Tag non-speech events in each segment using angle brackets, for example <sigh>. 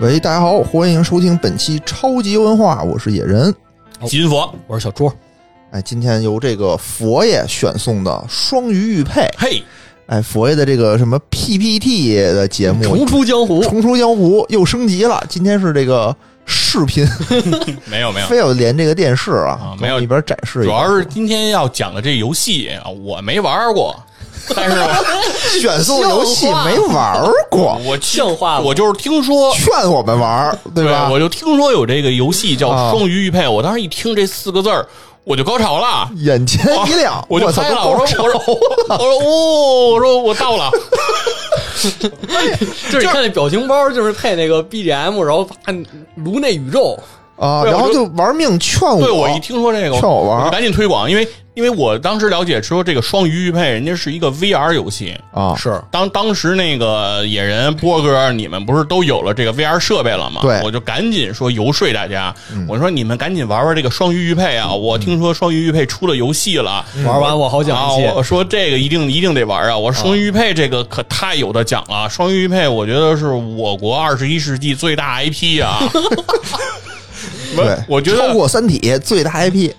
喂，大家好，欢迎收听本期超级文化，我是野人。金佛，我是小朱，哎，今天由这个佛爷选送的双鱼玉佩，嘿，哎，佛爷的这个什么 PPT 的节目重出江湖，重出江湖又升级了，今天是这个视频，没有没有，非要连这个电视啊啊，没有往里边展示一主下，要是今天要讲的这游戏啊，我没玩过，但是我，选送游戏没玩过我去像话吗我就是听说，劝我们玩儿，对对吧？我就听说有这个游戏叫啊《双鱼玉佩》，我当时一听这四个字儿，我就高潮了。眼前一亮， <laughs> 我就操，猜都了，够我说我说我说哦，我说我到了， <laughs> 就是你看那表情包，就是配那个 BGM，然后啪颅内宇宙，啊，对然我后就就玩命劝我，对我一听说这个，劝我玩就赶紧推广，因为因为我当时了解说这个《双鱼玉佩》人家是一个 VR 游戏，啊，是当当时那个野人波哥，你们不是都有了这个 VR 设备了吗？对嗯我就赶紧说游说大家，我说你们赶紧玩玩这个双鱼玉佩啊！我听说双鱼玉佩出了游戏了。玩完我好啊！讲一我期，说这个一定一定得玩啊！我说双鱼玉佩这个可太有的讲嗯了，双鱼玉佩我觉得是我国二十一世纪最大 <laughs> IP 啊！不对是，我觉得超过《三体》最大 IP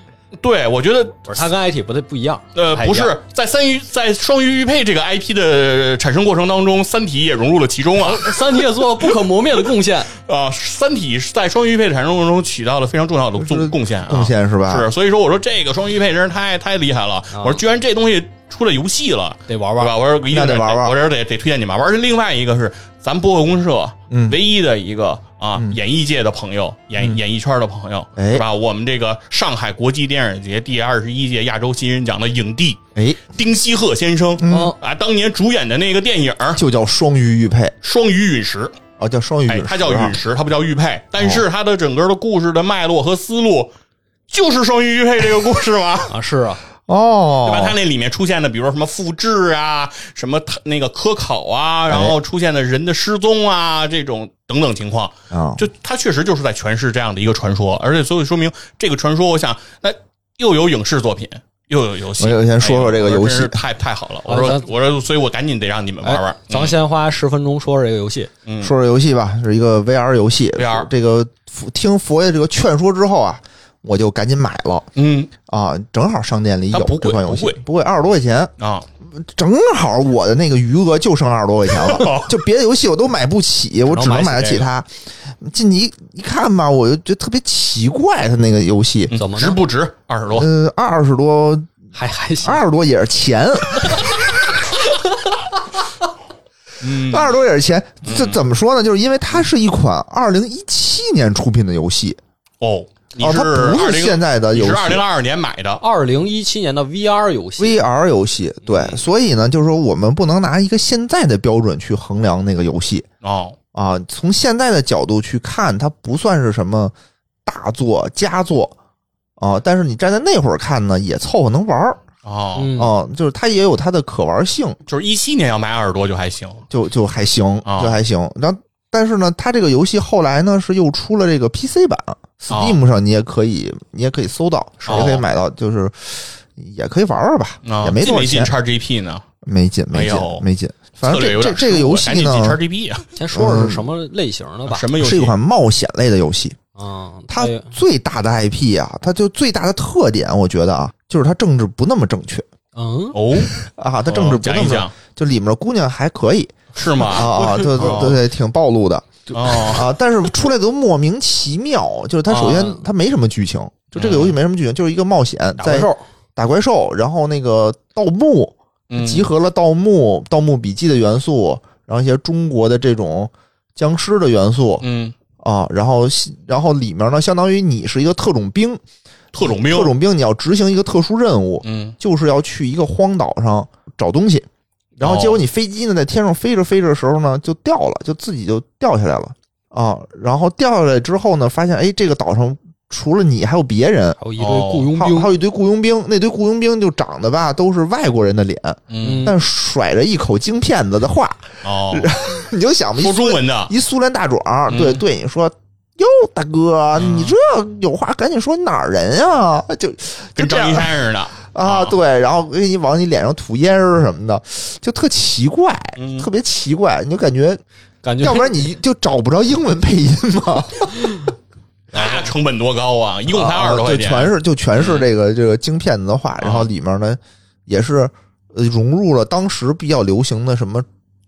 对，我觉得不是它跟 IT 不太不一样，呃太一不样是在三鱼在双鱼玉佩这个 IP 的产生过程当中，《三体》也融入了其 <laughs> 中啊。 <laughs> 三体也做了不可磨灭的 <laughs> 贡献，啊，《三体》在双鱼配的产生过程中起到了非常重要的就是贡贡献啊，贡献是吧？啊是，所以说我说这个双鱼配真是太太厉害了。我说居然这东西出了游戏了，得玩对玩。吧？我说一定那得玩玩我这得得推荐你们玩。而另外一个是咱们播客公社嗯唯一的一个啊，演艺界的朋友，演演艺圈的朋友，哎是吧？我们这个上海国际电影节第二十一届亚洲新人奖的影帝哎，丁西鹤先生嗯啊，当年主演的那个电影《就叫双鱼玉佩双鱼陨石》。啊，叫双鱼哎陨石，，啊哦它叫陨石，它不叫玉佩，但是它的整个的故事的脉络和思路就是双鱼玉佩这个故事 <laughs> 嘛，啊，是啊，对吧？它哦，那里面出现的，比如说什么复制啊，什么它那个科考啊，哎然后出现的人的失踪啊，这种等等情况，啊，就它确实就是在诠释这样的一个传说，而且所以说明这个传说，我想那又有影视作品。又有游戏，我先说说这个哎呦游我真是戏太太好了！我啊说咱，我说，所以我赶紧得让你们玩嗯玩哎。咱先花十分钟说说这个游戏，嗯说说游戏吧，是一个 VR 游戏。 VR 这个佛听佛爷这个劝说之后啊，我就赶紧买了嗯啊，正好商店里它有不贵这款游戏不贵，不贵，二十多块钱，嗯啊，正好我的那个余额就剩二十多块钱 <laughs> 了，就别的游戏我都买不起，我只能买得起它。进去一一看吧，我就觉得特别奇怪，它那个游戏，嗯怎么呢值不值？二十多，呃，二十多还还行，二十多也是钱，<laughs> 嗯二十多也是钱。这怎么说呢？就是因为它是一款二零一七年出品的游戏，哦，你哦，是它不是20现在的你游是戏二零二二年买的，二零一七年的 VR 游戏， ，VR 游戏。嗯对，所以呢，就是说我们不能拿一个现在的标准去衡量那个游戏哦，啊。从现在的角度去看，它不算是什么大作佳作。啊，但是你站在那会儿看呢，也凑合能玩儿哦，嗯，啊，就是它也有它的可玩性，就是一七年要买二十多就还行，就就还行，啊就还行。然后，但是呢，它这个游戏后来呢是又出了这个 PC 版，Steam 啊上你也可以，你也可以搜到，哦也可以买到，就是也可以玩玩吧，啊、也没进多少没进钱， XGP 呢？没进，没哎进呦，没进。反正策略这有这点这个失误游我戏赶紧进呢， XGP 啊，先说说是什么类型的吧。什么游戏？是一款冒险类的游戏。嗯，它哎最大的 IP 啊，它就最大的特点，我觉得啊，就是它政治不那么正确嗯，哦，啊，它他政治不哦讲那一么，讲就里面的姑娘还可以是啊吗？ <laughs> 啊，对对哦对对，挺暴露的。哦，啊，但是出来都莫名其妙，就是它首先啊它没什么剧情，就这个游戏没什么剧情，就是一个冒险，打怪在兽，打怪兽，然后那个盗墓嗯集合了盗墓、盗墓笔记的元素，然后一些中国的这种僵尸的元素嗯，啊，然后然后里面呢，相当于你是一个特种兵，特种兵，特种兵你要执行一个特殊任务，嗯，就是要去一个荒岛上找东西。然后哦结果你飞机呢在天上飞着飞着的时候呢就掉了，就自己就掉下来了啊。然后掉下来之后呢，发现哎这个岛上除了你还有别人，还有一堆哦雇佣还有还兵，有一堆雇佣兵，那堆雇佣兵就长得吧都是外国人的脸，嗯，但甩着一口京片子的话， <laughs> 哦，你就想吧，说一苏中文的，一苏联大壮嗯对对你说。哟，大哥，你这有话赶紧说，你哪儿人啊？就就跟这张样一山似的，啊，啊对，然后给你往你脸上吐烟儿什么的，就特奇怪，嗯特别奇怪，你就感觉感觉要不然你就找不着英文配音 <laughs> 嘛。那成本多高啊！一共才二十多块就钱，嗯啊全是就全是这个这个京片子的话，然后里面呢也是呃融入了当时比较流行的什么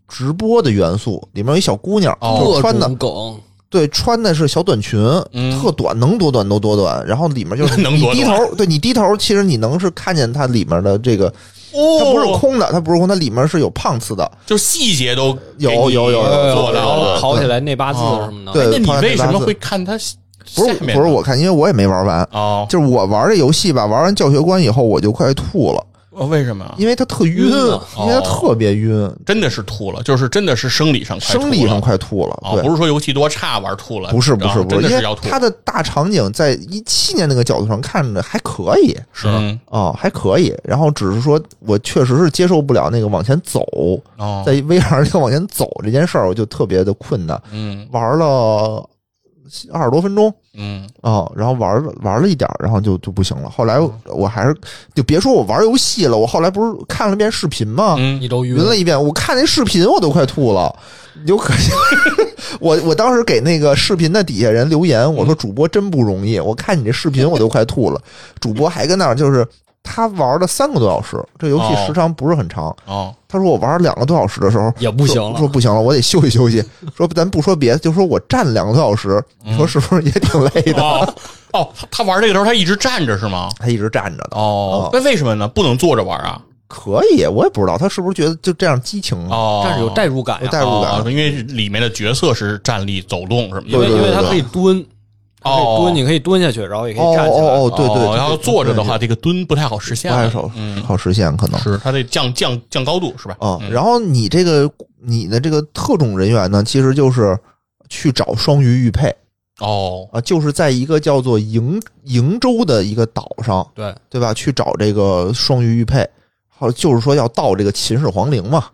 直播的元素，里面有一小姑娘，哦就各穿的种梗，对穿的是小短裙，嗯特短，能多短都多短，然后里面就是 <laughs> 能你多低短头，对你低头，其实你能是看见它里面的这个，它不是哦，空的，它不是空，它里面是有胖次的，就细节都有给你有有有做到有有有了。跑起来那八字哦什么的，对那你为什跑起来那八么字会看他？不是不是我看，因为我也没玩完，哦，就是我玩这游戏吧，玩完教学关以后我就快吐了，为什么啊？哦因为它特晕，晕了因为它特别晕，真的是吐了，就是真的是生理上快吐了生理上快吐了，啊，对。不是说游戏多差玩吐了，不是不啊是不真是，因的是为要吐，它的大场景在一七年那个角度上看着还可以是嗯啊、还可以。然后只是说我确实是接受不了那个往前走，嗯哦在 VR 里头往前走这件事儿，我就特别的困难。嗯玩了二十多分钟嗯啊、然后玩了玩了一点儿，然后就就不行了。后来我还是就别说我玩游戏了，我后来不是看了遍视频吗？嗯一周云晕了一遍，我看那视频我都快吐了，有可 <laughs> 我我当时给那个视频的底下人留言，嗯我说主播真不容易，我看你这视频我都快吐了。主播还跟那儿就是他玩了三个多小时，这游戏哦时长不是很长。 <laughs> 哦他说我玩两个多小时的时候也不行说说了，不行了，我得休息休息。 <laughs> 说咱不说别的，就说我站两个多小时，嗯你说是不是也挺累的？哦哦，他他玩这个时候他一直站着是吗？他一直站着的，哦，那为什么呢？不能坐着玩啊？可以，我也不知道他是不是觉得就这样激情啊？哦，但是有代入感有呀，代入感哦，因为里面的角色是站立、走动什么因为对对的。因为对它对可以蹲，它可以哦蹲，你可以蹲下去，然后也可哦以站起来。哦哦，对对，哦对然后对坐着的话，对这个蹲不太好实现不太了，好嗯，好实现可能。是它得降降降高度是吧？啊、嗯然后你这个你的这个特种人员呢，其实就是去找双鱼玉佩哦，啊，就是在一个叫做瀛瀛洲的一个岛上，对，对吧？去找这个双鱼玉佩，好，就是说要盗这个秦始皇陵嘛。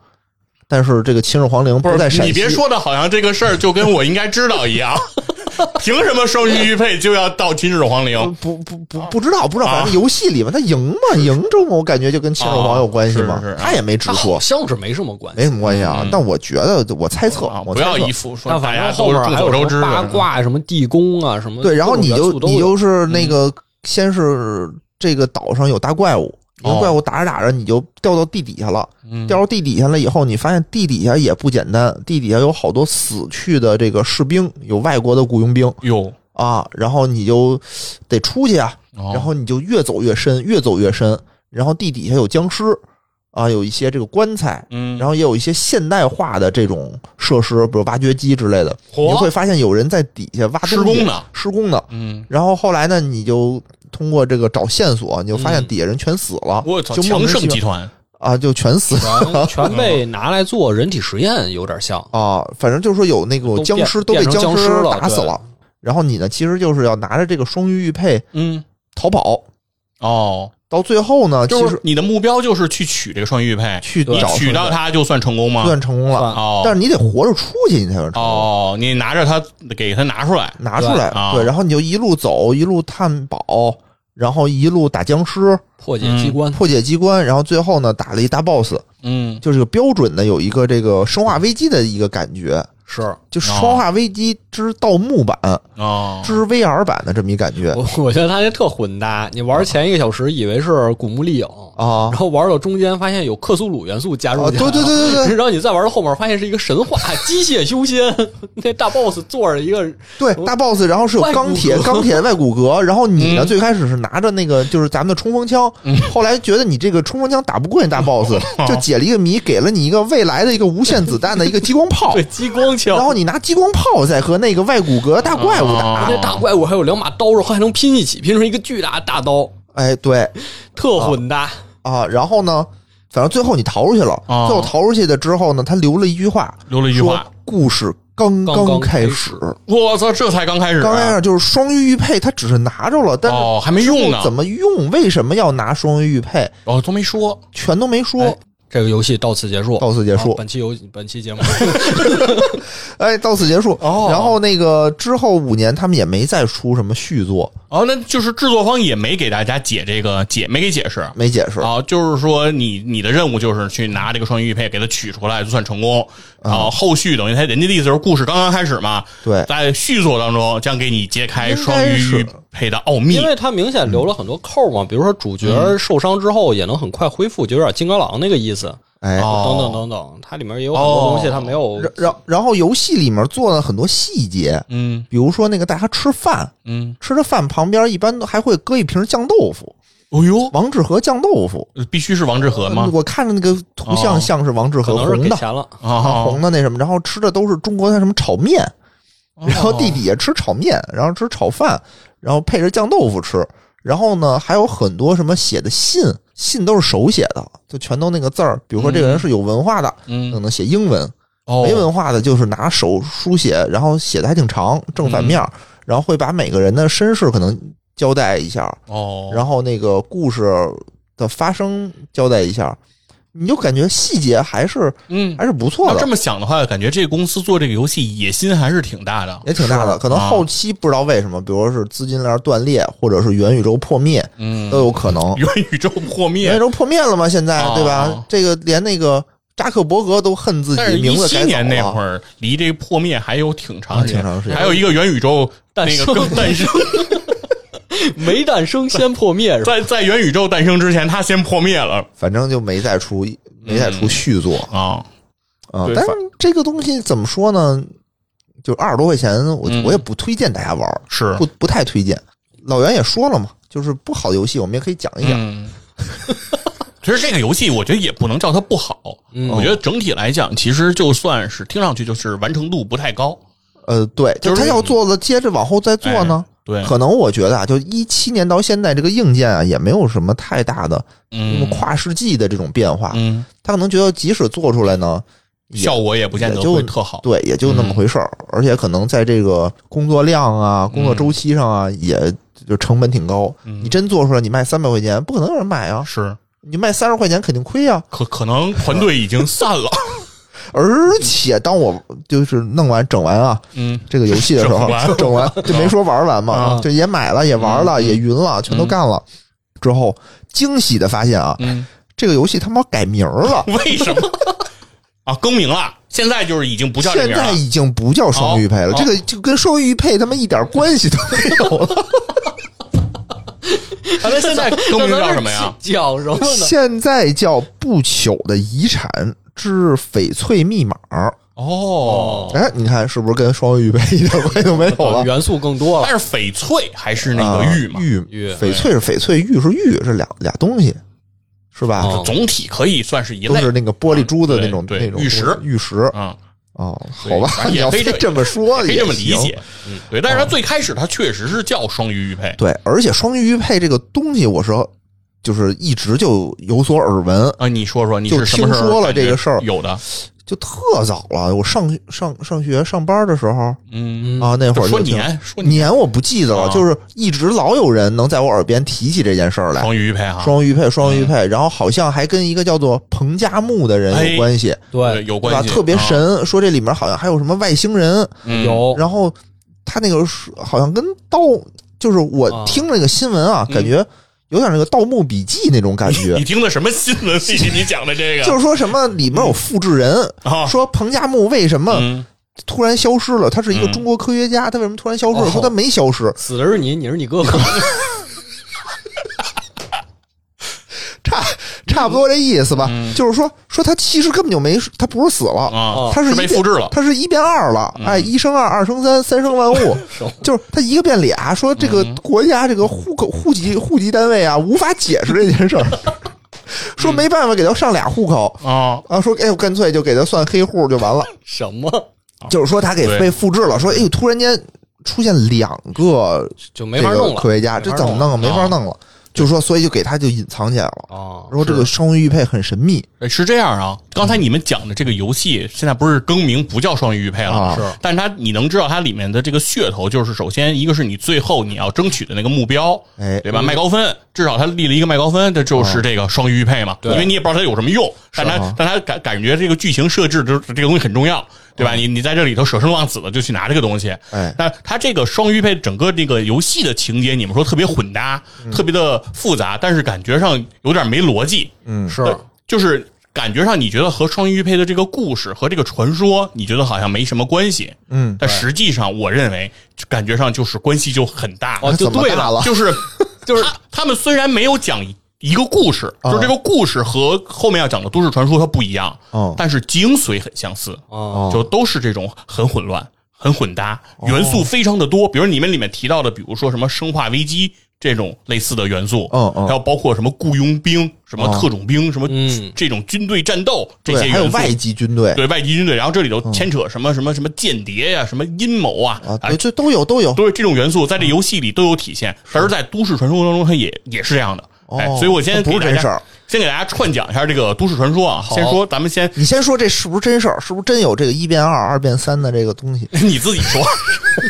但是这个秦始皇陵不是在陕西，你别说的好像这个事儿就跟我应该知道 <laughs> 一样，凭什么双鱼玉佩就要到秦始皇陵？呃，不不不不知道不知道，啊反正游戏里面他赢嘛，赢州嘛，我感觉就跟秦始皇有关系嘛，啊是是他也没直它好说，像是没什么关系没。什么关系啊。嗯但我觉得我猜测，啊，我不猜测要一副说但大反家正都后面众还所有周什知么八的卦、什么地宫啊，什么对，然后你各就种元素都你有就嗯是那个，先是这个岛上有大怪物，有哦怪物打着打着你就掉到地底下了，嗯掉到地底下了以后，你发现地底下也不简单，地底下有好多死去的这个士兵，有外国的雇佣兵哟，啊，然后你就得出去啊，然哦然后你就越走越深，越走越深，然后地底下有僵尸啊，有一些这个棺材。嗯，然后也有一些现代化的这种设施，比如挖掘机之类的，嚯你会发现有人在底下挖施东西工呢，施工呢，嗯，然后后来呢，你就通过这个找线索，你就发现底下人全死了，嗯我操，就莫强名盛其集妙团嗯啊，就全死 <laughs> 全全被嗯拿来做人体实验，有点像。啊，反正就是说有那个都僵尸变被变成僵僵尸了打死对了。然后你呢，其实就是要拿着这个双鱼玉佩嗯，逃跑，哦，到最后呢，其就实是你的目标就是去取这个双鱼玉佩，去你找取到它就算成功吗？算成功了，算哦，但是你得活着出去，你才能成功。哦，你拿着它给它拿出来，拿出来对啊，对，然后你就一路走，一路探宝，然后一路打僵尸，破解机关，破解机关，然后最后呢，打了一大 boss，嗯，就是标准的有一个这个生化危机的一个感觉，是就《生化危机之盗墓版》哦，之 VR 版的这么一感觉我我觉得它这特混搭。你玩前一个小时以为是古墓丽影，啊然后玩到中间发现有克苏鲁元素加入啊！进来对了，对对对对然后你再玩到后面发现是一个神话 <laughs> 机械修仙， <laughs> 那大 boss 坐着一个对，对大 boss，然后是有钢铁外骨骼钢铁外骨骼，然后你呢嗯最开始是拿着那个就是咱们的冲锋枪，后来觉得你这个冲锋枪打不过那大 boss，就解了一个谜，给了你一个未来的一个无限子弹的一个激光炮对，激光枪，然后你拿激光炮再和那个外骨骼大怪物打，那大怪物还有两把刀，然后还能拼一起，拼成一个巨大的大刀，哎，对，特混搭。啊，然后呢，反正最后你逃出去了。哦最后逃出去的之后呢，他留了一句话，留了一句话说故事刚刚刚开开始。我操，这才刚开始啊，刚开始就是双鱼玉佩，他只是拿着了，但是哦还没用呢怎么用？为什么要拿双鱼玉佩？哦都没说，全都没说哎。这个游戏到此结束，到此结束啊。本期游本期 <laughs> 节目哎，到此结束。哦然后那个之后五年，他们也没再出什么续作，哦，那就是制作方也没给大家解这个解，没给解释。没解释。啊，就是说你你的任务就是去拿这个双鱼玉佩给它取出来，就算成功。然后后续等于他人家的意思就是故事刚刚开始嘛，啊对在续作当中将给你揭开应双该鱼是玉佩的奥秘因。为它明显留了很多扣嘛，比如说主嗯角受伤之后也能很快恢复，就有点金刚狼那个意思，哎，哦等等等等，它里面也有很多东西哦它没有然然然后游戏里面做了很多细节，嗯比如说那个大家吃饭，嗯，吃着饭旁边一般都还会搁一瓶酱豆腐，哦呦，王致和酱豆腐。必须是王致和吗？我看着那个图像哦像是王致和可能是红给的，钱了。啊，哦，红的那什么，然后吃的都是中国的什么炒面，哦然后地底下吃炒面，然后吃炒饭，然后配着酱豆腐吃。然后呢，还有很多什么写的信，信都是手写的，就全都那个字儿。比如说这个人是有文化的，可嗯能写英文；哦没文化的就是拿手书写，然后写的还挺长，正反面儿，嗯然后会把每个人的身世可能交代一下，哦，然后那个故事的发生交代一下，你就感觉细节还是嗯，还是不错要的这。么想的话，感觉这个公司做这个游戏野心还是挺大的。也挺大的，可能啊后期不知道为什么，比如说是资金链断裂，或者是元宇宙破灭，嗯，都有可能。元宇宙破呃元宇灭。宙破灭了吗？现在啊对吧？这个连那个扎克伯格都恨自 <laughs> 但己是，名一字七改年那早会了。儿，离这个破灭还有挺啊长时挺长时间还有一个元宇宙诞那生个更诞生，没诞生先破灭是吧？在在元宇宙诞生之前，它先破灭了反正就没再出，没再出续作啊。啊、对但是反这个东西怎么说呢？就二十多块钱，我、嗯我也不推荐大家玩儿，是不不太推荐。老袁也说了嘛，就是不好的游戏，我们也可以讲一讲。嗯，其实这个游戏我觉得也不能叫它不好，嗯我觉得整体来讲，其实就算是听上去就是完成度不太高。呃，对，就就是哎他要做了，接着往后再做呢。对，可能我觉得啊，就一七年到现在，这个硬件啊也没有什么太大的那么嗯跨世纪的这种变化。嗯，他可能觉得即使做出来呢，也效果也不见得也就会特好。对也就那嗯么回事儿，而且可能在这个工作量啊、工作周期上啊，也就成本挺高。嗯你真做出来，你卖三百块钱，不可能有人买啊！是，你卖三十块钱肯定亏啊！可可能团队已经散了。而且当我就是弄完整完啊嗯，这个游戏的时候整，完整完就没说玩完嘛啊，就也买了，也玩了，嗯也云了，全都干了。之后惊喜的发现啊，嗯，这个游戏他妈改名儿了，为 <laughs> 什么啊？更名了，现在就是已经 <laughs> 不叫这现名在了。已经不叫双玉佩了，哦这个就跟双玉佩他妈一点关系都没有 <laughs> 了。咱们现 <laughs> 在更名叫什么呀？？叫什么呢？啊现在叫不朽的遗产之翡翠密码。哦，哎，你看是不是跟双玉佩 <laughs> 一点关系都没有了？元素更多了但，是翡翠还是那个玉嘛啊，玉玉翡翠是翡翠，玉是玉，是俩俩东西，是吧？哦总体可以算是一都类是。那个玻璃珠的嗯对那种对那种玉石玉石啊，哦，好对吧反，正你也要非非这这么说可也以这么理行啊解。嗯，对，但是它最开始它确实是叫双鱼玉佩，对，而且双鱼玉佩这个东西，我是就是一直就有所耳闻，啊，你说说你就是什么时候听说了感觉这个事儿有的，就特早了。我上上上学上班的时候嗯，啊，那会儿说就听年说年年我不记得了，啊就是一直老有人能在我耳边提起这件事儿来。双鱼玉佩啊哈，双鱼佩，双鱼佩，然后好像还跟一个叫做彭加木的人哎有关系，对对，有对吧？关系，特别啊，神，说这里面好像还有什么外星人，嗯有然后他那个是好像跟盗，就是我啊听那个新闻啊，嗯感觉有点那个《盗墓笔记》那种感 <laughs> 觉，你听的什么新闻？ <laughs> 最近你讲的这个就是说什么里面有复制人，啊，说彭加木为什么嗯突然消失了？他是一个嗯中国科学家，他为什么突然消失了？哦说他没消失，死的是你，你是你哥哥， <laughs> 差差不多这意思吧嗯？就是说说他其实根本就没，他不是死了，啊，他是被一变复制了，他是一变二了，哎，一生二，二生三，三生万物，就是他一个变俩。说这个国家这个户口户籍户籍单位啊，无法解释这件事儿，说没办法给他上俩户口。啊，啊，说哎呦，干脆就给他算黑户就完了。什么就是说他给对被复制了，说哎呦，突然间出现两个就没这法个弄科了。学家，没这法怎么弄啊？没法弄了，就是说，所以就给他就隐藏起来了。啊，然后这个双鱼玉佩很神秘哎是这样啊，嗯刚才你们讲的这个游戏现在不是更名不叫双鱼玉佩了，啊，是但是它你能知道它里面的这个噱头，就是首先一个是你最后你要争取的那个目标，哎，嗯对吧？麦高芬至少他立了一个麦高芬，这就是这个双鱼玉佩嘛，对因为你也不知道它有什么用，但它、啊但它感感觉这个剧情设置就是这个东西很重要，对吧？你你在这里头舍生忘死的就去拿这个东西，嗯哎，那它这个双鱼配整个这个游戏的情节，你们说特别混搭，嗯特别的复杂，但是感觉上有点没逻辑，嗯，是呃就是感觉上你觉得和双鱼配的这个故事和这个传说，你觉得好像没什么关系，嗯，但实际上我认为就感觉上就是关系就很大，哦，就怎么对大了，了 <laughs> 就是就是嗯他他们虽然没有讲一个故事，啊就是这个故事和后面要讲的都市传说它不一样，嗯哦但是精髓很相似， <laughs> 啊，就都是这种很混乱、很混搭，哦元素非常的多。比如你们里面提到的，比如说什么《生化危机》这种类似的元素，嗯嗯还有包括什么雇佣兵、什么特种兵、什么嗯这种军队战斗这些哦对，还有元素。外籍军队对外籍军队，然后这里头牵扯什么什么什么间谍呀、什么阴谋啊啊，对，这都有都有，都是这种元素在这游戏里都有体现，而在都市传说当中，它也也是这样的。嗯哦哎，所以我先那不给是大真事家儿先给大家串讲一下这个都市传说啊。先说咱们先？你先说这是不是真事儿？是不是真有这个一变二、二变三的这个东西你自己 <laughs> 说，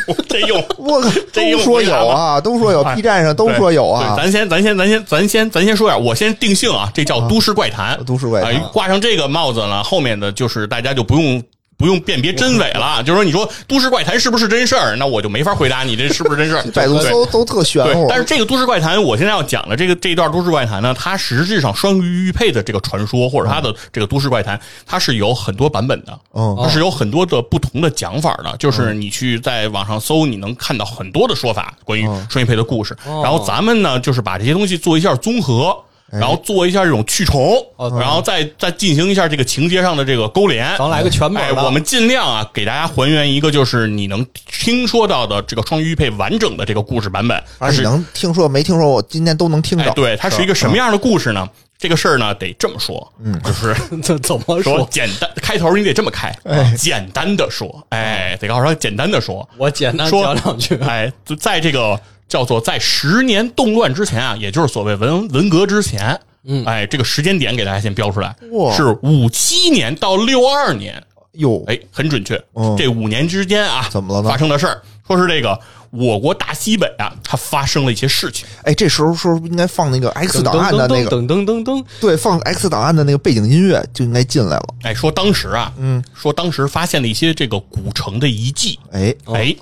我真用我靠，真都有说回答有啊，都说有哎，B 站上都说有啊对，。咱先咱先咱先咱先咱先说点，我先定性啊，这叫都市怪谈。都市怪谈。啊挂上这个帽子呢，后面的就是大家就不用。不用辨别真伪了，就是说，你说都市怪谈是不是真事儿？那我就没法回答你这是不是真事儿 <laughs> 百度对搜都特玄对，乎，但是这个都市怪谈，我现在要讲的这个这一段都市怪谈呢，它实质上双鱼玉佩的这个传说，或者它的这个都市怪谈，它是有很多版本的，嗯它是有很多的不同的讲法的。就是你去在网上搜，你能看到很多的说法关于双玉佩的故事。哦然后咱们呢，就是把这些东西做一下综合。然后做一下这种去重，然后再再进行一下这个情节上的这个勾连，咱来个全本哎，的，我们尽量啊，给大家还原一个就是你能听说到的这个双鱼玉佩完整的这个故事版本。它反正是你能听说没听说，我今天都能听哎着，。对，它是一个什么样的故事呢？这个事儿呢，得这么说，嗯，就是这怎么说说？简单，开头你得这么开，哎简单的说，哎，得告诉他简单的说，我简单说讲两句， <laughs> 哎，就在这个叫做在十年动乱之前啊，也就是所谓文文革之前，嗯，哎，这个时间点给大家先标出来哇，是五七年到六二年，哟，哎，很准确。嗯这五年之间啊，怎么了呢发生的事儿，说是这个我国大西北啊，它发生了一些事情。哎，这时候是不是应该放那个 X 噔档案噔的噔那个？噔噔噔噔，哦对，放 X 档案的那个背景音乐就应该进来了。哎，说当时啊，嗯，说当时发现了一些这个古城的遗迹，哎，哎，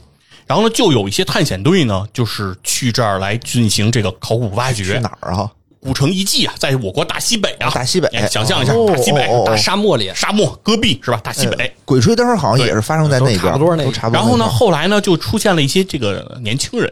然后呢，就有一些探险队呢，就是去这儿来进行这个考古挖去掘。哪儿啊？古城遗迹啊，在我国大西北啊，大西北哎想象一下，哦大西北、哦嗯哦大大沙漠里沙漠、戈壁是吧？大西北。鬼吹灯好像也是发生在那边，都差不多那个都差不多然后呢，那后来呢，就出现了一些这个年轻人，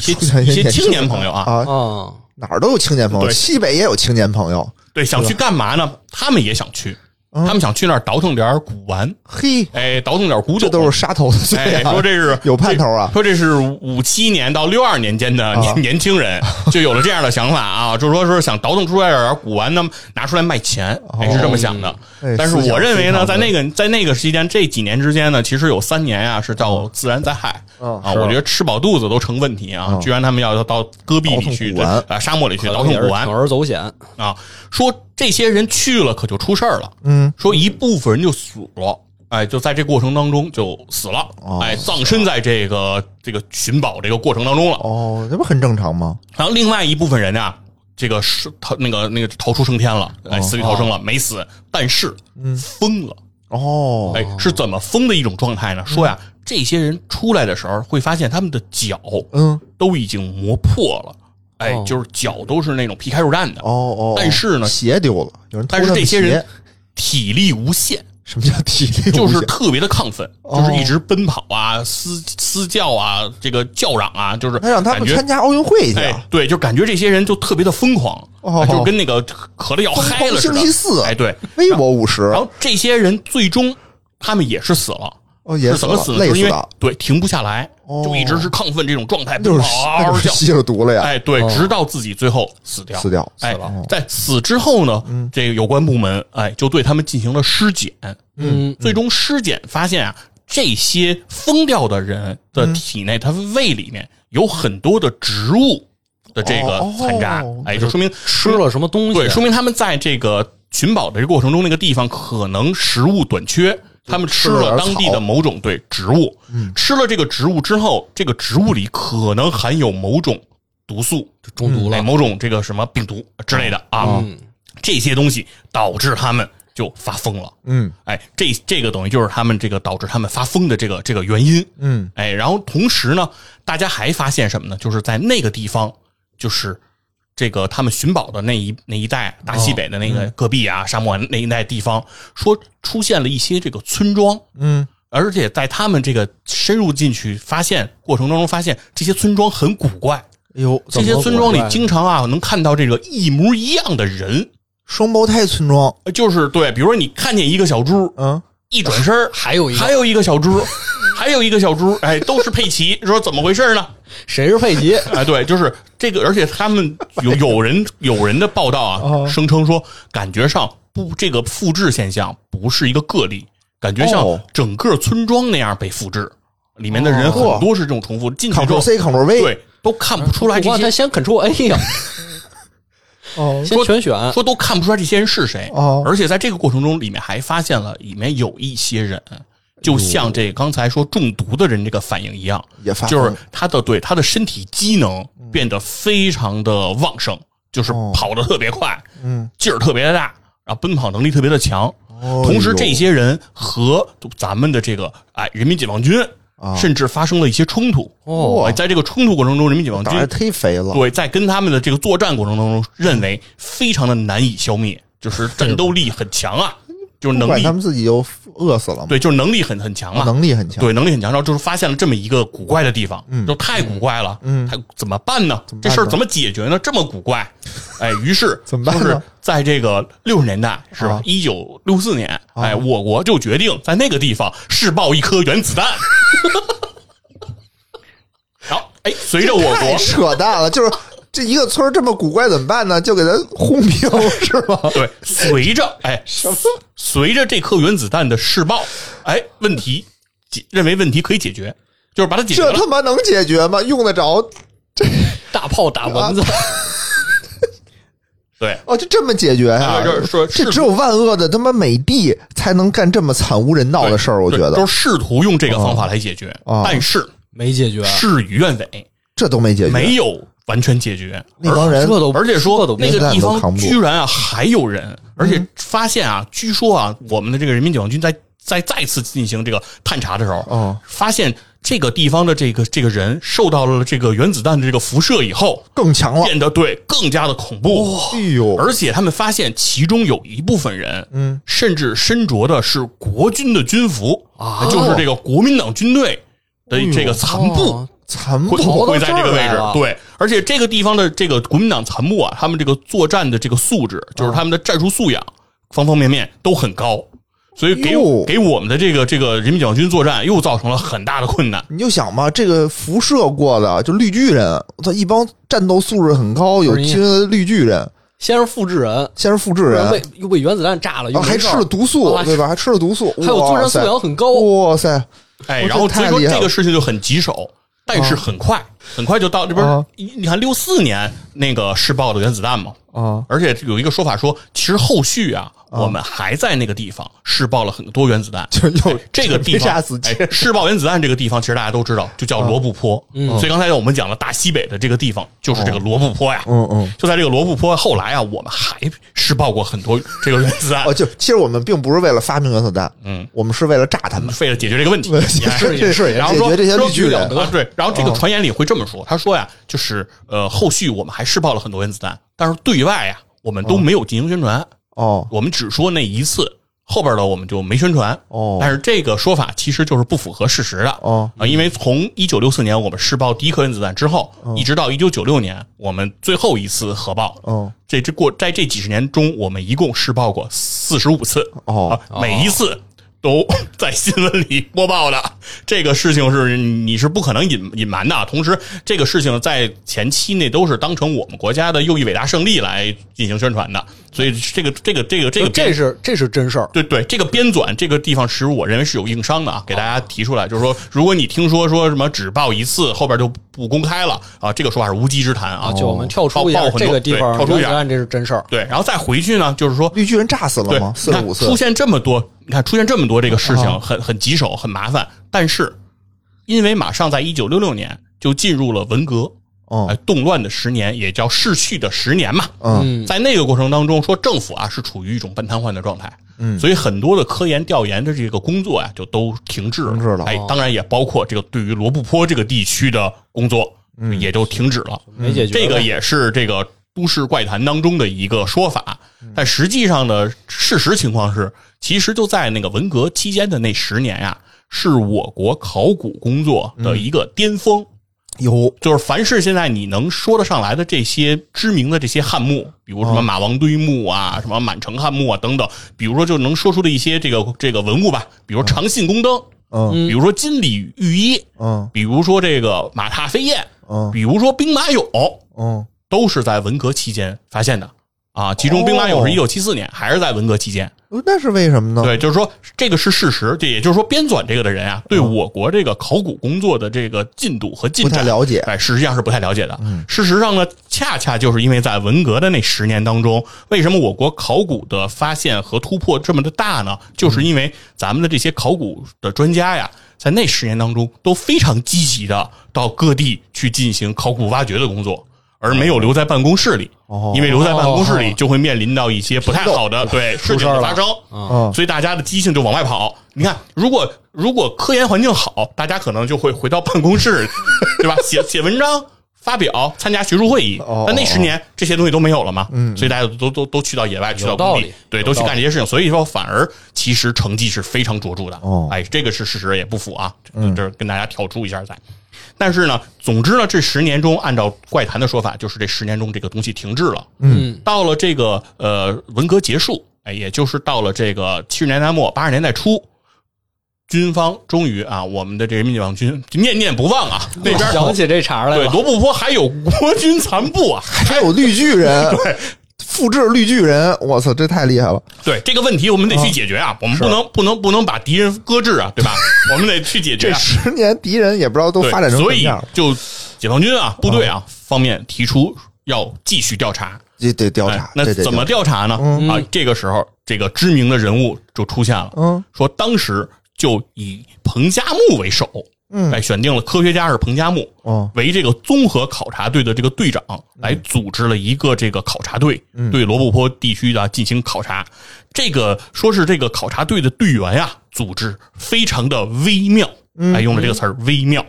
<laughs> 些块儿，一些青年朋友啊，啊，啊，哪儿都有青年朋友，对西北也有青年朋友。对，想去干嘛呢？他们也想去，嗯他们想去那儿倒腾点儿古玩，嘿，哎，倒腾点儿古哦这董。都是杀头的 <laughs> 罪哎，啊！说这是有盼头啊！说这是五七年到六二年间的年、年 <laughs> 轻人就有了这样的想法啊，就是说是想倒腾出来点儿古玩，那么拿出来卖钱，哎，是这么想的。哦哎但是思想我认为非呢，常的在那个在那个期间这几年之间呢，其实有三年啊是叫自然灾害、嗯啊，我觉得吃饱肚子都成问题啊，居然他们要到戈壁倒里腾去古玩啊沙漠里去可倒能腾也古是玩铤，而走险，啊，说这些人去了可就出事儿了，嗯，说一部分人就死了，哎，就在这过程当中就死了，哦哎，葬身在这个这个寻宝这个过程当中了。哦，这不很正常吗？然后另外一部分人呢、这个是逃那个那个逃出升天了，哦哎，死里逃生了，没死，但是疯了，嗯哦，嗯哎，是怎么疯的一种状态呢？说呀，这些人出来的时候会发现他们的脚嗯，都已经磨破了，哎，哦就是脚都是那种皮开肉绽的，哦哦，但是呢鞋丢了，有人偷但是他们这些人鞋体力无限。什么叫体力就无是限特别的亢奋，哦就是一直奔跑啊、嘶嘶叫啊、这个叫嚷啊，就是那让他感们觉参加奥运会去哎啊！，对，就感觉这些人就特别的疯狂，哦就跟那个咳的要嗨了似星的期。四，哎，对，微博五十然，后这些人最终他们也是死了。哦，也是怎么死的？累就是因死为的，对停不下来，哦就一直是亢奋这种状态，就是嗷那嗷就是叫。吸了毒了呀，嗯哎，对，直到自己最后死掉。死嗯掉。哎了，在死之后呢，这个有关部门哎就对他们进行了尸检，嗯，最终尸检发现啊，这些疯掉的人的体内，他胃里面有很多的植物的这个哦残渣，哦哎，就说明吃了什么东西？对，说明他们在这个寻宝的这个过程中，那个地方可能食物短缺，他们吃了当地的某种对植物，吃了嗯这个植物之后，这个植物里可能含有某种毒素，就中毒哎了。某种这个什么病毒之类的啊，这些东西导致他们就发疯了。嗯哎，这这个等于就是他们这个导致他们发疯的这个这个原因。嗯哎，然后同时呢，大家还发现什么呢？就是在那个地方，就是这个他们寻宝的那一那一带，大西北的那个戈壁啊、沙漠那一带地方，说出现了一些这个村庄，嗯，而且在他们这个深入进去发现过程当中，发现这些村庄很古怪，哎呦，这怎些么村庄古里怪经常啊能看到这个一模一样的人，双胞胎村庄？呃就是对，比如说你看见一个小猪，嗯，一转身 <laughs> 儿还有一还个有一个小猪，还有一个小猪，哎，都是佩奇，说怎么回事呢？谁是佩吉？哎，对，就是这个，而且他们有有人有人的报道啊，声称说感觉上不这个复制现象不是一个个例，感觉像哦整个村庄那样被复制，里面的人很哦多是这种重复，进去之 Ctrl 后 C 哎 Ctrl V，对都看不 <laughs> 出来这哇，他些，先 Ctrl A 呀，哦先全选。说都看不出来这些人是谁哦，而且在这个过程中，里面还发现了里面有一些人。就哦像这刚才说中毒的人这个反应一样，也发就是疯嗯他的对他的身体机能变得非常的旺盛，就是哦跑得特别快，嗯，劲儿特别大，然后奔跑能力特别的强。哦同时，呦这些人和咱们的这个哎人民解放军啊甚至发生了一些冲突。哦哎在这个冲突过程中，人民解放胆儿军忒肥了，对在跟他们的这个作战过程当中，认为非常的难以消灭，就是战斗力很强啊，就是不能管力他们自己就饿死了嘛，对，就是能力很很强嘛。啊能力很强，对，能力很强。然后就是发现了这么一个古怪的地方，就太古怪了，嗯，太怎么办呢？么这办事儿呢怎么解决呢？这么古怪，哎，于是 <laughs> 怎么办就呢是在这个六十年代，是吧啊？一九六四年，哎，我国就决定在那个地方试爆一颗原子弹。 <laughs> 然后，哎，随 <laughs> 着我太国扯淡了，就是这一个村儿这么古怪怎么办呢？就给它轰平是吧？ <laughs> 对，随着哎，随着这颗原子弹的试爆，哎，问题解认为问题可以解决，就是把它解决这了。他妈能解决吗？用得着大炮打蚊子，对，哦？就这么解决呀、啊就是说这是只有万恶的他妈美帝才能干这么惨无人道的事儿，我觉对都得是试图用这个方法来解决，哦但是没解决，事与愿违，这都没解决，没有完全解决。那帮人这都而且这说都那个地连蛋都扛方不住嗯居然啊还有人，而且发现啊，据说啊，我们的这个人民解放军在在再次进行这个探查的时候哦，发现这个地方的这个这个人受到了这个原子弹的这个辐射以后，更强了。变得对更加的恐怖。哎呦，而且他们发现其中有一部分人，嗯，甚至身着的是国军的军服啊哎就是这个国民党军队的这个残部。哦残会暴逃到会在这个位这儿来置了，对，而且这个地方的这个国民党残部啊，他们这个作战的这个素质，啊就是他们的战术素养，方方面面都很高，所以给哟给我们的这个这个人民解放军作战又造成了很大的困难。你就想吧，这个辐射过的就绿巨人，他一帮战斗素质很高、有不是你经验的绿巨人，先是复制人，先是复制不人然，被又被原子弹炸了，哦又啊还没事儿吃了毒素，啊对吧？还吃了毒素，还有作战素养很高哇塞！哇塞哎，哇然后这所以太说厉害这个了事情就很棘手，但是很快，很快就到这不啊是你你看六四年那个试爆的原子弹嘛，啊！而且有一个说法说，其实后续啊，我们还在那个地方试爆了很多原子弹，就又哎这个地没方啥死啊哎试爆原子弹这个地方，其实大家都知道，就叫罗布泊。嗯所以刚才我们讲了大西北的这个地方，就是这个罗布泊呀。嗯嗯，就在这个罗布泊，后来啊，我们还试爆过很多这个原子弹哦，，就其实我们并不是为了发明原子弹，嗯，我们是为了炸他们。为了解决这个问题，哎 <laughs> 是是是，然后解说决这些说绿巨人得啊，对，然后这个传言里会这么说，他说呀，就是呃，后续我们还试爆了很多原子弹，但是对外呀，我们都没有进行宣传，哦我们只说那一次，后边的我们就没宣传。哦但是这个说法其实就是不符合事实的。哦啊，因为从一九六四年我们试爆第一颗原子弹之后，一直到一九九六年我们最后一次核爆，哦这这过在这几十年中，我们一共试爆过四十五次哦啊啊，每一次都在新闻里播报的。这个事情是 <laughs> 你是不可能隐隐瞒的。啊同时，这个事情在前期那都是当成我们国家的又一伟大胜利来进行宣传的。所以，这个这个这个这个这是这是真事儿。对对，这个编纂这个地方，实我认为是有硬伤的啊，给大家提出来，就是说，如果你听说说什么只报一次，后边就不公开了啊，这个说法是无稽之谈啊。就我们跳报出一下报很多这个地对方，跳出一原下案这是真事儿。对，然后再回去呢，就是说，绿巨人炸死了对吗？，四你十看五次出现这么多，你看出现这么多这个事啊情，很很棘手，很麻烦。但是，因为马上在一九六六年就进入了文革，嗯哎，动乱的十年，也叫逝去的十年嘛。嗯嗯，在那个过程当中，说政府啊是处于一种半瘫痪的状态，嗯所以很多的科研调研的这个工作啊就都停滞了，停滞了啊哎，当然也包括这个对于罗布泊这个地区的工作、嗯也都停止了，没解决嗯这个也是这个都市怪谈当中的一个说法，嗯但实际上呢，事实情况是，其实就在那个文革期间的那十年呀、是我国考古工作的一个巅峰。嗯有就是凡是现在你能说得上来的这些知名的这些汉墓，比如什嗯么马王堆墓啊，什么满城汉墓啊等等，比如说就能说出的一些这个这个文物吧，比如长信宫灯，嗯比如说金缕玉衣，嗯比如说这个马踏飞燕，嗯比如说兵马俑，嗯都是在文革期间发现的啊。其中兵马俑是一九七四年，还是在文革期间。呃那是为什么呢？对，就是说这个是事实，这也就是说编纂这个的人啊，对我国这个考古工作的这个进度和进嗯不太展了解嗯哎，实际上是不太了解的。事实上呢，恰恰就是因为在文革的那十年当中，为什么我国考古的发现和突破这么的大呢？就是因为咱们的这些考古的专家呀。在那十年当中，都非常积极的到各地去进行考古挖掘的工作，而没有留在办公室里，哦因为留在办公室里哦就会面临到一些不太好的对事出事情儿的了发生。嗯所以大家的积极性就往外跑。你看，如果如果科研环境好，大家可能就会回到办公 <laughs> 室，对吧？写写文章、发表、参加学术会议哦。嗯但那十年这些东西都没有了嘛，所以大家都都都去到野外，去到道工理地，对，都去干这些事情。所以说，反而其实成绩是非常卓著的。哦嗯哎，这个是事实，也不符啊。这这跟大家跳出一下在。但是呢，总之呢，这十年中，按照怪谈的说法，就是这十年中这个东西停滞了。嗯，到了这个呃文革结束，哎，也就是到了这个七十年代末八十年代初，军方终于啊，我们的这人民解放军念念不忘啊，那边我想起这茬儿来对了。罗布泊还有国军残部啊，还有绿巨 <laughs> 人，对，复制绿巨人，我操，这太厉害了！对这个问题我们得去解决啊，我们不能不能不能把敌人搁置啊，对吧？我们得去解决、这啊。十年敌人也不知道都对，发展成什所么以样，就解放军啊，部队啊方面提出要继续调查，这得调哎查，嗯那这得怎么调调查呢？啊，这个时候这个知名的人物就出现了，嗯，说当时就以彭加木为首，嗯，哎，选定了科学家是彭加木，嗯为这个综合考察队的这个队长，来组织了一个这个考察队，嗯对罗布泊地区啊的进行考察。这个说是这个考察队的队员呀、组织非常的微妙，嗯哎，用了这个词儿微妙。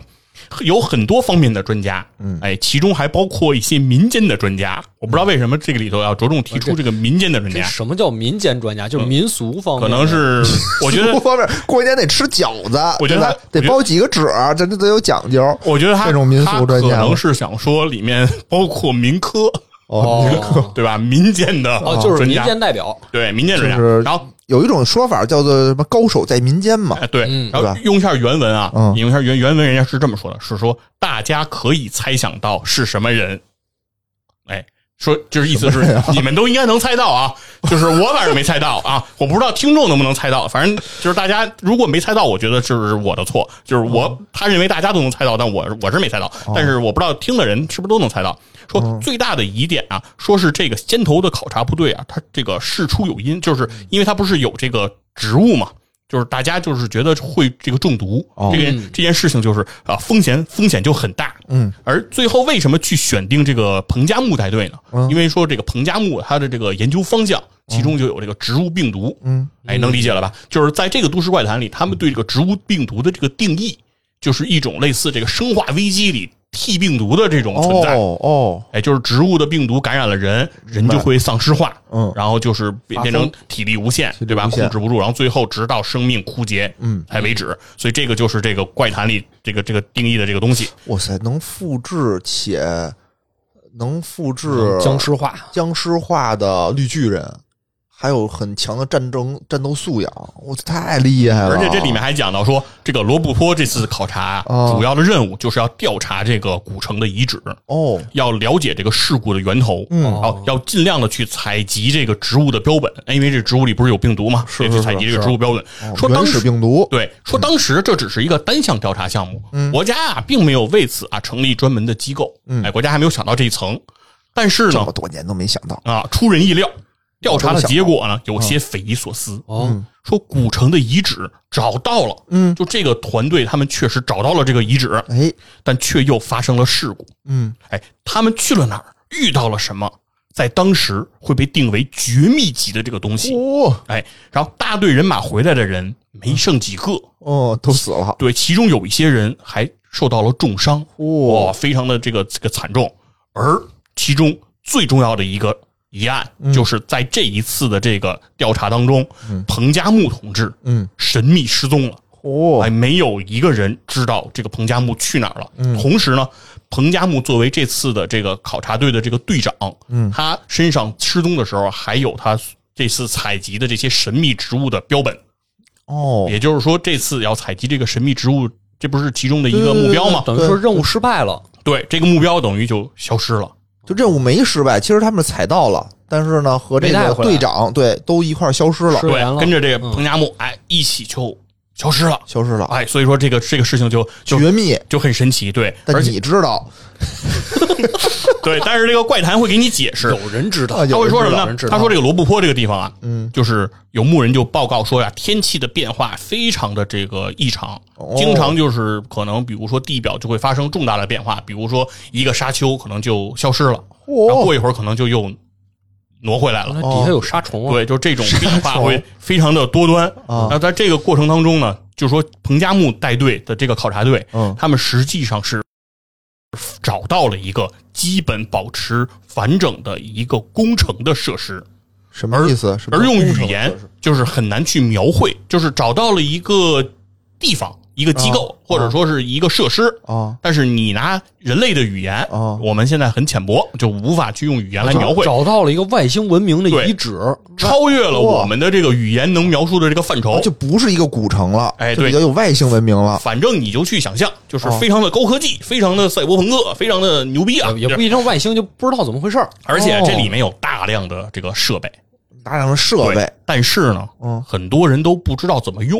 有很多方面的专家，嗯，哎，其中还包括一些民间的专家。我不知道为什么这个里头啊要着重提出这个民间的专这家，什么叫民间专家？就是民俗方嗯面，可能是 <laughs> 我觉 <laughs> 得不方便，过年得吃饺子，我觉对得吧得他我觉得包几个褶儿，这这得有讲究。我觉得他这种民他俗专可家能是想说里面包括民科，哦对吧？ <laughs> 民间的哦，就是专民家，间代表。对民间专家。就是然后有一种说法叫做什么“高手在民间”嘛，哎，对，嗯对然后吧用一下原文啊，嗯引用一下原原文，人家是这么说的，是说大家可以猜想到是什么人，哎。说就是意思是啊你们都应该能猜到啊，就是我反正没猜到啊，我不知道听众能不能猜到，反正就是大家如果没猜到，我觉得就是我的错，就是我他认为大家都能猜到，但我我是没猜到，但是我不知道听的人是不是都能猜到。说最大的疑点啊，说是这个先头的考察部队啊，他这个事出有因，就是因为他不是有这个职务嘛，就是大家就是觉得会这个中毒，哦这个这件事情就是啊风险风险就很大。嗯，而最后为什么去选定这个彭加木带队呢？因为说这个彭加木他的这个研究方向，其中就有这个植物病毒。嗯，哎，能理解了吧？就是在这个都市怪谈里，他们对这个植物病毒的这个定义，就是一种类似这个生化危机里 T 病毒的这种存在。哦哦，哎，就是植物的病毒感染了人，人就会丧尸化，嗯然后就是变变成体力无限，对吧？无限控制不住，然后最后直到生命枯竭，嗯，才为止。所以这个就是这个怪谈里这个这个定义的这个东西。哇塞，能复制且能复制嗯嗯僵尸化，僵尸化的绿巨人，还有很强的战争战斗素养，我太厉害了！而且这里面还讲到说，这个罗布泊这次考察哦主要的任务就是要调查这个古城的遗址，哦，要了解这个事故的源头，嗯然后要尽量的去采集这个植物的标本，因为这植物里不是有病毒嘛，是也是去采集这个植物标本。哦说原当始时病毒，对，说当时这只是一个单项调查项目，国家啊并没有为此啊成立专门的机构，嗯哎，国家还没有想到这一层。但是这呢么，多年都没想到，啊，出人意料，调查的结果呢有些匪夷所思。嗯哦，说古城的遗址找到了，嗯就这个团队他们确实找到了这个遗址，哎，但却又发生了事故。嗯，哎，他们去了哪儿，遇到了什么，在当时会被定为绝密级的这个东西。哦哎，然后大队人马回来的人没剩几个，哦，都死了，对，其中有一些人还受到了重伤，哇、哦，非常的这个这个惨重。而其中最重要的一个疑案，嗯就是在这一次的这个调查当中，彭加木同志嗯，神秘失踪了。哦哎，，没有一个人知道这个彭加木去哪儿了。嗯同时呢，彭加木作为这次的这个考察队的这个队长，嗯他身上失踪的时候还有他这次采集的这些神秘植物的标本，哦，也就是说，这次要采集这个神秘植物，这不是其中的一个目标吗？等于说任务失败了，对，这个目标等于就消失了。就任务没失败，其实他们采到了，但是呢，和这没带个回来队长对都一块儿消失了，是对然了，跟着这个彭加木，哎，一起就消失了。消失了，哎，所以说这个这个事情就就绝密。就很神奇，对，而但且你知道，对，但是这个怪谈会给你解释，有人知道啊，有他会说什有么人呢知？道他说这个罗布泊这个地方啊，嗯，就是有牧人就报告说呀、天气的变化非常的这个异常哦，经常就是可能比如说地表就会发生重大的变化，比如说一个沙丘可能就消失了，然后哦，过一会儿可能就又挪回来原来了。底下有杀虫啊，对，就这种变化会非常的多端啊那在这个过程当中呢，就是说彭加木带队的这个考察队，嗯他们实际上是找到了一个基本保持完整的一个工程的设施，什么意思？什么而用工程语的言设施就是很难去描绘，就是找到了一个地方、一个机构，或者说是一个设施。啊，但是你拿人类的语言，啊我们现在很浅薄，就无法去用语言来找描绘，找到了一个外星文明的对遗址，超越了我们的这个语言能描述的这个范畴啊就。不是一个古城了，哎就对比较有外星文明了，反正你就去想象，就是哦非常的高科技，非常的赛博朋克，非常的牛逼啊！也也不一定外星就不知道怎么回事儿而且哦这里面有大量的这个设备，大量的设备对，，但是呢，嗯很多人都不知道怎么用，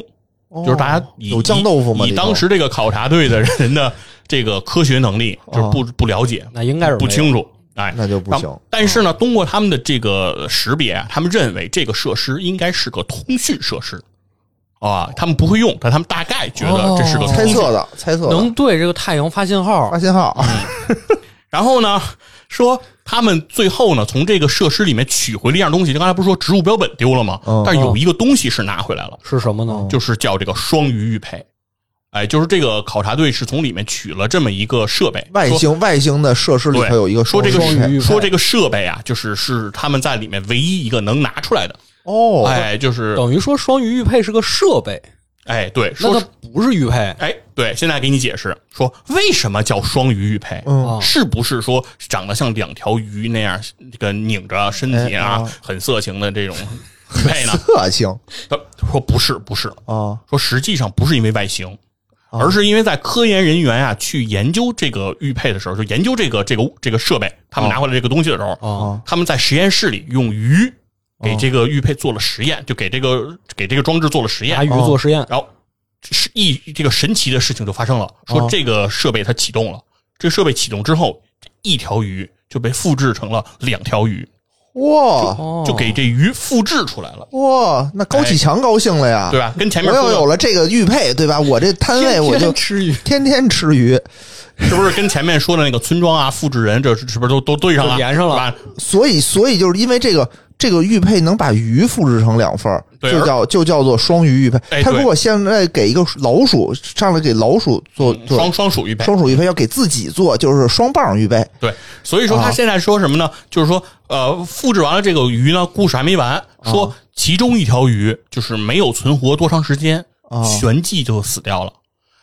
哦就是大家以有酱豆腐吗？以里以头当时这个考察队的人的这个科学能力，就是啊不不了解，那应该是不没有。清楚，哎，那就不然后行，但是呢，通过他们的这个识别啊，他们认为这个设施应该是个通讯设施啊，他们不会用，但他们大概觉得这是个哦通猜讯测的，猜测的，能对这个太阳发信号发，信号，嗯然后呢，说他们最后呢，从这个设施里面取回了一样东西，就刚才不是说植物标本丢了吗？嗯但是有一个东西是拿回来了，是什么呢？就是叫这个双鱼玉佩。哎，就是这个考察队是从里面取了这么一个设备，外说星外星的设施里对头有一个说这个双双鱼鱼说这个设备啊，就是是他们在里面唯一一个能拿出来的。哦，哎，就是等于说双鱼玉佩是个设备，哎，对，那说它是不是玉佩哎，对，现在给你解释说为什么叫双鱼玉佩。嗯啊，是不是说长得像两条鱼那样，这个拧着身体哎啊，啊很色情的这种 <laughs> 匹配呢？特性他说不是，不是，啊，说实际上不是因为外形，哦而是因为在科研人员啊去研究这个玉佩的时候，就研究这个这个这个设备，哦他们拿回来这个东西的时候，啊他们在实验室里用鱼给哦这个玉佩做了实验，就给这个给这个装置做了实验拿，鱼做实验，然后是一这个神奇的事情就发生了，说哦这个设备它启动了，这个设备启动之后，一条鱼就被复制成了两条鱼，哇哦就给这鱼复制出来了，哇，那高启强高兴了呀，对吧？跟前啊我面要说有的了这个玉佩，对吧？我这摊位我就吃鱼，天天吃鱼，是不是跟前面说的那个村庄啊、复制人，这是是不是都都对上了？就连上了是吧，所以所以就是因为这个。这个玉佩能把鱼复制成两份儿，对就而叫就叫做双鱼玉佩。哎他对如果现在给一个老鼠上来给老鼠做做嗯双双属玉佩。双鼠玉佩，要给自己做就是双棒玉佩。对，所以说他现在说什么呢？就是说，呃，复制完了这个鱼呢，故事还没完，说其中一条鱼就是没有存活多长时间，啊旋即就死掉了。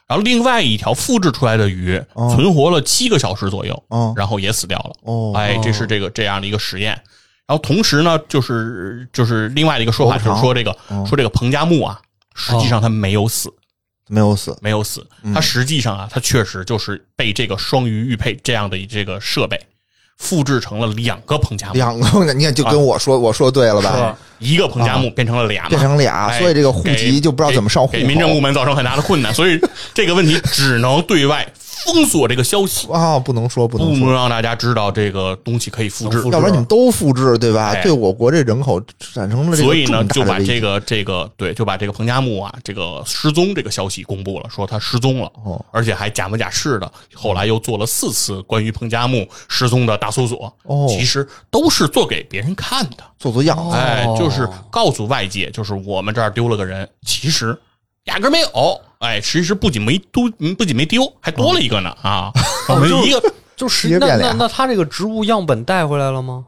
然后另外一条复制出来的鱼哦存活了七个小时左右哦，然后也死掉了。哎哦哎，这是这个这样的一个实验。然后同时呢，就是就是另外的一个说法，活不就长是说这个、嗯说这个彭加木啊，实际上他没有死，没有死，没有死，嗯他实际上啊，他确实就是被这个双鱼玉佩这样的一这个设备复制成了两个彭加木，两个， <laughs> 你看就哎跟我说，我说对了吧？啊一个彭加木变成了俩嘛，变成俩，哎所以这个户籍就不知道怎么上户给给民政部口门造成很大的困难，所以这个问题只能对外封锁这个消息，啊，不能说不不能能说，让大家知道这个东西可以复制。要不然你们都复制对吧？哎对我国这人口产生了这个所以重呢，大就的把危机这个这个对，就把这个彭加木啊，这个失踪这个消息公布了，说他失踪了，哦而且还假模假式的。后来又做了四次关于彭加木失踪的大搜索，哦其实都是做给别人看的。做做样子，哎，就是告诉外界，就是我们这儿丢了个人，其实压根儿没有。哎，其实不仅没丢，嗯不仅没丢，还多了一个呢啊！哦我们一个就直是接那变那脸那他这个植物样本带回来了吗？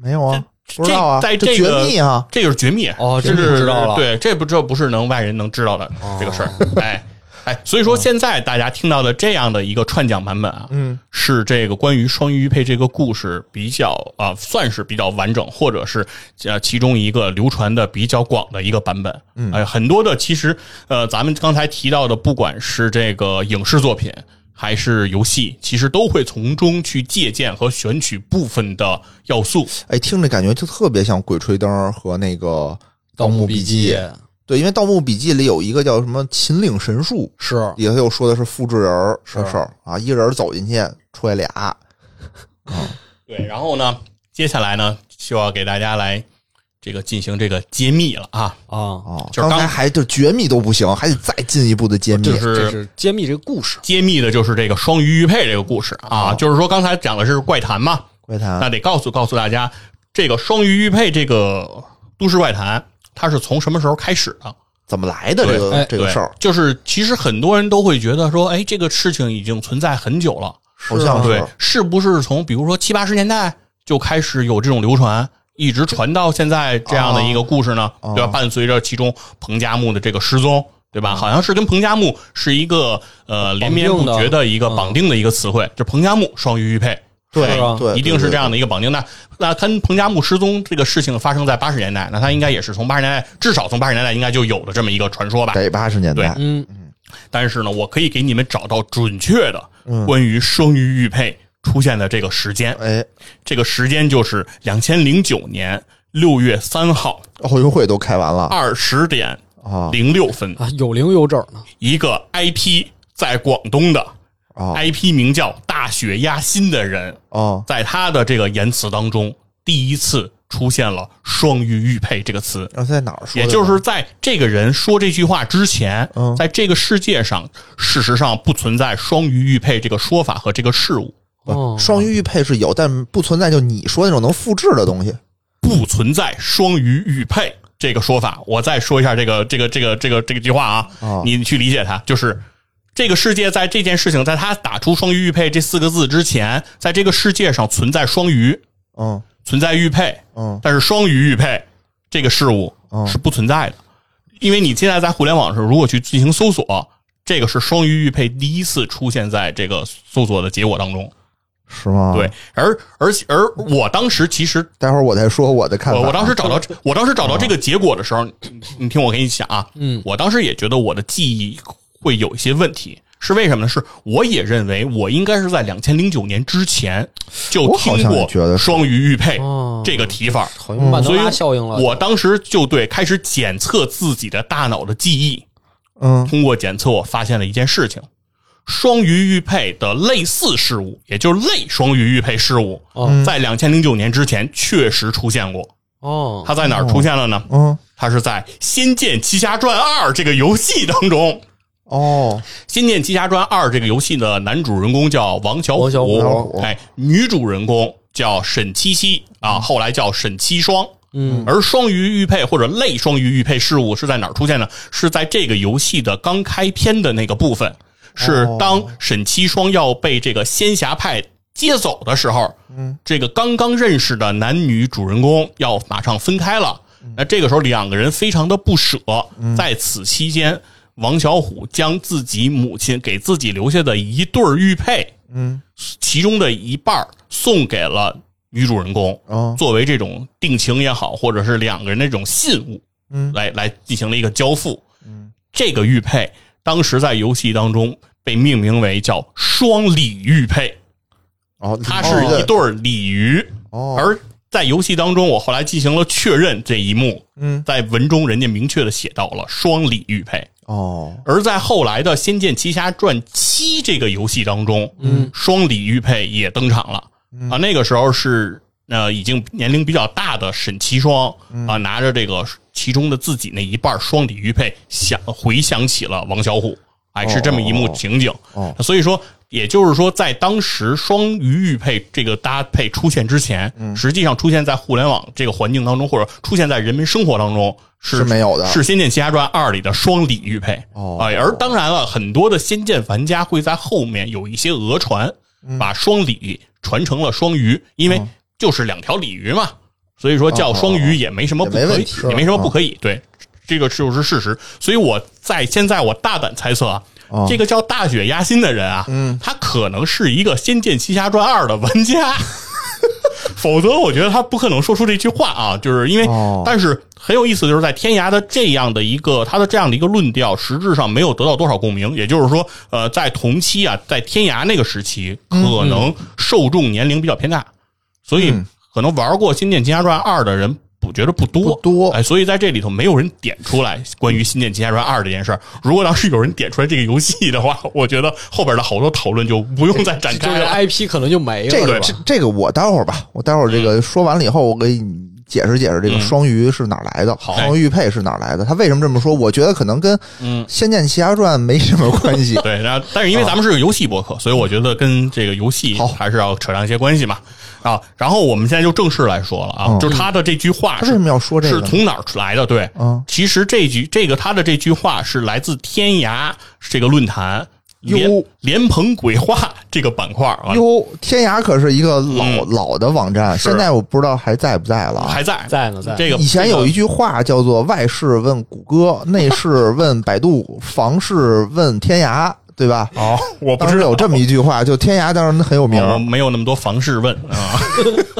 没有啊，不知这道啊，在这这绝个密啊，这个是绝密哦这这是不知道了哦对，这不这不是能外人能知道的这个事儿。哎哎，所以说现在大家听到的这样的一个串讲版本啊，嗯，是这个关于双鱼玉佩这个故事比较啊、算是比较完整，或者是呃其中一个流传的比较广的一个版本。嗯，哎，很多的其实呃，咱们刚才提到的，不管是这个影视作品。还是游戏，其实都会从中去借鉴和选取部分的要素。哎，听着感觉就特别像《鬼吹灯》和那个《盗墓笔记》。对，因为《盗墓笔记》里有一个叫什么秦岭神树，是里头又说的是复制人儿的事儿啊，一人走进去出来俩，啊对，然后呢，接下来呢，就要给大家来这个进行这个揭秘了啊，啊，哦，就是刚才还就绝密都不行，还得再进一步的揭秘。就这是是揭秘这个故事。揭秘的就是这个双鱼玉佩这个故事哦啊，就是说刚才讲的是怪谈嘛，怪谈那得告诉告诉大家，这个双鱼玉佩这个都市怪谈，它是从什么时候开始的？怎么来的这对个哎这个对事儿，就是其实很多人都会觉得说，哎，这个事情已经存在很久了，好像对是，是不是从比如说七八十年代就开始有这种流传，一直传到现在这样的一个故事呢？哦对吧？伴随着其中彭加木的这个失踪，对嗯吧？好像是跟彭加木是一个呃连绵不绝的一个绑定的一个词汇，就彭加木双鱼玉佩。对哎是啊对一定是这样的一个绑定。那那跟彭加木失踪这个事情发生在八十年代，那他应该也是从八十年代，至少从八十年代应该就有的这么一个传说吧？得八十年代嗯，但是呢，我可以给你们找到准确的关于生育玉佩出现的这个时间。哎，这个时间就是两千零九年六月三号奥运会都开完了二十点啊零六分，啊，有零有整呢。一个 IP 在广东的啊 IP 名叫大雪压心的人，啊！在他的这个言辞当中，第一次出现了“双鱼玉佩”这个词。然后啊在哪儿说的呢？也就是在这个人说这句话之前，嗯在这个世界上，事实上不存在双鱼玉佩这个说法和这个事物，哦，双鱼玉佩是有，但不存在就你说那种能复制的东西。不存在双鱼玉佩这个说法。我再说一下这个这个这个这个这个句话啊，哦你去理解它，就是这个世界在这件事情，在他打出“双鱼玉佩”这四个字之前，在这个世界上存在双鱼，嗯存在玉佩，嗯但是双鱼玉佩这个事物嗯是不存在的，因为你现在在互联网上如果去进行搜索，这个是双鱼玉佩第一次出现在这个搜索的结果当中。是吗？对，，而而且而我当时其实待会儿我再说我的看法。我我当时找到这我当时找到这个结果的时候，你你听我给你讲啊，嗯我当时也觉得我的记忆会有一些问题。是为什么呢？是我也认为我应该是在两千零九年之前就我好听像也过觉得“是双鱼玉佩哦”这个提法，好嗯像曼德所以拉效应了。我当时就对开始检测自己的大脑的记忆，嗯通过检测我发现了一件事情：双鱼玉佩的类似事物，也就是类双鱼玉佩事物，哦在两千零九年之前确实出现过。哦，它在哪儿出现了呢？嗯它是在《仙剑奇侠传二》这个游戏当中，哦， 《仙剑奇侠传二》这个游戏的男主人公叫王小虎，王小虎哎，女主人公叫沈七七啊，后来叫沈七双。嗯，而双鱼玉佩或者类双鱼玉佩事物是在哪儿出现呢？是在这个游戏的刚开篇的那个部分，是哦当沈七双要被这个仙侠派接走的时候，嗯，这个刚刚认识的男女主人公要马上分开了。嗯那这个时候，两个人非常的不舍。在此期间，王小虎将自己母亲给自己留下的一对儿玉佩，嗯其中的一半儿送给了女主人公啊，作为这种定情也好，或者是两个人的这种信物嗯来来进行了一个交付。嗯这个玉佩当时在游戏当中被命名为叫双鲤玉佩，哦，它鲤鱼是一的对儿鲤鱼，哦，而在游戏当中，我后来进行了确认这一幕，嗯在文中人家明确的写到了双鲤玉佩。哦而在后来的《仙剑奇侠传七》这个游戏当中，嗯，双鲤玉佩也登场了、嗯啊。那个时候是呃已经年龄比较大的沈其霜、嗯啊，拿着这个其中的自己那一半双鲤玉佩，想回想起了王小虎，哎，是这么一幕情景。哦所以说，也就是说，在当时双鱼玉佩这个搭配出现之前，嗯实际上出现在互联网这个环境当中，或者出现在人民生活当中是是没有的是《仙剑奇侠传二》里的双鲤玉佩。哦哎，而当然了，很多的仙剑玩家会在后面有一些讹传，嗯把双鲤传成了双鱼，因为就是两条鲤鱼嘛，所以说哦叫双鱼也没什么不也没可问以题，嗯也没什么不可以。对，这个就是事实。所以我在现在我大胆猜测啊，哦这个叫大雪压心的人啊，嗯他可能是一个《仙剑奇侠传二》的玩家。 <laughs> 否则，我觉得他不可能说出这句话啊，就是因为，哦但是很有意思，就是在天涯的这样的一个他的这样的一个论调，实质上没有得到多少共鸣。也就是说，呃，在同期啊，在天涯那个时期，可能受众年龄比较偏大，所以嗯可能玩过《仙剑奇侠传二》的人。我觉得不多不多哎，所以在这里头没有人点出来关于《仙剑奇侠传二》这件事儿。如果当时有人点出来这个游戏的话，我觉得后边的好多讨论就不用再展 <laughs> 就开是哎了。 IP 可能就没了，这个这是吧？这个我待会儿吧，我待会儿这个说完了以后，我给你解释解释这个嗯双鱼是哪儿来的，好双鱼玉佩是哪儿来的，他为什么这么说？我觉得可能跟《嗯仙剑奇侠传》没什么关系 <laughs> 。对，然后但是因为咱们是个游戏博客，所以我觉得跟这个游戏好还是要扯上一些关系嘛。啊，然后我们现在就正式来说了啊，嗯就是他的这句话他是为什么要说这个是呢？从哪儿来的？对，嗯其实这句这个他的这句话是来自天涯这个论坛哟莲莲蓬鬼话这个板块啊，嗯哟，天涯可是一个老、老的网站，是现在我不知道还在不在了啊。还在在呢，在这个以前有一这句话叫做“外事问谷 <laughs> 歌，内事问百度，房事问天涯”，对吧？个哦，我不当时知道有这么一句话，就天涯当然很有名。我没有那么多房事问啊。 <laughs>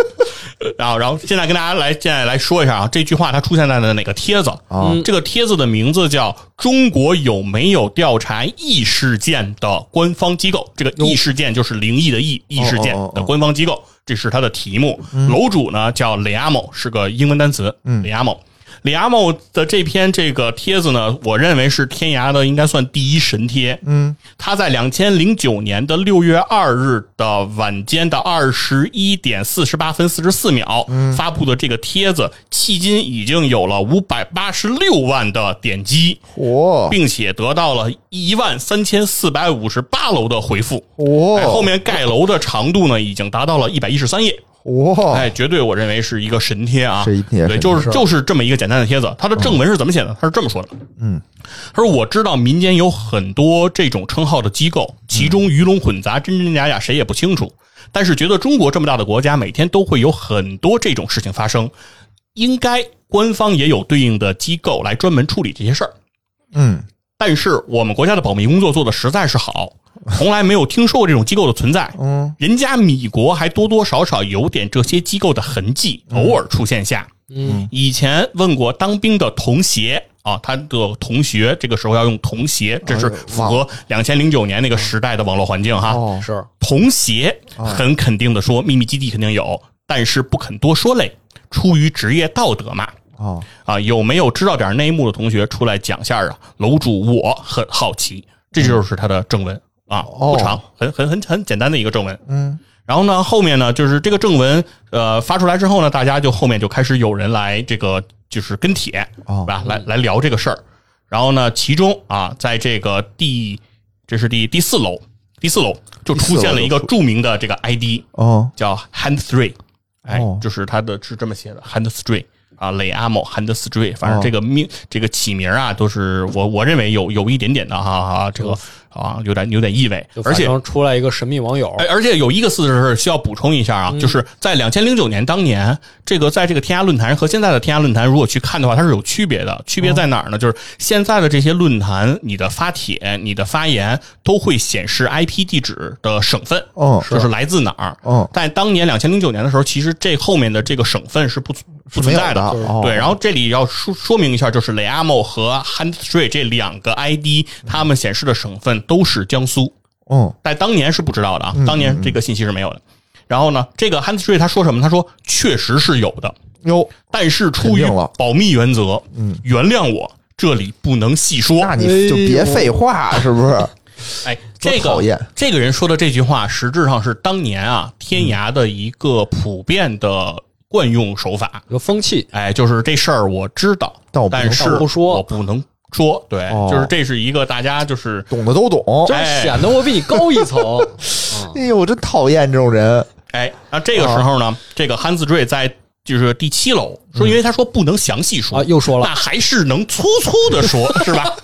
然后，然后现在跟大家来，现在来说一下啊，这句话它出现在了哪个帖子？啊这个帖子的名字叫《中国有没有调查异事件的官方机构》，这个异事件就是灵异的异，异事件哦哦哦的官方机构，这是它的题目。楼主呢叫 Liamo，是个英文单词。嗯 Liamo。Liamo 的这篇这个帖子呢，我认为是天涯的应该算第一神帖。嗯他在两千零九年的六月二日的晚间的二十一点四十八分四十四秒、嗯发布的这个帖子，迄今已经有了五百八十六万的点击，嚯并且得到了一万三千四百五十八楼的回复。嚯，哎，后面盖楼的长度呢，已经达到了一百一十三页。嚯，哎，绝对我认为是一个神贴啊，哦是一贴对，神就是就是这么一个简单的帖子。它的正文是怎么写的？它是这么说的，嗯，他说我知道民间有很多这种称号的机嗯构，其中鱼龙混杂，真真假假，谁也不清楚。但是觉得中国这么大的国家，每天都会有很多这种事情发生，应该官方也有对应的机构来专门处理这些事儿。嗯但是我们国家的保密工作做的实在是好，从来没有听说过这种机构的存在。嗯人家米国还多多少少有点这些机构的痕迹，偶尔出现下。嗯，以前问过当兵的同学啊，他的同学这个时候要用同学，这是符合两千零九年那个时代的网络环境哈。哦是同协很肯定的说，秘密基地肯定有，但是不肯多说嘞，出于职业道德嘛。哦啊，有没有知道点内幕的同学出来讲下啊？楼主我很好奇，这就是他的正文啊，哦不长，很很很很简单的一个正文。嗯然后呢，后面呢，就是这个正文呃发出来之后呢，大家就后面就开始有人来这个就是跟帖，哦是吧？来来聊这个事儿。然后呢，其中啊，在这个第这是第第四楼，第四楼就出现了一个著名的这个 ID 哦叫 Hand Three，哎，哦就是他的是这么写的 Hand Three。啊，雷阿某 Hand Three，反正这个命、这个起名啊，都是我我认为有有一点点的哈哈，这个啊，有点有点意味就，而反且。正出来一个神秘网友，哎，而且有一个事实是需要补充一下啊，嗯就是在两千零九年当年，这个在这个天涯论坛和现在的天涯论坛，如果去看的话，它是有区别的。区哦别在哪儿呢？就是现在的这些论坛，你的发帖、你的发言都会显示 IP 地址的省份，嗯就是来自哪儿。嗯在当年两千零九年的时候，其实这后面的这个省份是不存不是没存有在的哦就是对，然后这里要说说明一下，就是雷阿莫和 Handstreet 这两个 ID，他们显示的省份都是江苏，嗯但当年是不知道的啊，当年这个信息是没有的。然后呢，这个 Handstreet 他说什么？他说确实是有的，哟，但是出于肯定了保密原则，嗯，原谅我这里不能细说。那你就别废话，是不 <laughs> 是？哎，多这个讨厌这个人说的这句话，实质上是当年啊天涯的一个普遍的惯用手法。有风气，哎，就是这事儿我知道，但我不能但是但我不说我不能说。对，哦就是这是一个大家就是懂的都懂。就是显得我比你高一 <laughs> 层。哎呦，我真讨厌这种人。哎，那这个时候呢，这个汉字坠在就是第七楼嗯说，因为他说不能详细说啊又说了那还是能粗粗 <laughs> 的说，是吧？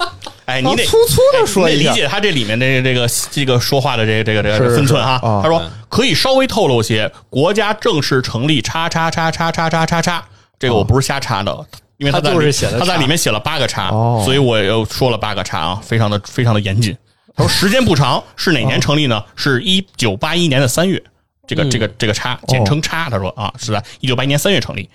哎，你啊得粗粗地说哎你一得下理解他这里面这这个这个说话的这这个这是个是分寸哈啊。他说可以稍微透露些，国家正式成立叉叉叉叉叉叉叉叉，这个哦我不是瞎查的。因为他在他就是里写的他在叉里面写了八个叉，哦所以我又说了八个叉啊，非常的非常的严谨。他说时间不长，是哪年成立哦呢？是一九八一年的三月，这嗯个这个这个叉，简称哦叉。他说啊，是在一九八一年三月成立。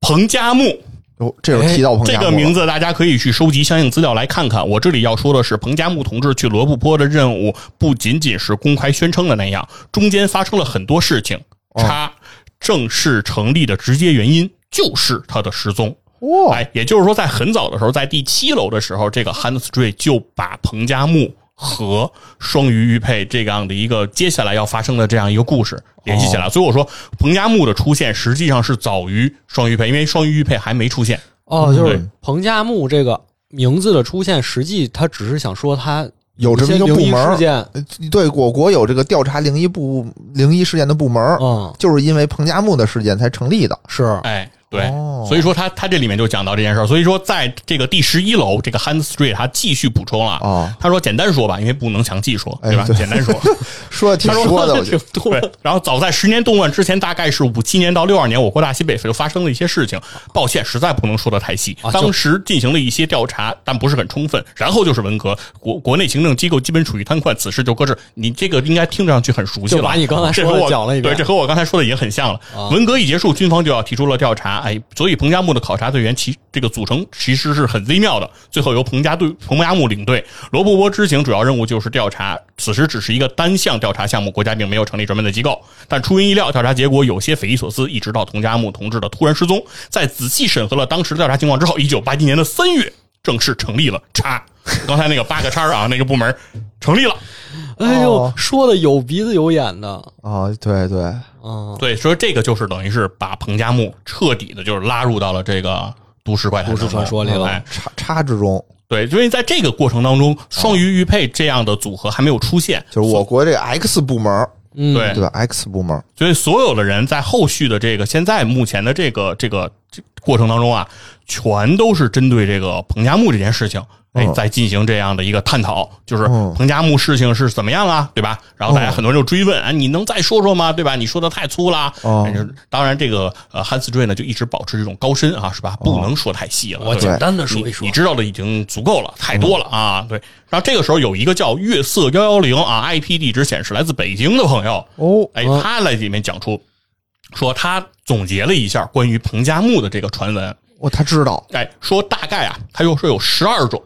彭加木哟，这种提到彭哎这加个木了名字，大家可以去收集相应资料来看看。我这里要说的是，彭加木同志去罗布泊的任务不仅仅是公开宣称的那样，中间发生了很多事情。哦叉正式成立的直接原因就是他的失踪。哇，哎，也就是说，在很早的时候，在第七楼的时候，这个 Hans Tree 就把彭加木和双鱼玉佩这样的一个接下来要发生的这样一个故事联系起来。哦所以我说，彭加木的出现实际上是早于双鱼玉佩，因为双鱼玉佩还没出现。哦，就是嗯对彭加木这个名字的出现，实际他只是想说他有这么一一些个部灵异门儿事件，对我国有这个调查灵异部灵异事件的部门，哦嗯，就是因为彭加木的事件才成立的。是哎，对，哦所以说他他这里面就讲到这件事儿。所以说，在这个第十一楼，这个 Hans Tree 他继续补充了。哦他说：“简单说吧，因为不能详细说，哎对吧？对简单说。”说 <laughs> 的挺说的，我觉得多对，然后早在十年动乱之前，大概是五七年到六二年，我国大西北就发生了一些事情。抱歉，实在不能说的太细。啊就当时进行了一些调查，但不是很充分。然后就是文革，国国内行政机构基本处于瘫痪，此事就搁置。你这个应该听上去很熟悉了，就把你刚才说的这和我讲了一遍啊对，这和我刚才说的已经很像了。文革一结束，军方就要提出了调查。哎，所以彭加木的考察队员其这个组成其实是很微妙的。最后由彭加队彭加木领队，罗布泊之行主要任务就是调查。此时只是一个单项调查项目，国家并没有成立专门的机构。但出人意料，调查结果有些匪夷所思，一直到彭加木同志的突然失踪。在仔细审核了当时的调查情况之后，一九八一年的三月正式成立了叉。刚才那个八个叉儿啊，那个部门成立了。哎呦哦，说的有鼻子有眼的，啊，对对，嗯，对，所以这个就是等于是把彭加木彻底的就是拉入到了这个都市怪谈都市当中传说里了哦哎插插之中，对，因为在这个过程当中，双鱼玉佩这样的组合还没有出现，就是我国这个 X 部门，嗯对对吧？X 部门，所以所有的人在后续的这个现在目前的这个这个这过程当中啊，全都是针对这个彭加木这件事情，哎，嗯在进行这样的一个探讨，就是嗯彭加木事情是怎么样啊，对吧？然后大家嗯很多人就追问，啊，你能再说说吗？对吧？你说的太粗了。哦哎就是当然，这个呃汉斯瑞呢就一直保持这种高深啊，是嗯吧？不能说太细了，我对简单的说一说你，你知道的已经足够了，太多了啊。嗯对，然后这个时候有一个叫月色幺幺零啊，IP 地址显示来自北京的朋友，哦，哎，嗯他来里面讲出说他总结了一下关于彭加木的这个传闻，我他知道，哎，说大概啊，他又说有十二种。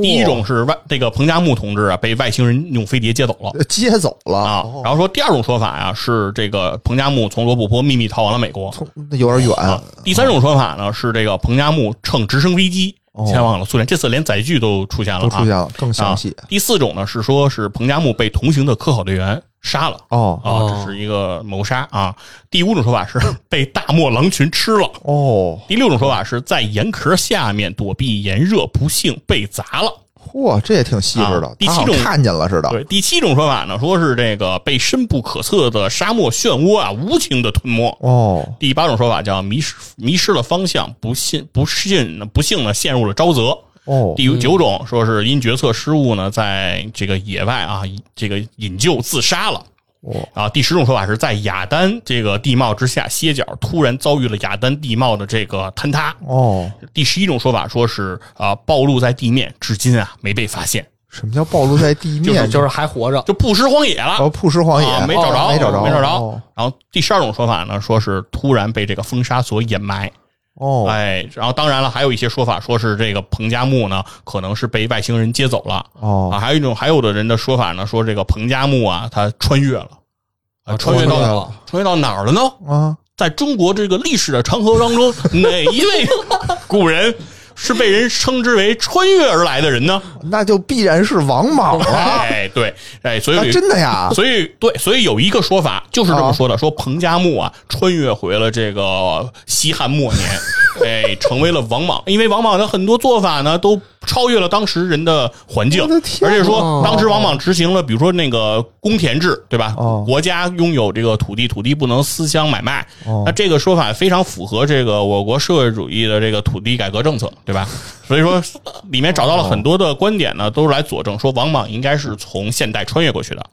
第一种是外这个彭加木同志啊被外星人用飞碟接走哇了哦接走了哦啊，然后说第二种说法呀、啊是这个彭加木从罗布泊秘密逃往了美国从呃有点远，啊。第三种说法呢是这个彭加木乘直升飞机哦前往了苏联，这次连载剧都出现了都出现啊。了，更详细啊。第四种呢是说是彭加木被同行的科考队员杀了。哦啊，哦这是一个谋杀啊。第五种说法是被大漠狼群吃了。哦，第六种说法是在岩壳下面躲避炎热，不幸被砸了。嚯，这也挺细致啊的，第他七好种像看见了似的，对，第七种说法呢，说是这个被深不可测的沙漠漩涡啊无情的吞没。哦，第八种说法叫迷失迷失了方向，不信不信不幸呢陷入了沼泽。哦，第九种说是因决策失误呢，在这个野外啊，这个引咎自杀了。哦，啊，第十种说法是在雅丹这个地貌之下歇脚，突然遭遇了雅丹地貌的这个坍塌。哦，第十一种说法说是啊，暴露在地面，至今啊没被发现，什么叫暴露在地就是面？就是还活着，就不失荒野了。哦，曝尸荒啊野，没找着，没找着，没找着。哦然后第十二种说法呢，说是突然被这个风沙所掩埋，哦，哎，然后当然了，还有一些说法说是这个彭加木呢，可能是被外星人接走了啊，哦，还有一种还有的人的说法呢，说这个彭加木啊，他穿越了，啊，穿越到到穿越了穿越到哪儿了呢？啊，在中国这个历史的长河 <laughs> 当中，哪一位古人是被人称之为穿越而来的人呢？那就必然是王莽了。哎，对，哎，所那以真的呀？所以对，所以有一个说法就是这么说的，说彭加木啊穿越回了这个西汉末年， <laughs> 哎，成为了王莽，因为王莽的很多做法呢都超越了当时人的环境我的，天而且说啊当时王莽执行了，比如说那个公田制，对吧哦？国家拥有这个土地，土地不能私相买卖哦，那这个说法非常符合这个我国社会主义的这个土地改革政策，对吧？所以说里面找到了很多的观点呢，都是来佐证说王莽应该是从现代穿越过去的。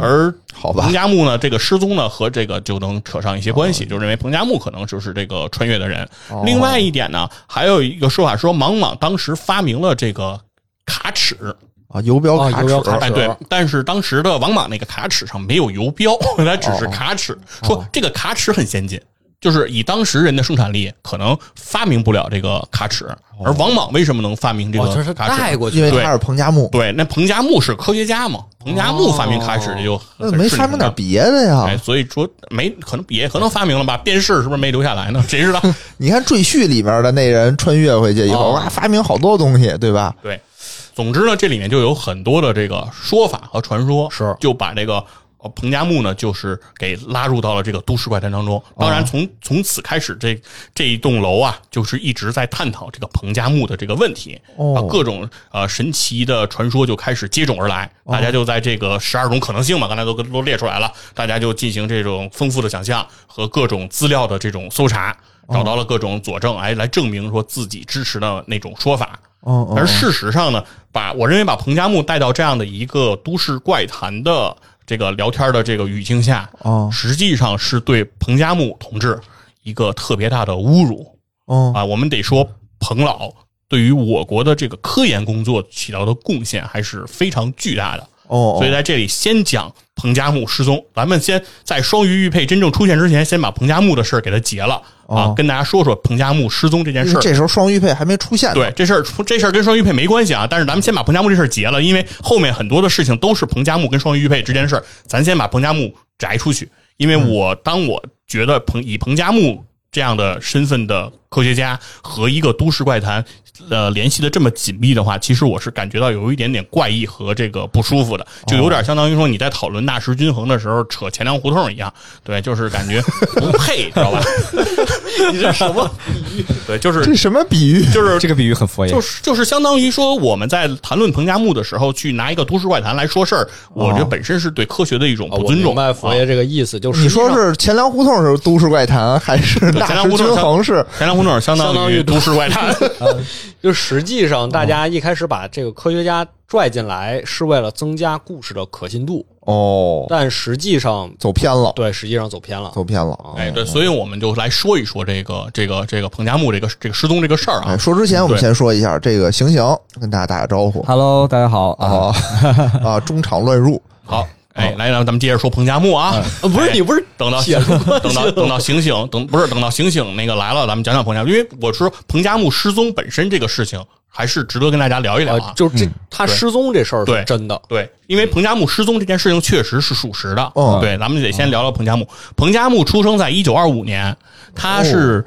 而嗯好吧彭加木呢，这个失踪呢和这个就能扯上一些关系，就认为彭加木可能就是这个穿越的人。哦另外一点呢，还有一个说法说，王莽当时发明了这个卡尺，啊，游标哦啊卡游尺标卡哎，尺对，但是当时的王莽那个卡尺上没有游标， <laughs> 它只哦是卡尺。说这个卡尺很先进，就是以当时人的生产力，可能发明不了这个卡尺。哦而王莽为什么能发明这哦，就个是卡尺？带过因去为他是彭加木，对，那彭加木是科学家嘛？彭加木发明卡尺这就很哦那没发明点别的啊哎，呀？所以说没可能也可能发明了吧？电视是不是没留下来呢？谁知道？你看《赘婿》里面的那人穿越回去以后，哦哇，发明好多东西，对吧？对，总之呢，这里面就有很多的这个说法和传说，是就把这个。呃彭加木呢，就是给拉入到了这个都市怪谈当中。当然从，从此开始这，这一栋楼啊，就是一直在探讨这个彭加木的这个问题。哦啊各种呃神奇的传说就开始接踵而来。大家就在这个十二种可能性嘛，刚才都都列出来了，大家就进行这种丰富的想象和各种资料的这种搜查，找到了各种佐证，哎，来证明说自己支持的那种说法。嗯而嗯，事实上呢，把我认为把彭加木带到这样的一个都市怪谈的这个聊天的这个语境下，哦实际上是对彭加木同志一个特别大的侮辱嗯，啊！我们得说，彭老对于我国的这个科研工作起到的贡献还是非常巨大的。哦，所以在这里先讲彭加木失踪，咱们先在双鱼玉佩真正出现之前，先把彭加木的事儿给它结了啊哦，跟大家说说彭加木失踪这件因事为儿。这时候双玉佩还没出现呢，对这事儿出，这事儿跟双玉佩没关系啊。但是咱们先把彭加木这事儿结了，因为后面很多的事情都是彭加木跟双玉佩之间的事儿，咱先把彭加木摘出去。因为我当我觉得彭以彭加木这样的身份的科学家和一个都市怪谈，呃，联系的这么紧密的话，其实我是感觉到有一点点怪异和这个不舒服的，就有点相当于说你在讨论纳什均衡的时候扯钱粮胡同一样，对，就是感觉不配，知道吧？ <laughs> 你这什么？对，就是这什么比喻？就是这个比喻很佛爷就，是就是相当于说，我们在谈论彭加木的时候，去拿一个都市怪谈来说事儿，我觉得本身是对科学的一种啊不哦我尊明重。白佛爷这个意思，就是你说是钱粮胡同是都市怪谈，还是钱大粮食胡同均衡是？前两胡同相相当当于都市怪谈，就实际哦上，大家一开始把这个科学家拽进来，是为了增加故事的可信度，哦，但实际上，走偏了，对，实际上走偏了。走偏了。哎，对，所以我们就来说一说这个这个这个彭加木这个这个失踪这个事儿哎，啊。说之前我们对先说一下这个行刑，跟大家打个招呼 Hello，大家好啊！啊 <laughs> 啊，中场乱入，好，哎，来，咱们接着说彭加木啊。啊，不是你不是等到铁路等到等到醒醒，等不是等到醒醒那个来了，咱们讲讲彭加木，因为我说彭加木失踪本身这个事情还是值得跟大家聊一聊啊啊，。就是嗯这他失踪这事儿对是真的，对，因为彭加木失踪这件事情确实是属实的。嗯对，咱们得先聊聊彭加木。彭加木出生在一九二五年，他是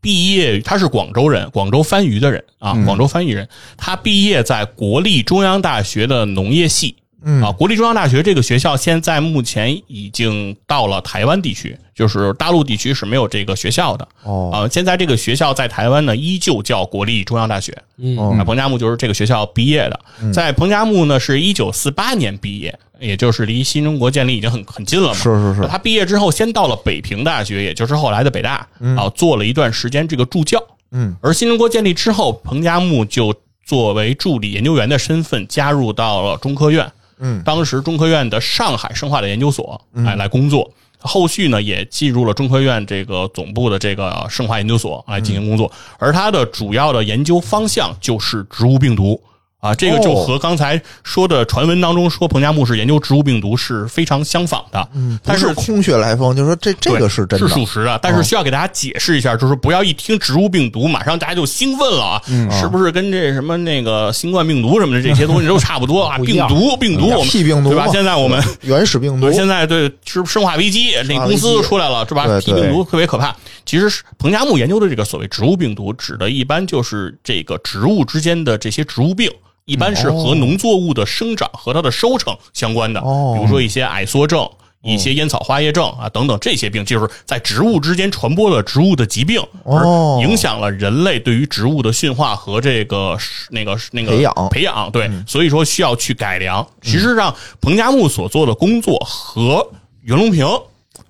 毕业，他是广州人，广州番禺的人啊，广州番禺人。他毕业在国立中央大学的农业系。嗯啊，国立中央大学这个学校现在目前已经到了台湾地区，就是大陆地区是没有这个学校的。哦啊，现在这个学校在台湾呢，依旧叫国立中央大学。哦啊，彭加木就是这个学校毕业的，嗯在彭加木呢是一九四八年毕业，也就是离新中国建立已经很很近了嘛。是是是他毕业之后，先到了北平大学，也就是后来的北大，啊，做了一段时间这个助教。嗯，而新中国建立之后，彭加木就作为助理研究员的身份加入到了中科院，嗯当时中科院的上海生化的研究所哎来来工作。后续呢，也进入了中科院这个总部的这个生化研究所嗯来进行工作，而它的主要的研究方向就是植物病毒啊，这个就哦和刚才说的传闻当中说彭加木是研究植物病毒是非常相仿的，嗯，不但是空穴来风，就说这这对个是真的，嗯是属实的，但是需要给大家解释一下，就是不要一听植物病毒，马上大家就兴奋了啊，嗯是不是跟这什么那个新冠病毒什么的这些 <laughs> 东西都差不多啊？不一病样毒，病毒，我们嗯屁病毒对吧？嘛现在我 <laughs> 们原始病毒对，现在对是生化危机，那化公危司机出来了是吧对？批对病毒特别可怕。其实是彭加木研究的这个所谓植物病毒，指的一般就是这个植物之间的这些植物病。一般嗯是和农作物的生长和它的收成相关的，哦嗯比如说一些矮矬症、一些烟草花叶症啊等等这些病，就是在植物之间传播了植物的疾病，而哦影响了人类对于植物的驯化和这个那个那个培养嗯培养，对，所以说需要去改良。其实上，彭加木所做的工作和袁隆平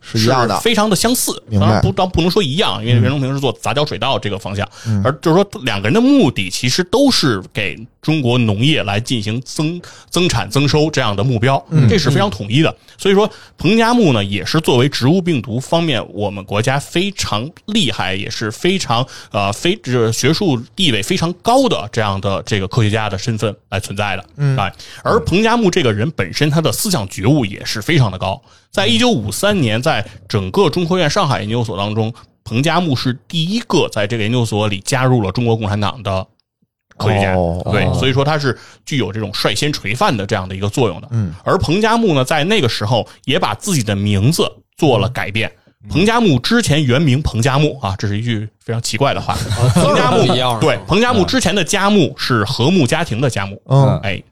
是一样的非常的相似。明白嗯当然不，当不能说一样，因为袁隆平是做杂交水稻这个方向，而就是说两个人的目的其实都是给中国农业来进行增增产增收这样的目标，嗯这是非常统一的。所以说，彭加木呢也是作为植物病毒方面我们国家非常厉害，也是非常呃非这学术地位非常高的这样的这个科学家的身份来存在的。嗯，哎，而彭加木这个人本身他的思想觉悟也是非常的高，在一九五三年，在整个中科院上海研究所当中，彭加木是第一个在这个研究所里加入了中国共产党的科学家，哦对，哦所以说他是具有这种率先垂范的这样的一个作用的。嗯，而彭加木呢，在那个时候也把自己的名字做了改变。嗯彭加木之前原名彭加木啊，这是一句非常奇 <laughs> 怪的话。啊彭加木不一样是吧对彭加木之前的加木是和睦家庭的加木，嗯哎，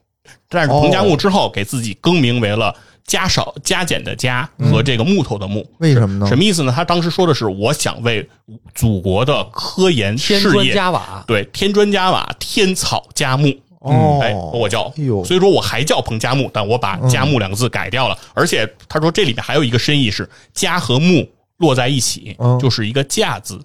但是彭加木之后给自己更名为了加少加减的加和这个木头的木，哦为什么呢什么意思呢？他当时说的是，我想为祖国的科研添事砖业，加瓦，对添砖加瓦、添草加木。哦哎，我叫，哎呦所以说我还叫彭加木，但我把“加木”两个字改掉了。而且他说这里面还有一个深意是“加”和“木”落在一起，嗯就是一个“架”字。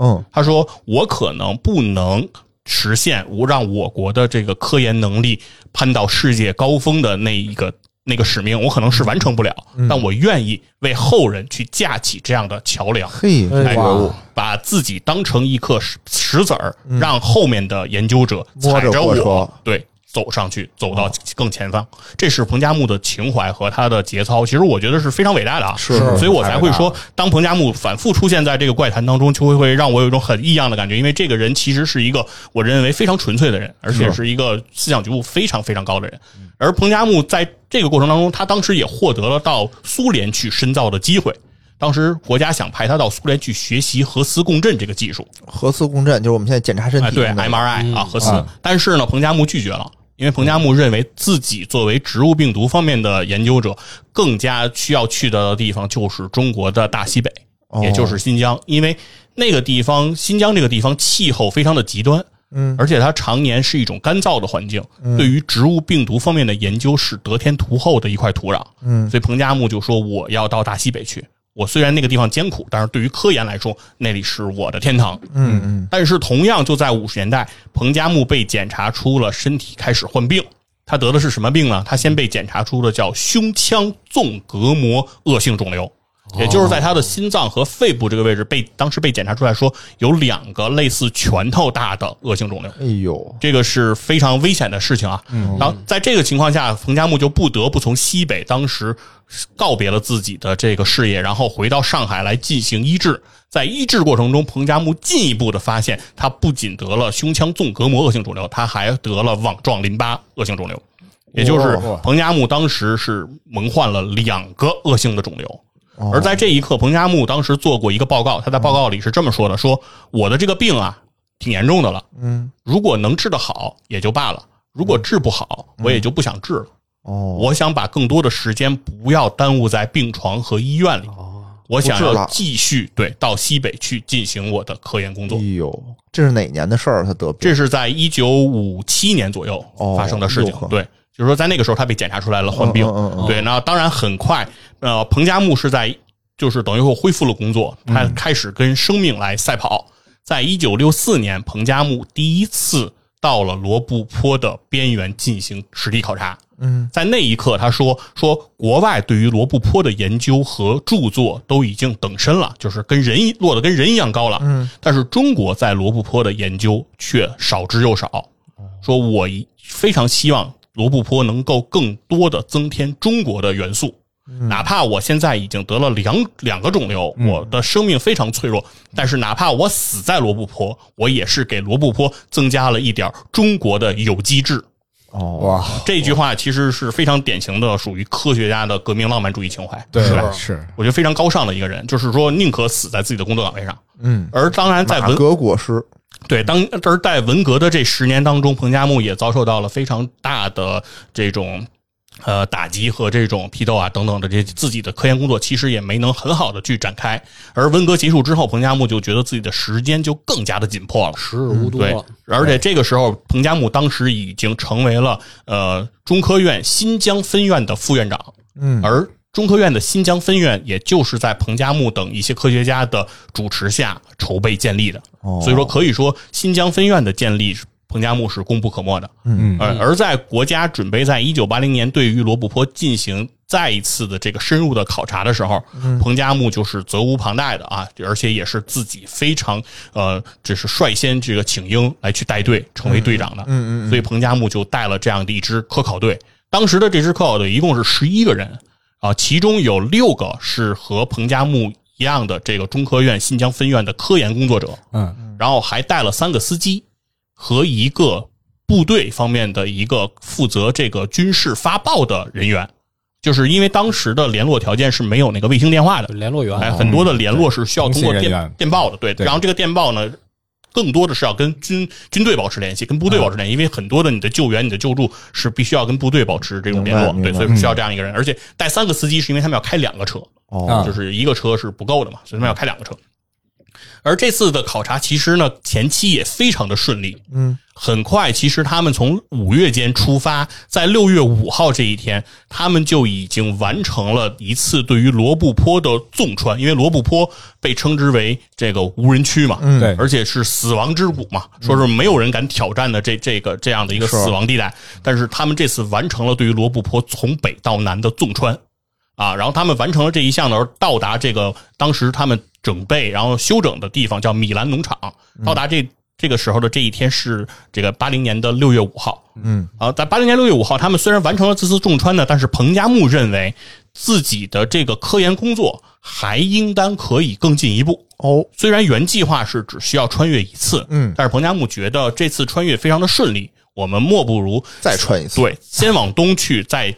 嗯他说：“我可能不能实现我让我国的这个科研能力攀到世界高峰的那一个那个使命，我可能是完成不了，嗯但我愿意为后人去架起这样的桥梁。”嘿，这哎哇觉悟，把自己当成一颗石石子儿，让后面的研究者嗯踩摸着过我车，哦对，走上去，走到更前方。这是彭加木的情怀和他的节操，其实我觉得是非常伟大的啊。嗯是所以我才会说，当彭加木反复出现在这个怪谈当中，就会会让我有一种很异样的感觉，因为这个人其实是一个我认为非常纯粹的人，而且是一个思想觉悟非常非常高的人。而彭加木在这个过程当中，他当时也获得了到苏联去深造的机会。当时国家想派他到苏联去学习核磁共振这个技术，核磁共振就是我们现在检查身哎，体对用的嗯 MRI 啊，核磁啊。但是呢，彭加木拒绝了，因为彭加木认为自己作为植物病毒方面的研究者，更加需要去的地方就是中国的大西北，哦也就是新疆，因为那个地方，新疆这个地方气候非常的极端。嗯，而且它常年是一种干燥的环境，对于植物病毒方面的研究是得天独厚的一块土壤。嗯所以彭加木就说我要到大西北去。我虽然那个地方艰苦，但是对于科研来说，那里是我的天堂。嗯嗯但是同样就在五十年代，彭加木被检查出了身体开始患病。他得的是什么病呢？他先被检查出的叫胸腔纵隔膜恶性肿瘤，也就是在他的心脏和肺部这个位置被当时被检查出来说有两个类似拳头大的恶性肿瘤。哎呦，这个是非常危险的事情啊。嗯，然后在这个情况下，彭加木就不得不从西北当时告别了自己的这个事业，然后回到上海来进行医治。在医治过程中，彭加木进一步的发现，他不仅得了胸腔纵隔膜恶性肿瘤，他还得了网状淋巴恶性肿瘤，也就是哇彭加木当时是蒙患了两个恶性的肿瘤。而在这一刻，彭加木当时做过一个报告，他在报告里是这么说的：说我的这个病啊，挺严重的了，嗯如果能治得好也就罢了，如果治不好，嗯我也就不想治了。哦，我想把更多的时间不要耽误在病床和医院里，我想哦不治要了继续对到西北去进行我的科研工哎作。呦，这是哪年的事儿？他得病这是在一九五七年左右哦发生的事情哟呵，对，就是说在那个时候他被检查出来了患病嗯嗯嗯，嗯对，那当然很快，呃，彭加木是在就是等于说恢复了工作，他开始跟生命来赛跑。在一九六四年，彭加木第一次到了罗布泊的边缘进行实地考察。嗯在那一刻，他说说国外对于罗布泊的研究和著作都已经等身了，就是跟人一落得跟人一样高了。嗯，但是中国在罗布泊的研究却少之又少。哦说我一非常希望罗布泊能够更多的增添中国的元素，嗯哪怕我现在已经得了两两个肿瘤，我的生命非常脆弱，嗯但是哪怕我死在罗布泊，我也是给罗布泊增加了一点中国的有机质。哦，哇，这句话其实是非常典型的属于科学家的革命浪漫主义情怀，对是吧？是我觉得非常高尚的一个人，就是说宁可死在自己的工作岗位上。嗯，而当然，在马哎文革裹尸，对当而在文革的这十年当中，彭加木也遭受到了非常大的这种呃打击和这种批斗啊等等的这自己的科研工作，其实也没能很好的去展开。而文革结束之后，彭加木就觉得自己的时间就更加的紧迫了。时日无嗯多对了。，而且这个时候，彭加木当时已经成为了呃中科院新疆分院的副院长，嗯，而中科院的新疆分院，也就是在彭加木等一些科学家的主持下筹备建立的。哦所以说，可以说新疆分院的建立，彭加木是功不可没的。嗯而而在国家准备在一九八零年对于罗布泊进行再一次的这个深入的考察的时候，彭加木就是责无旁贷的啊，而且也是自己非常呃，这是率先这个请缨来去带队成为队长的，嗯嗯嗯啊所以彭加木就带了这样的一支科考队。当时的这支科考队一共是十一个人啊，其中有六个是和彭加木一样的这个中科院新疆分院的科研工作者，嗯然后还带了三个司机和一个部队方面的一个负责这个军事发报的人员，就是因为当时的联络条件是没有那个卫星电话的就，联络员啊哦哎，很多的联络是需要通过通信人电员电报的，对。对然后这个电报呢，更多的是要跟军军队保持联系，跟部嗯队保持联系，因为很多的你的救援、你的救助是必须要跟部队保持这种联络，明白对，明白嗯所以需要这样一个人。而且带三个司机是因为他们要开两个车，哦，嗯啊就是一个车是不够的嘛，所以他们要开两个车。而这次的考察其实呢，前期也非常的顺利，嗯，很快其实他们从五月间出发，在六月五号这一天，他们就已经完成了一次对于罗布泊的纵穿，因为罗布泊被称之为这个无人区嘛，嗯对而且是死亡之谷嘛，说是没有人敢挑战的这这个这样的一个是死亡地带。但是他们这次完成了对于罗布泊从北到南的纵穿啊，然后他们完成了这一项的时候，到达这个当时他们整备然后休整的地方叫米兰农场。嗯到达这这个时候的这一天是这个八零年的六月五号，嗯，啊，在八零年六月五号，他们虽然完成了这次重穿呢，但是彭加木认为自己的这个科研工作还应当可以更进一步。哦，虽然原计划是只需要穿越一次，嗯但是彭加木觉得这次穿越非常的顺利，我们莫不如再穿一次，，对先往东去，在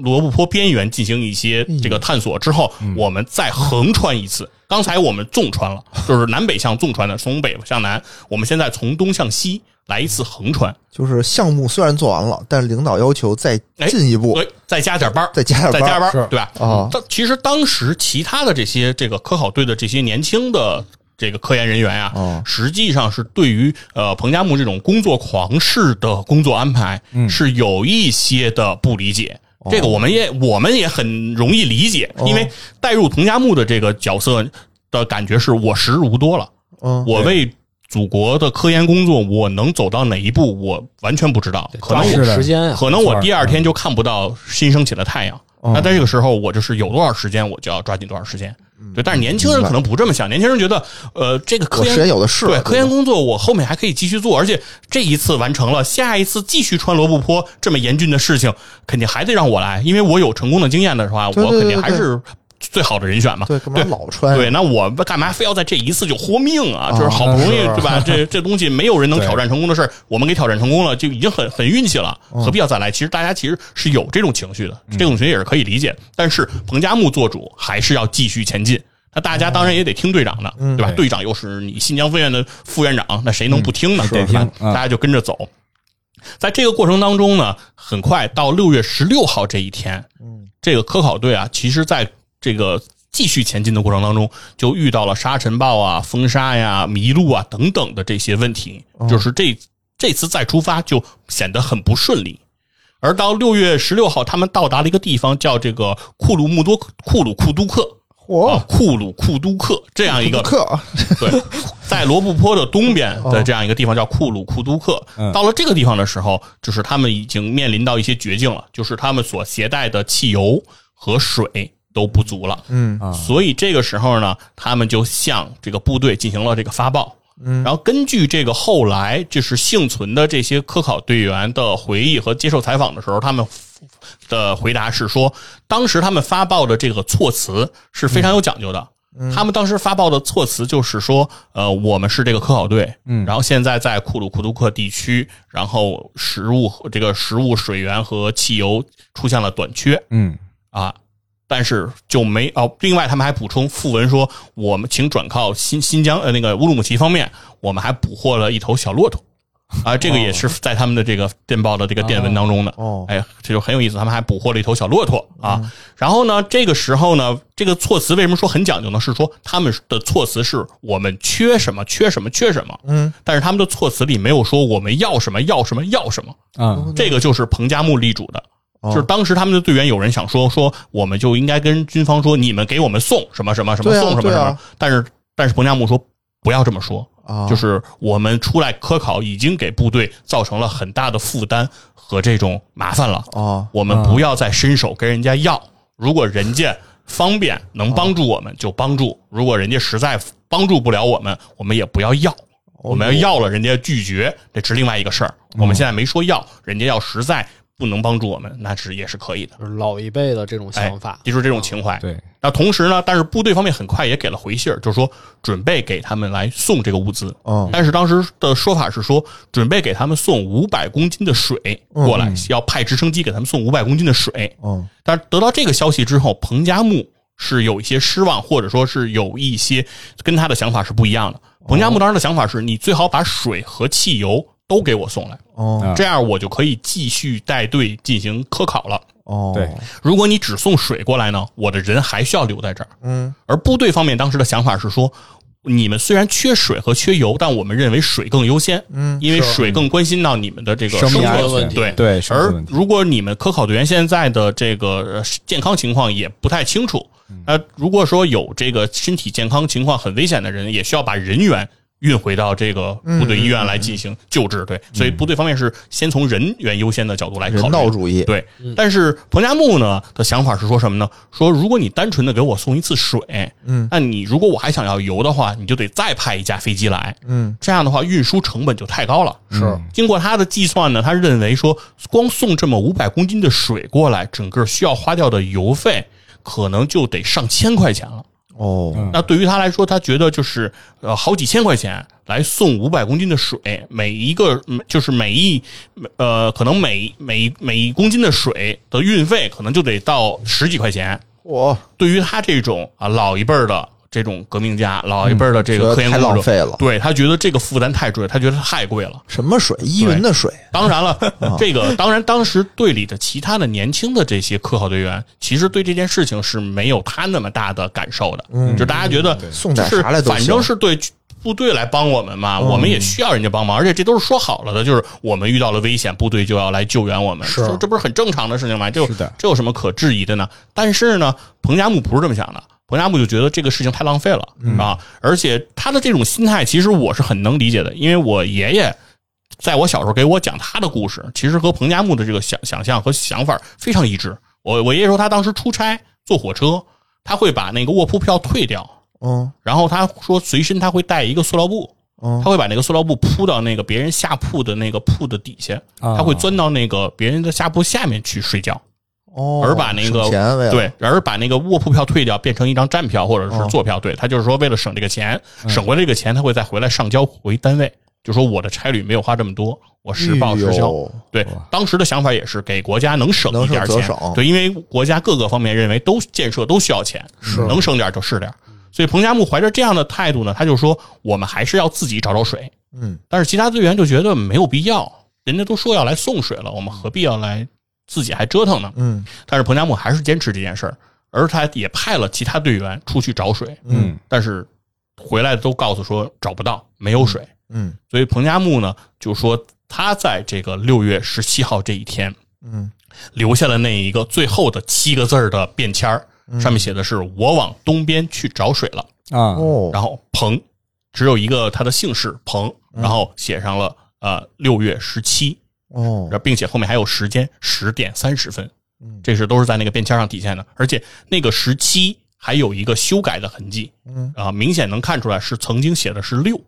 罗布泊边缘进行一些这个探索之后，嗯我们再横穿一次。刚才我们纵穿了，就是南北向纵穿的，从北向南，我们现在从东向西来一次横穿。就是项目虽然做完了，但领导要求再哎进一步，对，再加点班儿，再加点再班儿加班儿是，对吧？啊但其实当时其他的这些这个科考队的这些年轻的这个科研人员啊，哦实际上是对于呃彭加木这种工作狂式的工作安排、嗯是有一些的不理解。哦这个我们也我们也很容易理解，因为带入彭加木的这个角色的感觉是我时日无多了，嗯，我为祖国的科研工作我能走到哪一步，我完全不知道，可能我是抓紧的时间啊，可能我第二天就看不到新升起的太阳。哦那在这个时候，我就是有多少时间，我就要抓紧多少时间。嗯对，但是年轻人可能不这么想，年轻人觉得，呃，这个科我哦时间研有的是，啊对科研吧工作，我后面还可以继续做，而且这一次完成了，下一次继续穿罗布泊这么严峻的事情，肯定还得让我来，因为我有成功的经验的话，对我对肯对定还对是最好的人选嘛。对，干嘛老穿？对，，那我干嘛非要在这一次就豁命啊？啊就是好不容易那是对吧？这这东西没有人能挑战成功的事儿，我们给挑战成功了，就已经很很运气了，嗯何必要再来？其实大家其实是有这种情绪的，这种情绪也是可以理解。但是彭加木做主，还是要继续前进。那大家当然也得听队长的，对吧？嗯对队长又是你新疆分院的副院长，那谁能不听呢？是对吧听嗯大家就跟着走。在这个过程当中呢，很快到六月十六号这一天，嗯，这个科考队啊，其实在这个继续前进的过程当中，就遇到了沙尘暴啊、风沙呀、麋鹿啊等等的这些问题，就是这这次再出发就显得很不顺利。而到六月十六号，他们到达了一个地方，叫这个库鲁木多库鲁库都克。嚯啊，库鲁库都克这样一个哦克 <laughs> 对，在罗布泊的东边的这样一个地方叫库鲁库都克嗯。到了这个地方的时候，就是他们已经面临到一些绝境了，就是他们所携带的汽油和水都不足了。嗯啊所以这个时候呢，他们就向这个部队进行了这个发报。嗯然后根据这个后来就是幸存的这些科考队员的回忆和接受采访的时候，他们的回答是说，当时他们发报的这个措辞是非常有讲究的。他们当时发报的措辞就是说，呃，我们是这个科考队，嗯然后现在在库鲁库图克地区，然后食物这个食物、水源和汽油出现了短缺，嗯啊，但是就没哦。另外，他们还补充附文说，我们请转靠新新疆呃那个乌鲁木齐方面，我们还捕获了一头小骆驼啊，这个也是在他们的这个电报的这个电文当中的。哦，哎，这就很有意思。他们还捕获了一头小骆驼啊。然后呢，这个时候呢，这个措辞为什么说很讲究呢？是说他们的措辞是我们缺什么，缺什么，缺什么。嗯，但是他们的措辞里没有说我们要什么，要什么，要什么。啊这个就是彭加木力主的。哦就是当时他们的队员有人想说说，我们就应该跟军方说，你们给我们送什么什么什么对啊送什么对什啊么。但是但是彭加木说不要这么说，啊，就是我们出来科考已经给部队造成了很大的负担和这种麻烦了，啊，我们不要再伸手跟人家啊要。如果人家方便能帮助我们就帮助，如果人家实在帮助不了我们，我们也不要要。哦我们要要了，人家拒绝，这是另外一个事儿。我们现在没说要，人家要实在不能帮助我们，那是也是可以的。就是老一辈的这种哎想法，，哦就是这种情怀。对，那同时呢，但是部队方面很快也给了回信儿，就是说准备给他们来送这个物资。哦嗯但是当时的说法是说，准备给他们送五百公斤的水过嗯来，要派直升机给他们送五百公斤的水。嗯但是得到这个消息之后，彭加木是有一些失望，或者说是有一些跟他的想法是不一样的。彭哦加木当时的想法是你最好把水和汽油都给我送来，哦啊这样我就可以继续带队进行科考了。哦，对，如果你只送水过来呢，我的人还需要留在这儿。嗯而部队方面当时的想法是说，你们虽然缺水和缺油，但我们认为水更优先，嗯因为水更关心到你们的这个生命存安问全题对对生存而问题，如果你们科考队员现在的这个呃健康情况也不太清楚，嗯呃，如果说有这个身体健康情况很危险的人，也需要把人员运回到这个嗯部队医院来进行救治。对，所以部队方面是先从人员优先的角度来考虑人道主义，对，但是彭加木呢的想法是说什么呢？说如果你单纯的给我送一次水，嗯那你如果我还想要油的话，你就得再派一架飞机来，嗯这样的话运输成本就太高了。是经过他的计算呢，他认为说，光送这么五百公斤的水过来，整个需要花掉的油费可能就得上千块钱了。哦嗯那对于他来说，他觉得就是呃好几千块钱来送五百公斤的水，每一个嗯就是每一呃可能每每每一公斤的水的运费可能就得到十几块钱。我对于他这种啊老一辈儿的这种革命家，老一辈儿的这觉个得科研嗯太工作浪者，费了，对他觉得这个负担太重，他觉得太贵了。什么水？依云的水当然了，啊这个当然，当时队里的其他的年轻的这些科考队员，其实对这件事情是没有他那么大的感受的。嗯就大家觉得送就点是啥来都反正行嗯是对部队来帮我们嘛，我们也需要人家帮忙，而且这都是说好了的，就是我们遇到了危险，部队就要来救援我们，是这这不是很正常的事情吗？这有是的这有什么可质疑的呢？但是呢，彭加木不是这么想的。彭加木就觉得这个事情太浪费了、嗯啊，而且他的这种心态，其实我是很能理解的，因为我爷爷在我小时候给我讲他的故事，其实和彭加木的这个想想象和想法非常一致。我我爷爷说他当时出差坐火车，他会把那个卧铺票退掉，嗯然后他说随身他会带一个塑料布，嗯他会把那个塑料布铺到那个别人下铺的那个铺的底下，啊他会钻到那个别人的下铺下面去睡觉，哦，而把那个省钱为了对，而把那个卧铺票退掉，变成一张站票或者哦是坐票。对他就是说为了省这个钱，嗯省回来这个钱他会再回来上交回单位，就说我的差旅没有花这么多，我实报实哎销。呦对，当时的想法也是给国家能省一点能省则钱省，对，因为国家各个方面认为都建设都需要钱，是能省点就是点儿。所以彭加木怀着这样的态度呢，他就说我们还是要自己找找水。嗯但是其他队员就觉得没有必要，人家都说要来送水了，我们何必要来自己还折腾呢？嗯但是彭加木还是坚持这件事儿，而他也派了其他队员出去找水，嗯但是回来都告诉说找不到，没有水。嗯所以彭加木呢就说他在这个六月十七号这一天嗯留下了那一个最后的七个字儿的便签儿，嗯上面写的是“我往东边去找水了啊”，哦，然后彭只有一个他的姓氏彭，嗯然后写上了呃六月十七，哦然，后并且后面还有时间十点三十分嗯，这是都是在那个便签上体现的，而且那个时期还有一个修改的痕迹，嗯，啊、明显能看出来是曾经写的是六，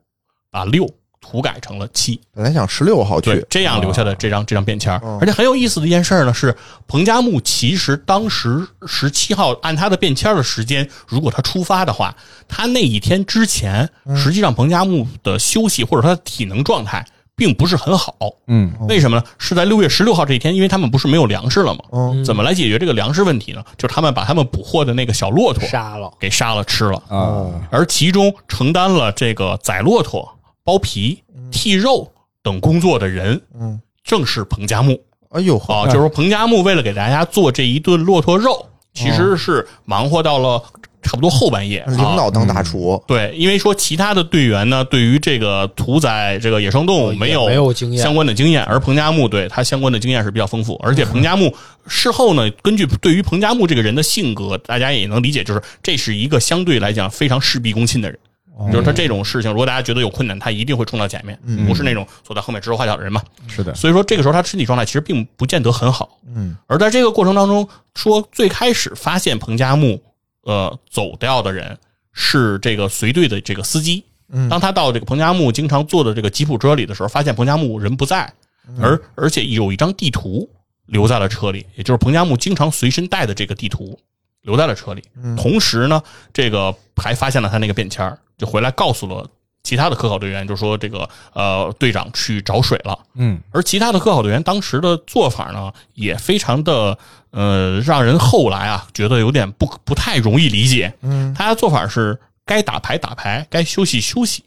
把六涂改成了七，本来想十六号对去，，啊这样留下的这张、这张便签儿、嗯而且很有意思的一件事儿呢，是彭加木其实当时十七号按他的便签儿的时间，如果他出发的话，他那一天之前，嗯实际上彭加木的休息或者他的体能状态并不是很好。哦嗯为什么呢？是在六月十六号这一天，因为他们不是没有粮食了吗？嗯怎么来解决这个粮食问题呢？就是他们把他们捕获的那个小骆驼嗯杀了，给杀了吃了。啊而其中承担了这个宰骆驼、剥皮、剔肉等工作的人，嗯，正是彭加木哎呦呵，啊。就是说，彭加木为了给大家做这一顿骆驼肉，其实是忙活到了差不多后半夜。领啊导当大厨，对，因为说其他的队员呢，对于这个屠宰这个野生动物没有也没有经验相关的经验，而彭加木对他相关的经验是比较丰富，而且彭加木事后呢，根据对于彭加木这个人的性格，大家也能理解，就是这是一个相对来讲非常事必躬亲的人。哦嗯就是他这种事情，如果大家觉得有困难，他一定会冲到前面，不是那种坐在后面指手画脚的人嘛。是的，所以说，这个时候他身体状态其实并不见得很好。嗯，而在这个过程当中，说最开始发现彭加木呃走掉的人是这个随队的这个司机。嗯当他到这个彭加木经常坐的这个吉普车里的时候，发现彭加木人不在，嗯而而且有一张地图留在了车里，也就是彭加木经常随身带的这个地图留在了车里。嗯同时呢，这个还发现了他那个便签儿，就回来告诉了其他的科考队员，就说这个呃队长去找水了。嗯而其他的科考队员当时的做法呢，也非常的呃，让人后来啊觉得有点不不太容易理解。嗯，他的做法是该打牌打牌，该休息休息。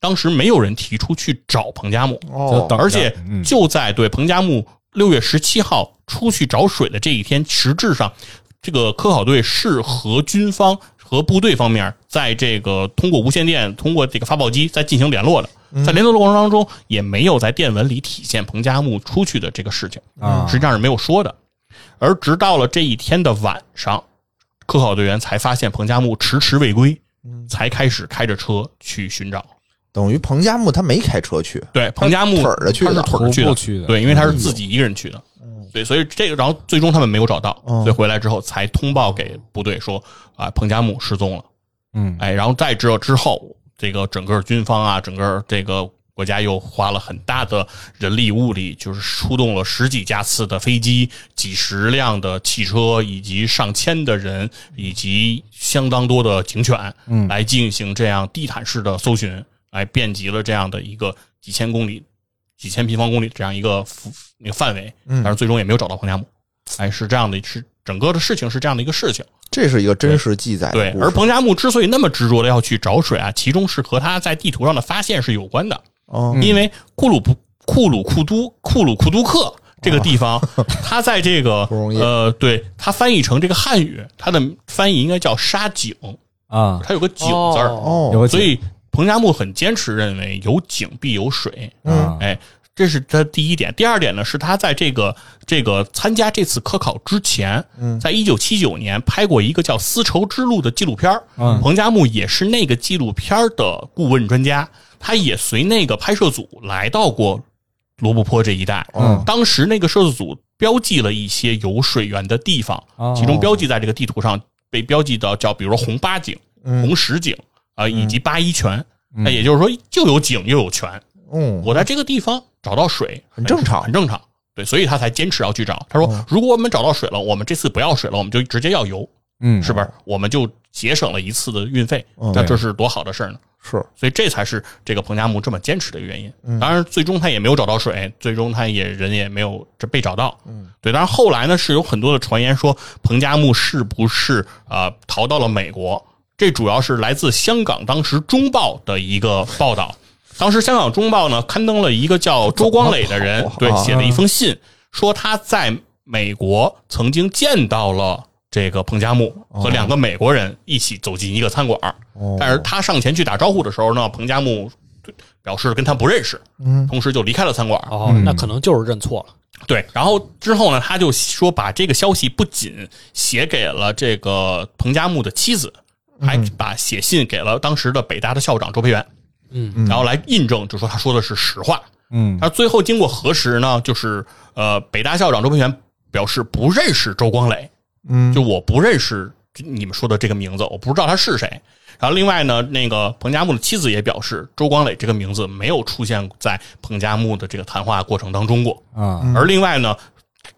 当时没有人提出去找彭加木，哦，等着而且嗯就在对彭加木六月十七号出去找水的这一天，实质上这个科考队是和军方和部队方面在这个通过无线电、通过这个发报机在进行联络的，在联络的过程当中也没有在电文里体现彭加木出去的这个事情，啊实际上是没有说的。而直到了这一天的晚上，科考队员才发现彭加木迟迟未归，嗯才开始开着车去寻找。等于彭加木他没开车去，对，彭加木腿儿着去他的是腿儿着去徒的，步去的哎嗯对，因为他是自己一个人去的，对，所以这个，然后最终他们没有找到，嗯所以回来之后才通报给部队说啊，彭加木失踪了，嗯哎，然后再之后之后，这个整个军方啊，整个这个国家又花了很大的人力物力，就是出动了十几架次的飞机、几十辆的汽车，以及上千的人，以及相当多的警犬，嗯来进行这样地毯式的搜寻，来遍及了这样的一个几千公里、几千平方公里这样一个幅那个范围，嗯但是最终也没有找到彭加木，哎，是这样的，是整个的事情是这样的一个事情。这是一个真实记载的对，故事而彭加木之所以那么执着的要去找水啊，其中是和他在地图上的发现是有关的，哦因为库鲁布库鲁库都库鲁库都克。这个地 <laughs> 方，他在这个啊不容易呃，对他翻译成这个汉语，它的翻译应该叫沙井，啊，它有个井字儿，哦，有所以彭加木很坚持认为有井必有水，啊嗯哎，这是他第一点。第二点呢，是他在这个这个参加这次科考之前，嗯在一九七九年拍过一个叫《丝绸之路》的纪录片儿嗯彭加木也是那个纪录片儿的顾问专家，他也随那个拍摄组来到过罗布泊这一带。嗯哦当时那个摄制组标记了一些有水源的地方，哦其中标记在这个地图上被标记到叫，比如说红八井、嗯红十井啊、以及八一泉。那也就是说，又有井又有泉，嗯，我在这个地方找到水很正常嗯很正常。对，所以他才坚持要去找。他说，如果我们找到水了，我们这次不要水了，我们就直接要油，嗯是不是？我们就节省了一次的运费嗯，那这是多好的事儿呢！是所以这才是这个彭加木这么坚持的原嗯因。当然，最终他也没有找到水，最终他也人也没有这被找到。嗯，对。当然后来呢，是有很多的传言说彭加木是不是啊、呃逃到了美国？这主要是来自香港当时《中报》的一个报道。当时香港《中报》呢刊登了一个叫周光磊的人怎么跑啊对写了一封信，说他在美国曾经见到了。这个彭加木和两个美国人一起走进一个餐馆儿，哦但是他上前去打招呼的时候呢，彭加木表示跟他不认识，嗯同时就离开了餐馆。哦，那可能就是认错了。对，然后之后呢，他就说把这个消息不仅写给了这个彭加木的妻子，嗯还把写信给了当时的北大的校长周培源，嗯嗯然后来印证，就说他说的是实话。嗯他最后经过核实呢，就是呃，北大校长周培源表示不认识周光磊，嗯，就我不认识你们说的这个名字，我不知道他是谁。然后另外呢，那个彭加木的妻子也表示，周光磊这个名字没有出现在彭加木的这个谈话过程当中过。啊嗯而另外呢，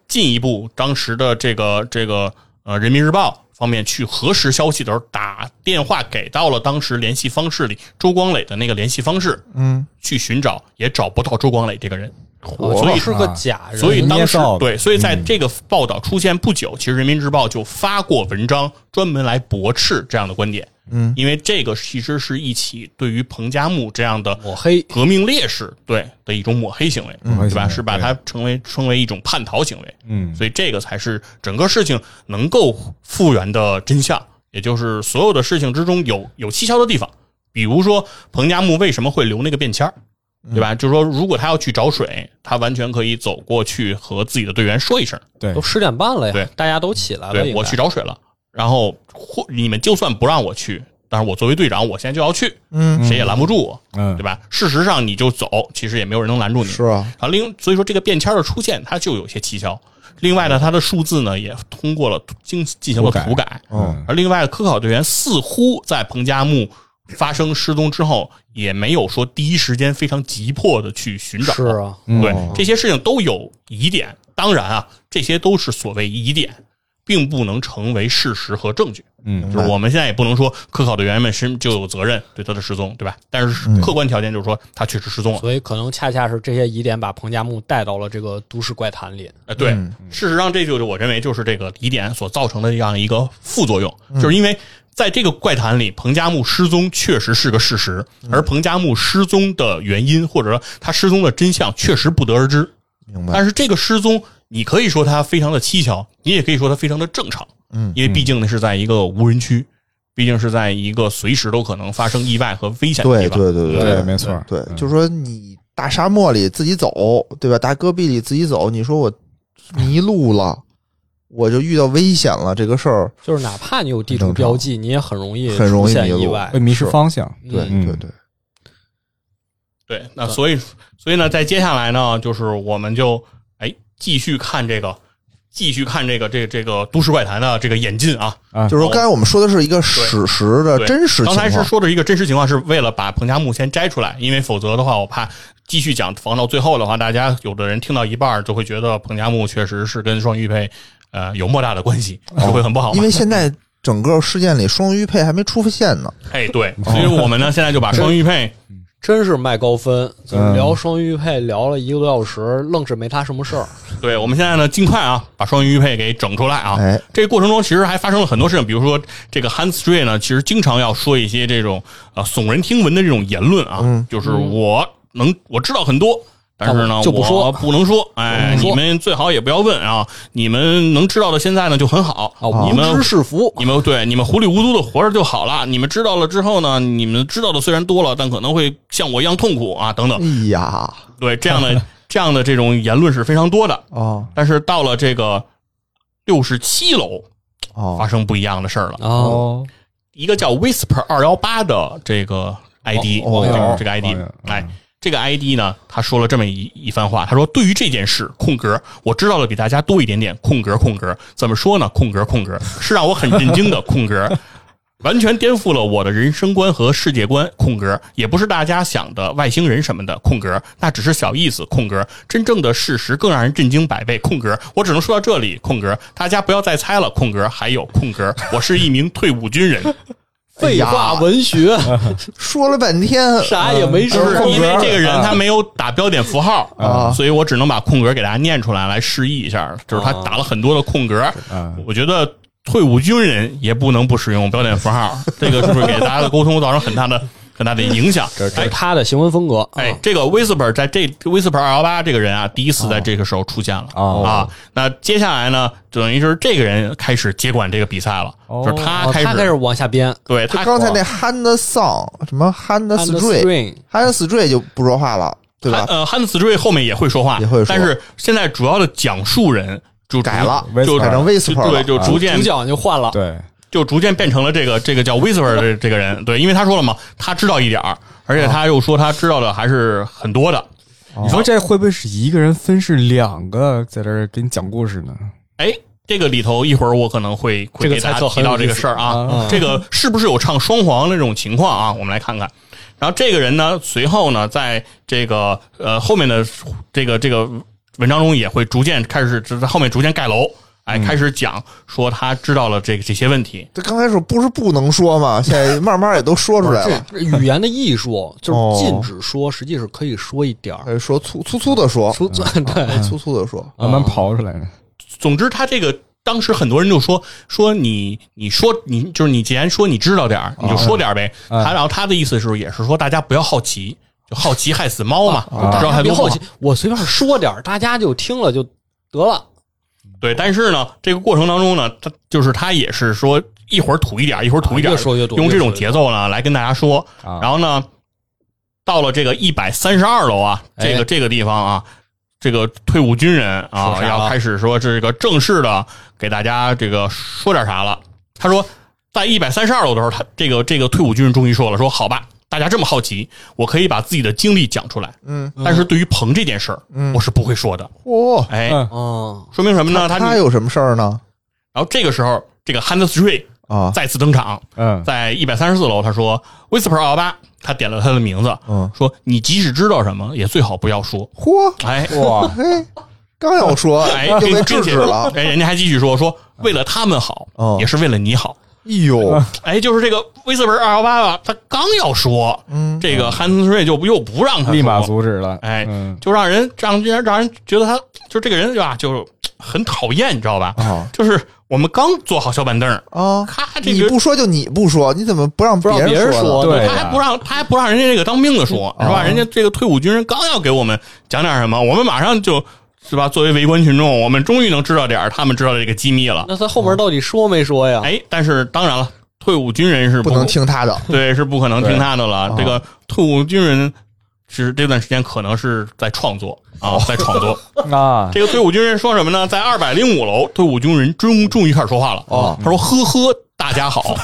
进一步当时的这个这个呃《人民日报》方面去核实消息的时候，打电话给到了当时联系方式里周光磊的那个联系方式，嗯，去寻找也找不到周光磊这个人，火哦了所以是个假人。所以当时捏造的嗯对，所以在这个报道出现不久，其实《人民日报》就发过文章专门来驳斥这样的观点，嗯，因为这个其实是一起对于彭加木这样的抹黑，革命烈士对的一种抹黑行为，嗯抹黑行为对吧？是把对它成为称为一种叛逃行为，嗯所以这个才是整个事情能够复原的真相，也就是所有的事情之中有有蹊跷的地方，比如说彭加木为什么会留那个便签儿，对吧？就是说，如果他要去找水，他完全可以走过去和自己的队员说一声，对都十点半了呀，对大家都起来了，对应该我去找水了，然后或你们就算不让我去，但是我作为队长，我现在就要去，嗯，谁也拦不住我，嗯对吧？事实上，你就走，其实也没有人能拦住你。是啊，啊，另所以说这个便签的出现，它就有些蹊跷。另外呢，它的数字呢也通过了经进行了涂改涂改。嗯而另外，科考队员似乎在彭加木发生失踪之后，也没有说第一时间非常急迫的去寻找。是啊，对嗯这些事情都有疑点。当然啊，这些都是所谓疑点，并不能成为事实和证据。嗯就是我们现在也不能说科考队员们是就有责任对他的失踪，对吧？但是客观条件就是说他确实失踪了。所以可能恰恰是这些疑点把彭加木带到了这个都市怪谈里。呃，对，嗯事实上这就是我认为就是这个疑点所造成的这样一个副作用，就是因为在这个怪谈里，彭加木失踪确实是个事实，嗯而彭加木失踪的原因或者说他失踪的真相确实不得而知。明白，但是这个失踪，你可以说它非常的蹊跷，你也可以说它非常的正常，嗯，因为毕竟那是在一个无人区，毕竟是在一个随时都可能发生意外和危险的对地方。对对对，没错，对，嗯就是说你大沙漠里自己走，对吧？大戈壁里自己走，你说我迷路了，我就遇到危险了，这个事儿，就是哪怕你有地图标记，你也很容易很容易出现迷路意外会。迷失方向。嗯对嗯对对，对那所以所以呢，在接下来呢，就是我们就哎继续看这个，继续看这个这这个都市怪谈的这个演进啊。嗯就是说刚才我们说的是一个史实的对真实情刚才是况，说的一个真实情况，是为了把彭加木先摘出来，因为否则的话，我怕继续讲防到最后的话，大家有的人听到一半儿就会觉得彭加木确实是跟双玉佩呃有莫大的关系，就会很不好嘛哦因。为现在整个事件里双鱼配还没出现呢，哎，对，哦所以我们呢现在就把双 <laughs> 玉佩真是卖高分，就是聊嗯双玉佩聊了一个多小时，愣是没他什么事儿。对，我们现在呢，尽快啊，把双鱼玉佩给整出来啊！哎这个过程中其实还发生了很多事情，比如说这个 Hans Stray 呢，其实经常要说一些这种呃耸人听闻的这种言论啊，嗯就是我能我知道很多。但是呢，但我就不说我不能说，哎，不说你们最好也不要问啊！你们能知道的现在呢就很好啊无你们知是 <laughs> 福你们对你们糊里糊涂的活着就好了。你们知道了之后呢，你们知道的虽然多了，但可能会像我一样痛苦啊，等等嗯哎。呀，对，这样 <laughs> 的这样的这种言论是非常多的。哦但是到了这个六十七楼，发哦，生不一样的事儿了。哦，一个叫 Whisper 二幺八的这个 ID，、哦这个哦这个 ID，、哦哦哎，这个 ID 呢，他说了这么一一番话，他说：“对于这件事，空格，我知道的比大家多一点点，空格空格，怎么说呢？空格空格是让我很震惊的空格。”完全颠覆了我的人生观和世界观，空格也不是大家想的外星人什么的，空格那只是小意思，空格真正的事实更让人震惊百倍，空格我只能说到这里，空格大家不要再猜了，空格还有空格，我是一名退伍军人，哎废呀话文学， <laughs> 说了半天，啥也嗯没就说。是因为这个人啊他没有打标点符号啊所以我只能把空格给大家念出来，来示意一下，就是哦他打了很多的空格。啊我觉得退伍军人也不能不使用标点符号，这个是不是给大家的沟通造成很大的很大的影响。这这哎是他的行文风格。哎啊，，这个威斯本在这威斯本二幺八这个人啊，第一次在这个时候出现了、哦啊。那接下来呢，等于就是这个人开始接管这个比赛了，哦就是他哦开始，他开始往下编。对就他刚才那 hand song 什么 hand And string string hand string 就不说话了，对吧？呃，汉斯瑞后面也会说话，也会说但是现在主要的讲述人就改了就改成威 Whisper 了啊对，就逐渐主角就换了，对，就逐渐变成了这个这个叫 Whisper 的这个人，对，因为他说了嘛，他知道一点儿，而且他又说他知道的还是很多的。你说这会不会是一个人分饰两个在这儿给你讲故事呢？哎，这个里头一会儿我可能会会这个给大猜家测提很到有这意个思事儿啊啊，这个是不是有唱双簧的这种情况啊？我们来看看。然后这个人呢，随后呢，在这个呃后面的这个这个文章中也会逐渐开始，就是在后面逐渐盖楼，哎，嗯开始讲说他知道了这个这些问题，这刚开始不是不能说嘛，现在慢慢也都说出来了，这语言的艺术哦就是禁止说，实际是可以说一点儿。哎说粗粗粗的说，粗粗对，哎粗粗的说，慢嗯慢刨出来的。总之，他这个当时很多人就说说你，你说你就是你，既然说你知道点儿，你就哦说点儿呗。嗯他然后他的意思是，也是说大家不要好奇，就好奇害死猫嘛，啊知道大家太别多好嘛奇。，我随便说点儿，大家就听了就得了。对，但是呢，这个过程当中呢，他就是他也是说一会儿吐一点儿，一会儿吐一点儿，啊越说越多，用这种越说越节奏呢来跟大家说。啊然后呢，到了这个一百三十二楼啊，哎这个、这个地方啊，这个退伍军人说啊，啥了要开始说这个正式的给大家这个说点啥了。他说，在一百三十二楼的时候，他这个这个退伍军人终于说了，说好吧，大家这么好奇，我可以把自己的经历讲出来，嗯，但是对于鹏这件事儿，嗯我是不会说的。嚯、哎，嗯多嗯，说明什么呢？他他有什么事儿呢？然后这个时候，这个 Hans s r e 啊，再次登场，嗯在一百三十四楼，他说 Whisper 二八，他点了他的名字，嗯，说你即使知道什么，也最好不要说。嚯，哎哇，嘿，刚要说，哎，就被并制并且止了。哎，人家还继续说说为了他们好嗯，也是为了你好。哎呦，哎，就是这个威斯本二幺八吧，他刚要说，嗯，这个汉斯瑞就不又不让他说立马阻止了。哎 <laughs> 嗯就让人让人让人觉得他就这个人吧，就是很讨厌，你知道吧？啊就是我们刚坐好小板凳儿，啊，咔，这你个不说就你不说，你怎么不让不让别人说呢说，对他还不让他还不让人家这个当兵的说，嗯是哦吧？人家这个退伍军人刚要给我们讲点什么，我们马上就是吧，作为围观群众，我们终于能知道点儿他们知道的这个机密了。那他后面到底说没说呀？哎，但是当然了，退伍军人是不能，听他的。对，是不可能听他的了。对哦这个退伍军人是这段时间可能是在创作哦啊，在创作。啊，这个退伍军人说什么呢？在二百零五楼，退伍军人终终于开始说话了。哦他说：“呵呵，大家好。”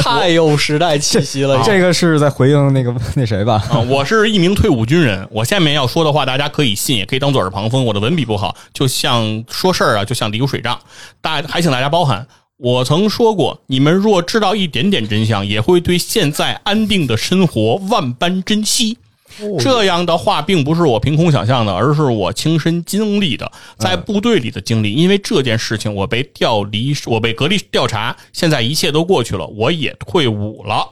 太有时代气息了，呃这个是在回应那个 <laughs> 那谁吧？ <laughs> 啊，我是一名退伍军人，我下面要说的话，大家可以信，也可以当做耳旁风。我的文笔不好，就像说事儿啊，就像流水账，大还请大家包涵。我曾说过，你们若知道一点点真相，也会对现在安定的生活万般珍惜。这样的话，并不是我凭空想象的，而是我亲身经历的，在部队里的经历。因为这件事情，我被调离，我被隔离调查，现在一切都过去了，我也退伍了。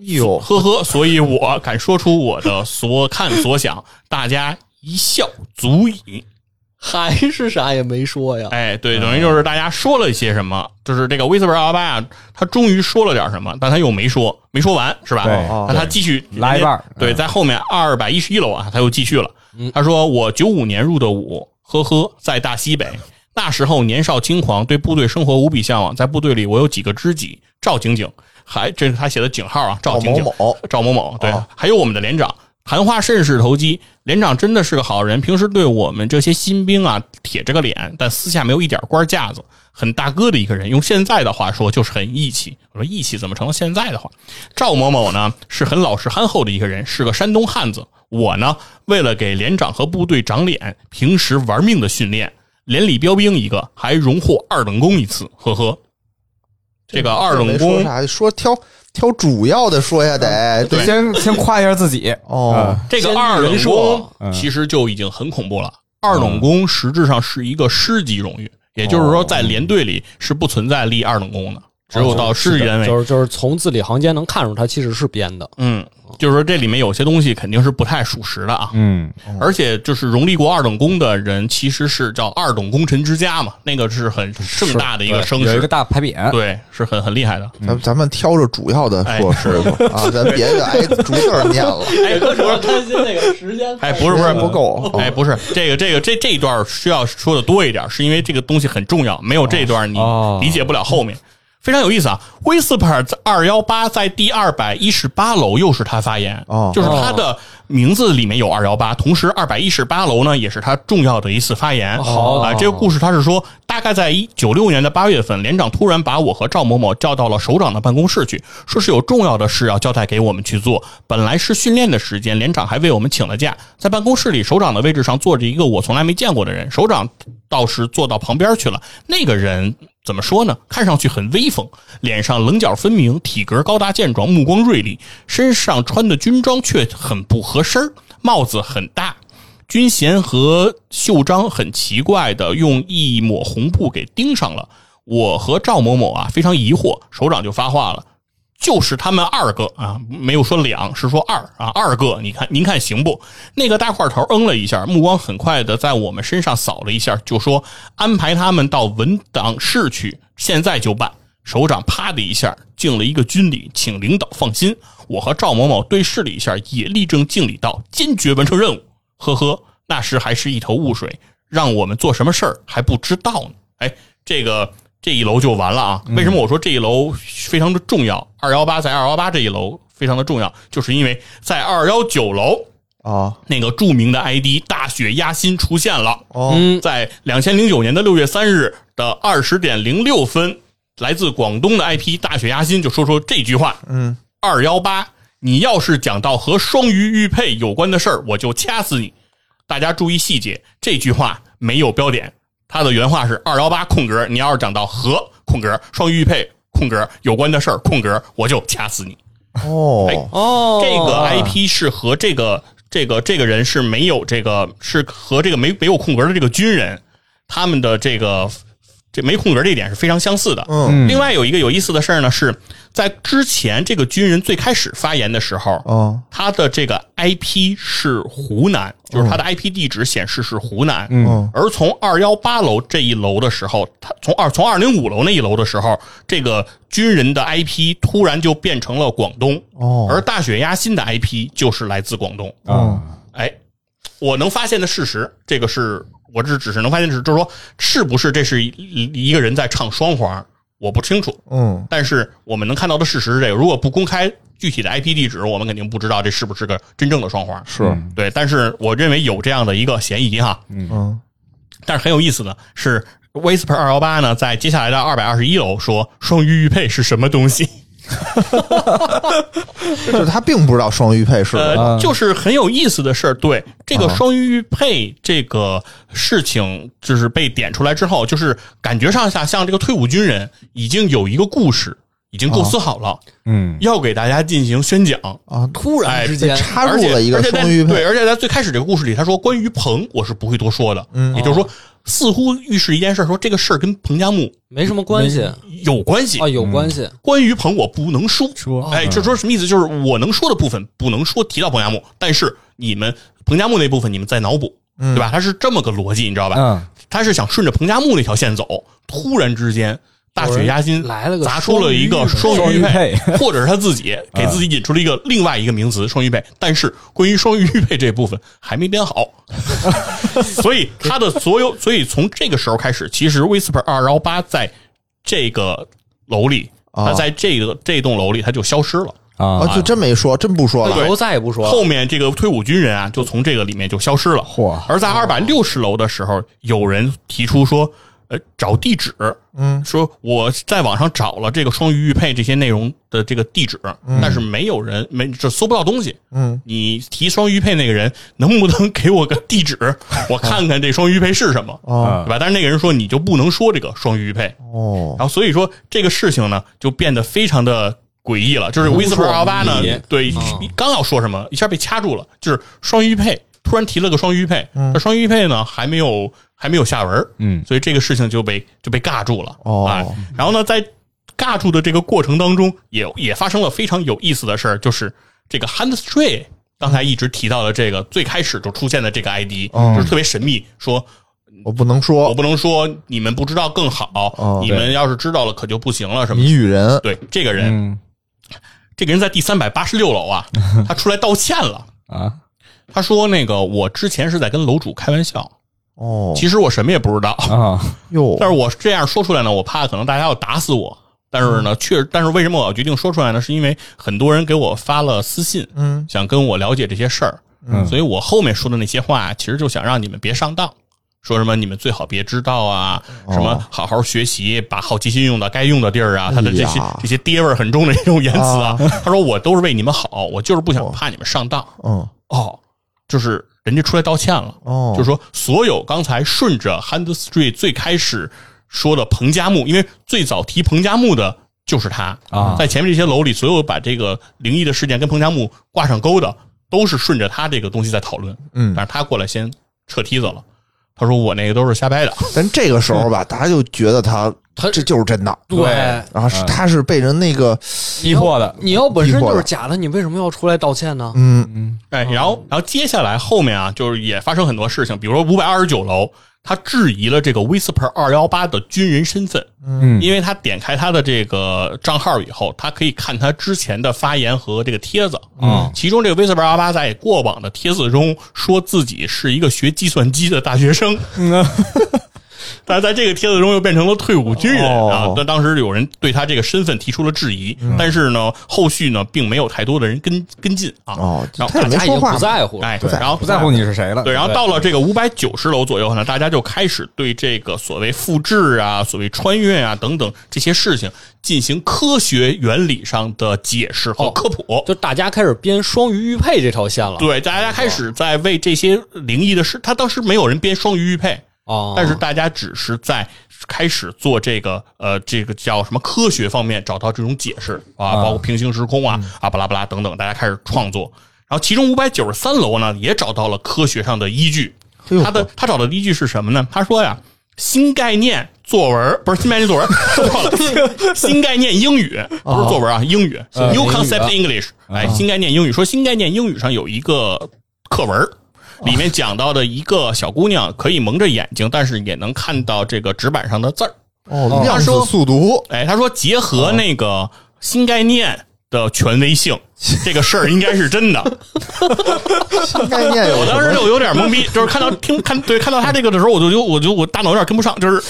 哟，呵呵，所以我敢说出我的所看所想，大家一笑足矣。 <laughs> 还是啥也没说啊呀。哎，对，等于就是大家说了一些什么，就是这个威斯本奥巴啊，他终于说了点什么，但他又没说，没说完，是吧？对哦那他继续来一半儿对，嗯在后面二百一十一楼啊，他又继续了。他说：“我九五年入的伍，呵呵，在大西北。那时候年少轻狂，对部队生活无比向往。在部队里，我有几个知己，赵景景，还这是他写的井号啊，哦赵景某景，某，赵某某，对，哦还有我们的连长，谈话甚是投机。连长真的是个好人，平时对我们这些新兵啊铁着个脸，但私下没有一点官架子，很大哥的一个人。用现在的话说，就是很义气。我说义气怎么成了现在的话？赵某某呢是很老实憨厚的一个人，是个山东汉子。我呢，为了给连长和部队长脸，平时玩命的训练，连里标兵一个，还荣获二等功一次，呵呵。这个二等没说功啥，说挑挑主要的说呀，得嗯对先先夸一下自己啊哦，这个先二等人设嗯功其实就已经很恐怖了。二等功实质上是一个师级荣誉，也就是哦说，在连队里是不存在哦立二等功的，只有到师级单位。就是就是从字里行间能看出他其实是编的，嗯，就是说这里面有些东西肯定是不太属实的啊。嗯，而且就是荣立国二等功的人，其实是叫二等功臣之家嘛，那个是很盛大的一个盛有一个世，大牌匾，对，是很很厉害的。咱咱们挑着主要的说说说啊，咱别的挨逐字儿念 <laughs> 了，哎，不是，担心那个时间哎，不是，不是，不够。哎，不是这个，这个这这一段需要说的多一点，是因为这个东西很重要，没有这一段你哦理解不了后面。非常有意思啊，Whisper 二幺八在第二百一十八楼又是他发言，哦就是他的名字里面有二幺八，同时二百一十八楼呢也是他重要的一次发言。哦啊，这个故事他是说，大概在一九六年的八月份，连长突然把我和赵某某叫到了首长的办公室去，说是有重要的事要交代给我们去做。本来是训练的时间，连长还为我们请了假。在办公室里，首长的位置上坐着一个我从来没见过的人，首长倒是坐到旁边去了。那个人怎么说呢？看上去很威风，脸上棱角分明，体格高大健壮，目光锐利，身上穿的军装却很不合身儿帽子很大。军衔和袖章很奇怪的用一抹红布给钉上了。我和赵某某啊非常疑惑，首长就发话了。就是他们二个啊，没有说两，是说二啊，二个，你看您看行不？那个大块头嗯了一下，目光很快的在我们身上扫了一下，就说安排他们到文档室去，现在就办。首长啪的一下敬了一个军礼，请领导放心。我和赵某某对视了一下，也立正敬礼道：坚决完成任务。呵呵，那时还是一头雾水，让我们做什么事儿还不知道呢。哎，这个这一楼就完了啊！为什么我说这一楼非常的重要？二幺八在二幺八这一楼非常的重要，就是因为在二幺九楼啊那个著名的 ID“ 大雪压心”出现了。哦嗯，在两千零九年的六月三日的二十点零六分，来自广东的 IP“ 大雪压心”就说出这句话嗯，：“二幺八，你要是讲到和双鱼玉佩有关的事儿，我就掐死你。”大家注意细节，这句话没有标点，它的原话是“二幺八空格，你要是讲到和空格双鱼玉佩空格有关的事儿空格，我就掐死你。”哎哦哦，这个哎 IP 是和这个这个这个人是没有这个是和这个没没有空格的这个军人，他们的这个这没空格这一点是非常相似的。嗯另外有一个有意思的事儿呢，是在之前这个军人最开始发言的时候，哦他的这个 IP 是湖南，就是他的 IP 地址显示是湖南。哦嗯而从二幺八楼这一楼的时候，他从二从二零五楼那一楼的时候，这个军人的 IP 突然就变成了广东，哦而大雪压心的 IP 就是来自广东。啊，哎，我能发现的事实，这个是我这只是能发现的是，就是说是不是这是一一一个人在唱双簧，我不清楚。嗯但是我们能看到的事实是这个，如果不公开具体的 IP 地址，我们肯定不知道这是不是个真正的双簧。是嗯对，但是我认为有这样的一个嫌疑哈。嗯但是很有意思的是，Whisper 二幺八呢，在接下来的二百二十一楼说双鱼玉佩是什么东西，就是他并不知道双玉佩是什么呃，啊就是很有意思的事儿。对这个啊双鱼玉佩这个事情，就是被点出来之后，就是感觉上下像这个退伍军人已经有一个故事，已经构思好了，嗯要给大家进行宣讲。啊，突然之间被插入了一个而且而且在双玉对，佩，而且在最开始这个故事里，他说关于彭，我是不会多说的。嗯，也就是哦说，似乎预示一件事儿，说这个事儿跟彭加木没什么关系有关系。啊，有关系，关于彭，我不能说。说哎，这说什么意思？就是我能说的部分不能说提到彭加木，但是你们彭加木那部分你们再脑补，对吧？他是这么个逻辑，你知道吧？嗯他是想顺着彭加木那条线走，突然之间。大雪压心来了个砸出了一个双双鱼鱼玉双佩鱼， <laughs> 或者是他自己给自己引出了一个另外一个名词双嗯鱼玉佩，但是关于双鱼玉佩这部分还没编好， <laughs> 所以他的所有，所以从这个时候开始，其实 Whisper 二幺八在这个楼里，啊他在这个这栋楼里他就消失了。啊，啊，就真没说，真不说以了。后再也不说了。后面这个退伍军人啊，就从这个里面就消失了。嚯而在二百六十楼的时候，有人提出说，呃，找地址，嗯，说我在网上找了这个双鱼玉佩这些内容的这个地址，但是没有人没这搜不到东西。嗯，你提双鱼佩那个人能不能给我个地址，我看看这双鱼佩是什么，哦对吧？但是那个人说你就不能说这个双鱼玉佩，哦然后所以说这个事情呢，就变得非常的诡异了。就是威斯伯奥巴呢无所谓，对嗯，刚要说什么，一下被掐住了。就是双鱼配突然提了个双鱼配，嗯这双鱼配呢还没有还没有下文儿，嗯所以这个事情就被就被尬住了。哦啊，然后呢，在尬住的这个过程当中，也也发生了非常有意思的事儿，就是这个 Handstree 刚才一直提到的这个最开始就出现的这个 ID，、嗯就是特别神秘，说我不能我说不能说你们不知道更好，哦嗯你们要是知道了可就不行了什么的。谜语人，对，这个人，嗯这个人在第三百八十六楼 <laughs> 啊，他出来道歉了。啊，他说：“那个，我之前是在跟楼主开玩笑，哦，其实我什么也不知道。啊，哟，但是我这样说出来呢，我怕可能大家要打死我。但是嗯呢，确，但是为什么我要决定说出来呢？是因为很多人给我发了私信，嗯想跟我了解这些事儿，嗯所以我后面说的那些话，其实就想让你们别上当，说什么你们最好别知道啊，哦什么好好学习，把好奇心用到该用的地儿啊，他的这些哎呀这些爹味儿很重的这种言辞啊，他说我都是为你们好，我就是不想哦怕你们上当嗯哦，就是人家出来道歉了。哦，就是说所有刚才顺着 Hand Street 最开始说的彭加木，因为最早提彭加木的就是他啊在前面这些楼里，所有把这个灵异的事件跟彭加木挂上钩的，都是顺着他这个东西在讨论。嗯但是他过来先撤梯子了，他说我那个都是瞎掰的，但这个时候吧，大家就觉得他他这就是真的，对然啊后是嗯他是被人那个逼迫嗯的，你要本身逼迫就了是假的，你为什么要出来道歉呢？嗯嗯哎，然后然后接下来后面啊，就是也发生很多事情，比如说五百二十九楼。他质疑了这个 Whisper 二幺八的军人身份，嗯因为他点开他的这个账号以后，他可以看他之前的发言和这个帖子。嗯其中这个威斯伯尔阿巴在过往的帖子中说自己是一个学计算机的大 <laughs> 学生，但在这个帖子中又变成了退伍军人哦。啊嗯那当时有人对他这个身份提出了质疑，但是呢，后续呢并没有太多的人跟跟进啊。哦，然后他也没大家已说经话不嘛，在乎了。哎，不在然后不在乎你是谁了，对，然后到了这个五百九十楼左右呢，大家就开始对这个所谓复制啊、所谓穿越啊等等这些事情进行科学原理上的解释哦和科普。就大家开始编双鱼玉佩这条线了。对，大家开始在为这些灵异的事，他当时没有人编双鱼玉佩，啊，但是大家只是在开始做这个呃，这个叫什么科学方面找到这种解释啊，包括平行时空啊啊巴拉巴拉等等，大家开始创作。然后其中五百九十三楼呢，也找到了科学上的依据。哎呦他的他找到的依据是什么呢？他说呀，新概念作文不是新概念作文， <laughs> 说错了，新概念英语不是作文啊，英语呃 New 英语啊 Concept English，哎，新概念英语说新概念英语上有一个课文儿。里面讲到的一个小姑娘可以蒙着眼睛，但是也能看到这个纸板上的字儿。哦，量子说速读，哎，他说结合那个新概念的权威性，这个事儿应该是真的。新概念有我什 <laughs> 当时么？就有点懵逼，就是看到听看对看到他这个的时候，我就就我就我大脑有点跟不上，就是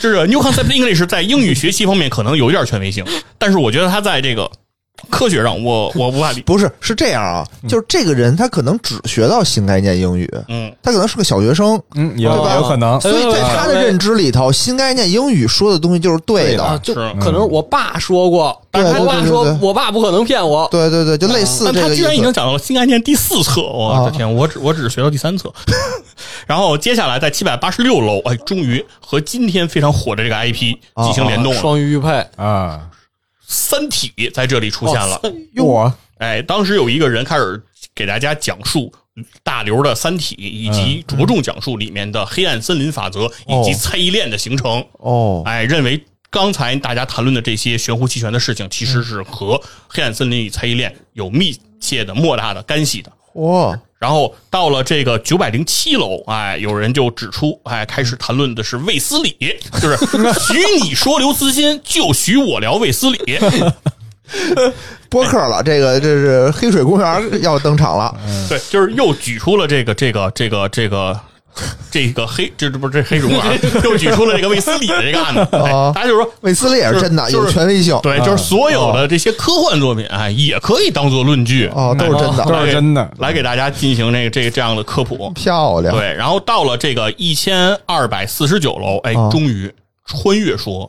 就是 New Concept English 在英语学习方面可能有一点权威性，但是我觉得他在这个科学上我我无法理，不是，是这样啊，就是这个人他可能只学到新概念英语，嗯，啊他可能是个小学生，嗯，也有哦也有可能，所以在他的认知里头，新概念英语说的东西就是对啊，的。就是可能是我爸说过，对但是对我对爸对说对我爸不可能骗我。对对对，就类似但这啊他个意居然已经思。啊讲到了新概念第四册，我的天，我只我只学到第三册， <laughs> 然后接下来在七百八十六楼，哎，终于和今天非常火的这个 IP 啊进行联动了，《双鱼玉佩，啊，三体》在这里出现哦了。我哎，当时有一个人开始给大家讲述大刘的《三体》，以及嗯着重讲述里面的黑暗森林法则以及猜疑链的形成。哦，哎，认为刚才大家谈论的这些玄乎其玄的事情，其嗯实是和黑暗森林与猜疑链有密切的莫大的干系的。哇，然后到了这个九百零七楼，哎，有人就指出，哎，开始谈论的是卫斯理， <laughs> 就是许你说刘慈欣，就许我聊卫斯理。 <laughs> 播客了，这个这是黑水公园要登场了。对，就是又举出了这个这个这个这个这个黑，这这不是这黑水 <laughs> 公园，又举出了这个卫斯理的这个案子。哎啊大家就说，卫斯理也是真的，就是有权威性。对，就是所有的这些科幻作品，哎，也可以当做论据，哦，都是真都的，是真的，来给大家进行这个这个这样的科普。漂亮。对，然后到了这个一千二百四十九楼，哎，啊终于穿越说，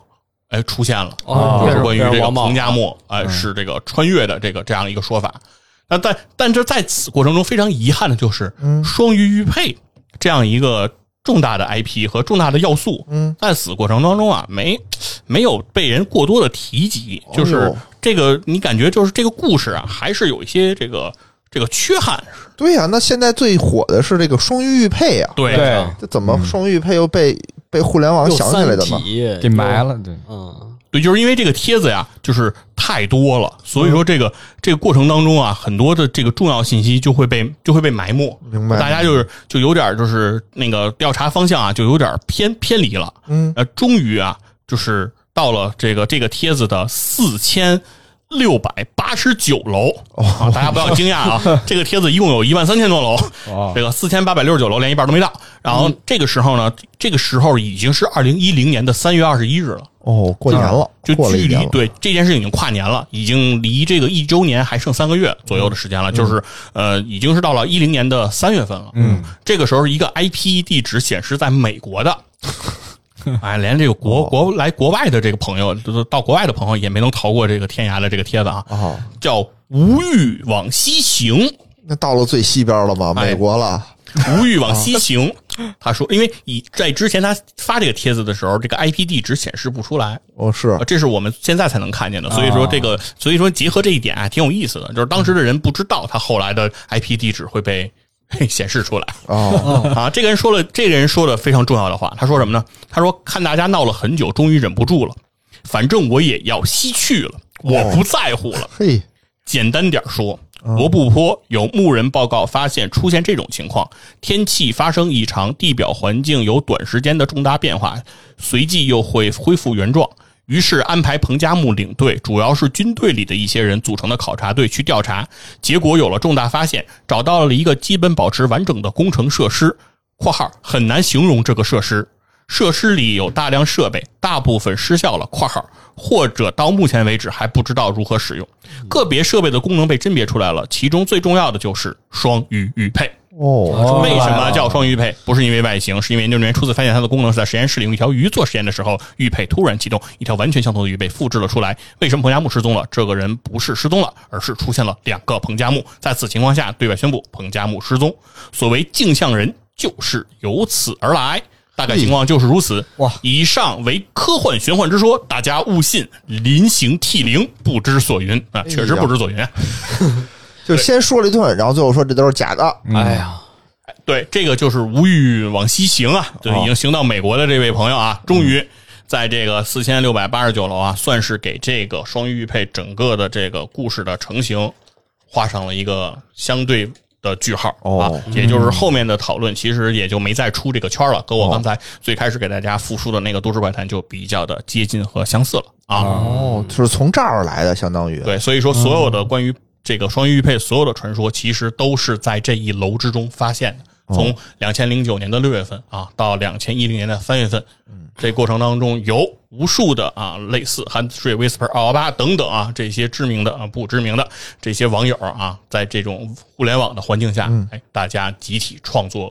哎，出现了，哦就是啊关于这变成个王莽彭加木，哎，嗯是这个穿越的这个这样一个说法。那但但这在此过程中非常遗憾的就是，嗯双鱼玉佩这样一个重大的 IP 和重大的要素，嗯，在此过程当中啊，没没有被人过多的提及，就哎是呦这个你感觉就是这个故事啊，还是有一些这个这个缺憾，对呀、那现在最火的是这个双鱼玉佩啊，对对，这怎么双鱼玉佩又被被互联网又想起来三的呢？体给埋，了，对，嗯，对，就是因为这个帖子呀，就是太多了，所以说这嗯个、这个过程当中啊，很多的这个重要信息就会被就会被埋没，明白大家就是就有点就是那个调查方向啊，就有点偏偏离了。嗯，呃，终于啊，就是到了这个这个帖子的四千六百八十九楼、哦啊，大家不要惊讶 <laughs> 啊，这个帖子一共有一万三千多楼，哇这个四千八百六十九楼连一半都没到。然后嗯这个时候呢，这个时候已经是二零一零年的三月二十一日了。哦，过年了，就过了距一离年了，对这件事已经跨年了，已经离这个一周年还剩三个月左右的时间嗯了，就是呃，已经是到了一零年的三月份了。嗯，这个时候一个 IP 地址显示在美国 <laughs> 的。哎，连这个国哦国来国外的这个朋友，就是到国外的朋友也没能逃过这个天涯的这个帖子啊，哦，叫“无欲往西行”。那到了最西边了吗？哎美国了，无欲往哦西行。他说，因为以在之前他发这个帖子的时候，这个 IP 地址显示不出来，哦是呃，这是我们现在才能看见的。所以说这个，所以说结合这一点啊，挺有意思的，就是当时的人不知道他后来的 IP 地址会被。嘿显示出来哦，啊！这个人说了，这个人说了非常重要的话，他说什么呢？他说：“看大家闹了很久，终于忍不住了，反正我也要西去了，我不在乎了。”嘿，简单点说，罗布泊有牧人报告发现出现这种情况：天气发生异常，地表环境有短时间的重大变化，随即又会恢复原状。于是安排彭加木领队，主要是军队里的一些人组成的考察队去调查，结果有了重大发现，找到了一个基本保持完整的工程设施（括号很难形容这个设施）。设施里有大量设备，大部分失效了（括号或者到目前为止还不知道如何使用）。个别设备的功能被甄别出来了，其中最重要的就是双鱼玉佩。哦，哦为什么叫双鱼玉佩？不是因为外形，是因为研究人员初次发现它的功能是在实验室里用一条鱼做实验的时候，玉佩突然启动，一条完全相同的玉佩复制了出来。为什么彭加木失踪了？这个人不是失踪了，而是出现了两个彭加木。在此情况下，对外宣布彭加木失踪。所谓镜像人，就是由此而来。大概情况就是如此。哇以上为科幻玄幻之说，大家勿信，临行涕零，不知所云啊，确实不知所云啊。就是先说了一顿，然后最后说这都是假的，哎呀，对，这个就是无欲往西行啊，就已经行到美国的这位朋友啊，终于在这个四千六百八十九楼啊，算是给这个双鱼玉佩整个的这个故事的成型画上了一个相对。的句号啊哦，也就是后面的讨论，其实也就没再出这个圈了，跟我刚才最开始给大家复述的那个都市怪谈就比较的接近和相似了啊。哦，就是从这儿来的，相当于，对，所以说所有的关于这个双鱼玉佩所有的传说，其实都是在这一楼之中发现的。从两千零九年的六月份啊，到两千一零年的三月份，这过程当中有无数的啊，类似 Handtree、Whisper、奥巴等等啊，这些知名的啊、不知名的这些网友啊，在这种互联网的环境下，哎，大家集体创作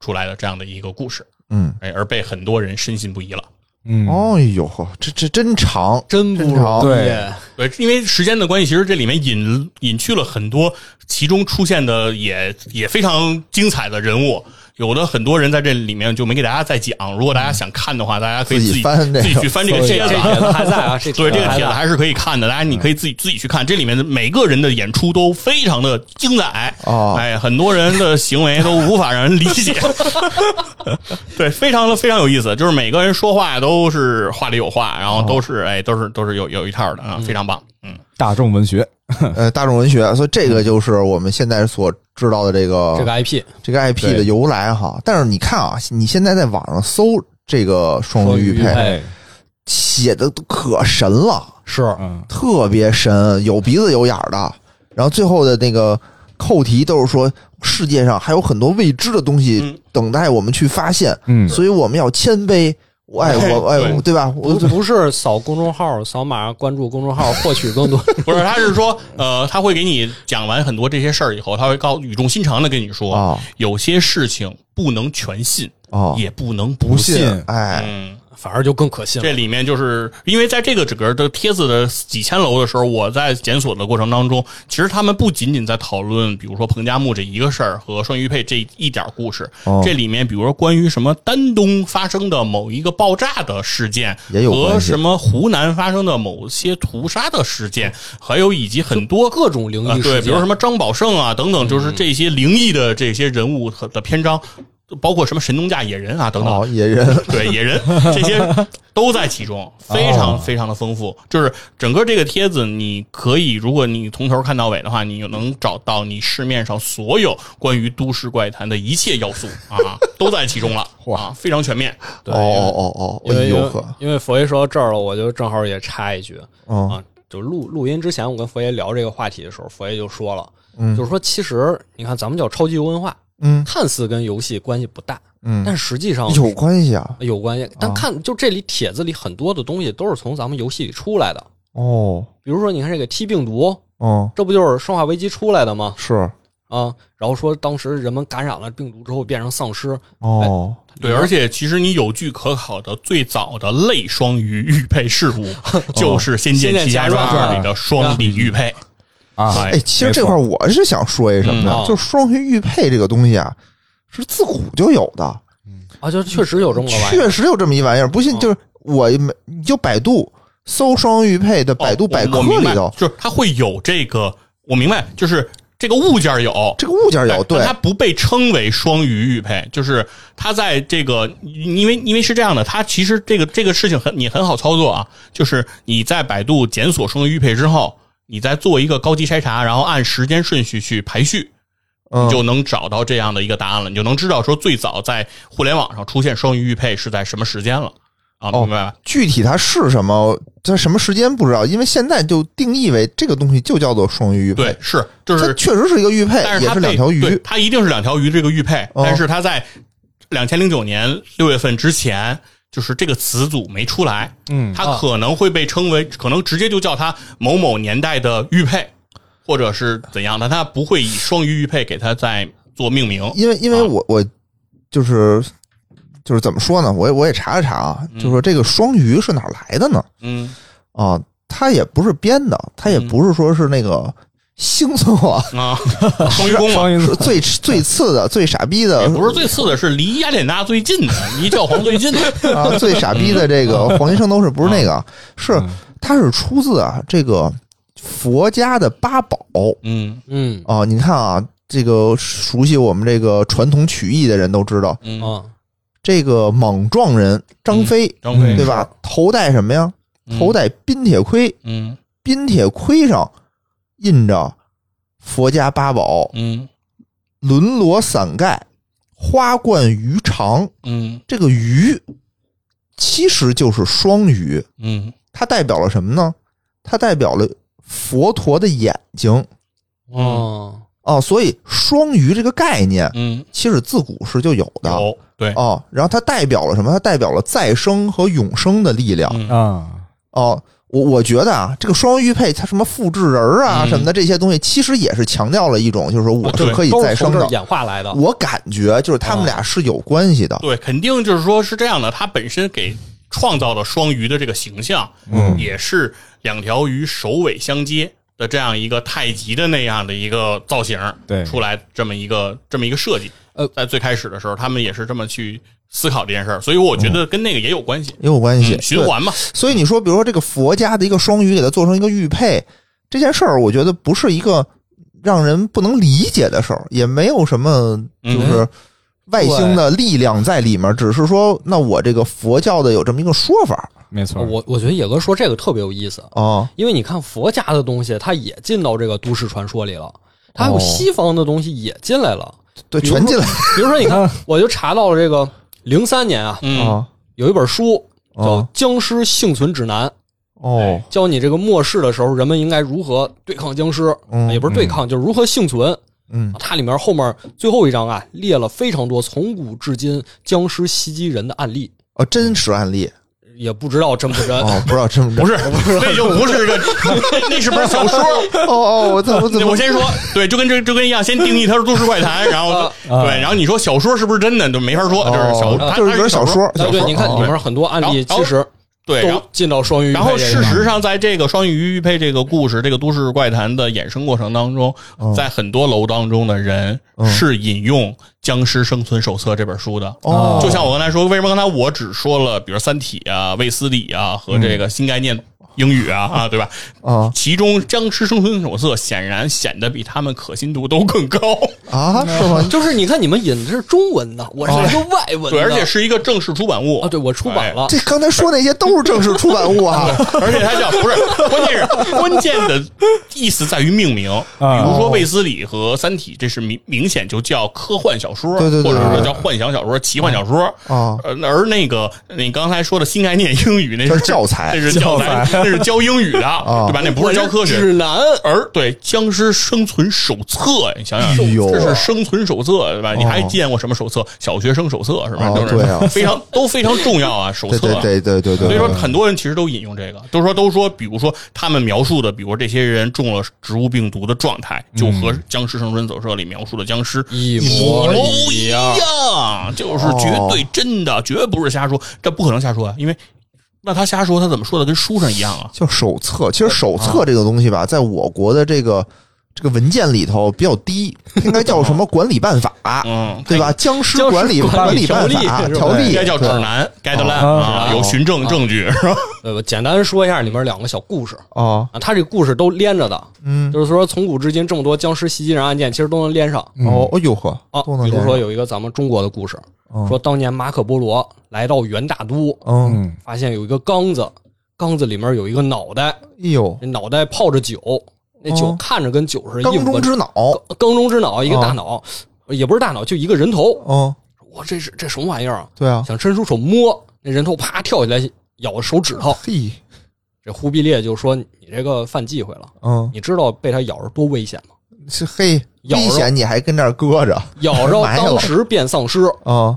出来的这样的一个故事，嗯，哎，而被很多人深信不疑了。嗯，哦呦呵，这这真长，真不真长容易。对对，因为时间的关系，其实这里面隐隐去了很多其中出现的也也非常精彩的人物。有的很多人在这里面就没给大家再讲，如果大家想看的话，大家可以自己自己翻这个自己去翻这个这帖这子帖啊。子还在啊，这对，这个还帖 <laughs> 子在还是可以看的，大家你可以自己自己去看，这里面的每个人的演出都非常的精彩哦哎，很多人的行为都无法让人理解， <laughs> 对，非常的非常有意思，就是每个人说话都是话里有话，然后都是哎都是都是有有一套的啊，非常棒，嗯。大众文学，呃，大众文学，所以这个就是我们现在所知道的这个这个 IP 这个 IP 的由来哈。但是你看啊，你现在在网上搜这个双鱼玉双鱼玉佩，佩哎，写的都可神了，是嗯，特别神，有鼻子有眼儿的。然后最后的那个扣题都是说，世界上还有很多未知的东嗯西等待我们去发现，嗯所以我们要谦卑。我爱我爱我，对吧？我不不是扫公众号，扫码关注公众号，获取更多。不是，他是说，呃，他会给你讲完很多这些事儿以后，他会告语重心长的跟你说，哦有些事情不能全信，哦也不能不不信。信信，哎，嗯，反而就更可信了。这里面就是因为在这个整个的帖子的几千楼的时候，我在检索的过程当中，其实他们不仅仅在讨论，比如说彭加木这一个事儿和双鱼配这一点儿故事，哦这里面比如说关于什么丹东发生的某一个爆炸的事件，也有和关系什么湖南发生的某些屠杀的事件，还有以及很多各种灵啊，异事件，对，嗯比如什么张宝胜啊等等，就是这些灵异的这些人物和的篇章。包括什么神农架野人啊等等，哦，野人对野人这些都在其中，非常哦非常的丰富。就是整个这个帖子，你可以如果你从头看到尾的话，你就能找到你市面上所有关于都市怪谈的一切要素啊，都在其中了啊，非常全面。哦哦哦哦，因哎为因呦为呵，因为佛爷说到这儿了，我就正好也插一句嗯啊，就录录音之前，我跟佛爷聊这个话题的时候，佛爷就说了，嗯就是说其实你看咱们叫超级文化，嗯看似跟游戏关系不大，嗯，但实际上有关系啊，有关系。但看就这里帖子里很多的东西都是从咱们游戏里出来的，哦比如说你看这个 T 病毒，哦这不就是《生化危机》出来的吗？是啊，然后说当时人们感染了病毒之后变成丧尸，哦嗯对，而且其实你有据可考的，最早的类双鱼玉佩事物 <laughs> 就是《仙剑奇侠哦仙剑奇侠传传》里的双臂玉佩。啊，哎哎，其实这块儿我是想说一什么嗯呢哦？就是双鱼玉佩这个东西啊，是自古就有的，啊，就确实有这么个玩意儿。确实有这么一玩意儿。不哦信嗯就是我也没，你就百度搜双鱼玉佩的百度哦百我科我明白里头，就是它会有这个，我明白，就是这个物件有。这个物件有，但对它，不被称为双鱼玉佩，就是它在这个，因为因为是这样的，它其实这个这个事情很你很好操作啊，就是你在百度检索双鱼玉佩之后，你再做一个高级筛查，然后按时间顺序去排序，嗯你就能找到这样的一个答案了，你就能知道说最早在互联网上出现双鱼玉佩是在什么时间了啊？哦明白吧？具体它是什么，在什么时间不知道，因为现在就定义为这个东西就叫做双鱼玉佩对，。是就它是，确实是一个玉佩但，是哎也它是被两条对鱼。它一定是两条鱼这个玉佩，哦但是它在两千零九年六月份之前。就是这个词组没出来，嗯它可能会被称为，可能直接就叫它某某年代的玉佩，或者是怎样的，它不会以双鱼玉佩给它再做命名。因为因为啊我我就是就是怎么说呢？我也我也查了查啊，嗯就说这个双鱼是哪儿来的呢？嗯啊，它也不是编的，它也不是说是那个星座 <laughs> 啊，啊，双鱼公嘛， <laughs> 双鱼是最最次的、最傻逼的也，不是最次的，是离雅典娜最近的，离教皇最近 <laughs> 的。啊，最傻逼的这个黄金圣斗士不是那个，是它是出自啊这个佛家的八宝嗯嗯啊。你看啊，这个熟悉我们这个传统曲艺的人都知道，嗯，啊，这个莽撞人张飞，张飞对吧？头戴什么呀？头戴冰铁盔，嗯冰铁盔上印着佛家八宝：嗯轮罗伞盖、花冠鱼肠。嗯这个鱼其实就是双鱼，嗯它代表了什么呢？它代表了佛陀的眼睛哦，啊，所以双鱼这个概念嗯，其实自古是就有的有对，哦。然后它代表了什么？它代表了再生和永生的力量。嗯啊，哦，我我觉得啊，这个双玉佩它什么复制人儿啊嗯什么的这些东西，其实也是强调了一种，就是说我啊是对可以都再是从生这的儿。演化来的。我感觉就是他们俩是有关系的。啊对，肯定就是说是这样的，它本身给创造的双鱼的这个形象，嗯也是两条鱼首尾相接的这样一个太极的那样的一个造型，对出来这么一个这么一个设计。呃在最开始的时候，他们也是这么去思考这件事儿，所以我觉得跟那个也有关系，也有关系，嗯循环嘛，对。所以你说，比如说这个佛家的一个双鱼，给它做成一个玉佩，这件事儿，我觉得不是一个让人不能理解的事儿，也没有什么嗯就是外星的力量在里面，只是说，那我这个佛教的有这么一个说法没嗯错，我我觉得野哥说这个特别有意思，啊。因为你看佛家的东西，它也进到这个都市传说里了，它还哦有西方的东西也进来了。对，比如全进来比如说，你嗯看，我就查到了这个零三年啊，嗯，啊。有一本书叫哦《僵尸幸存指南》，哎哦，教你这个末世的时候人们应该如何对抗僵尸，嗯也不是对抗，就是如何幸存。嗯，它里面后面最后一章啊，列了非常多从古至今僵尸袭击人的案例，哦，真实案例也不知道真不真。哦， <laughs> 不知道真不是，那就不是个，那是本小说。哦哦，我怎么怎对么 <laughs> 我先说，对，就跟这就跟一样，先定义它是都市怪谈，然后啊对，然后你说小说是不是真的，就没法说，就是小，哦它就是它一本小小说，哎，对，你看哦里面很多案例，然后其实对，然都后。进到双鱼。然后，事实上，在这个双鱼玉佩这个故事、这个都市怪谈的衍生过程当中，在很多楼当中的人嗯是引用《僵尸生存手册》这本书的。哦，就像我刚才说，为什么刚才我只说了，比如《三体》啊、卫斯理啊和这个新概念英语啊啊，对吧？嗯啊其中《僵尸生存手册》显然显得比他们可信度都更高，啊，是 <laughs> 吗？就是你看你们引的是中文的，我是一个外文的，哦对，而且是一哎个正式出版物啊，对我出版了，这刚才说那些都是正式出版物 <laughs> 啊，而且它叫不是，关键是关键的意思在于命名，啊比如说《卫斯理》和《三体》，这是明明显就叫科幻小说，对对对或者对是叫幻想小说、奇幻小说。啊，呃，而那个你刚才说的新概念英语，那这是是教材那是教材，那是教英语的，啊对吧？那不我是教科学。指南，而对《僵尸生存手册》，你想想，哎呦这是生存手册，对吧？你还见过什么手册？小学生手册是吧？哦都是对啊非常都非常重要啊，手对册对啊。对对对对，所以说，对很多人其实都引用这个，都说都说，比如说他们描述的，比如说这些人中了植物病毒的状态，就和《僵尸生存手册》里描述的僵尸一模模一一样，就是绝对真的，绝不是瞎说，这不可能瞎说啊，因为那他瞎说，他怎么说的跟书上一样啊？叫手册。其实手册这个东西吧，在我国的这个这个文件里头比较低，应该叫什么管理办法，嗯，对吧？僵尸僵尸管理管管理理办法条例条是吧例应该叫指对南 guideline 哦啊，有循证证据，呃，我简单说一下里面两个小故事哦，啊，它这个故事都连着的，嗯，就是说从古至今这么多僵尸袭击人案件，其实都能连上哦，哎呦呵，啊。都能比如连说上有一个咱们中国的故事，嗯说当年马可波罗来到元大都，嗯，嗯发现有一个缸子，缸子里面有一个脑袋，哎呦，那脑袋泡着酒，那酒哦看着跟酒似的，缸一中闻之哦脑，缸中之脑，一个大脑，也不是大脑，就一个人头。嗯，我这是这什么玩意儿啊？对啊，想伸出手摸，那人头啪跳起来咬手指头。嘿，这忽必烈就说：“你这个犯忌讳了，嗯，你知道被他咬着多危险吗？是嘿，咬危着险你还跟这儿搁着咬着 <laughs> 埋汰了当时便丧尸啊？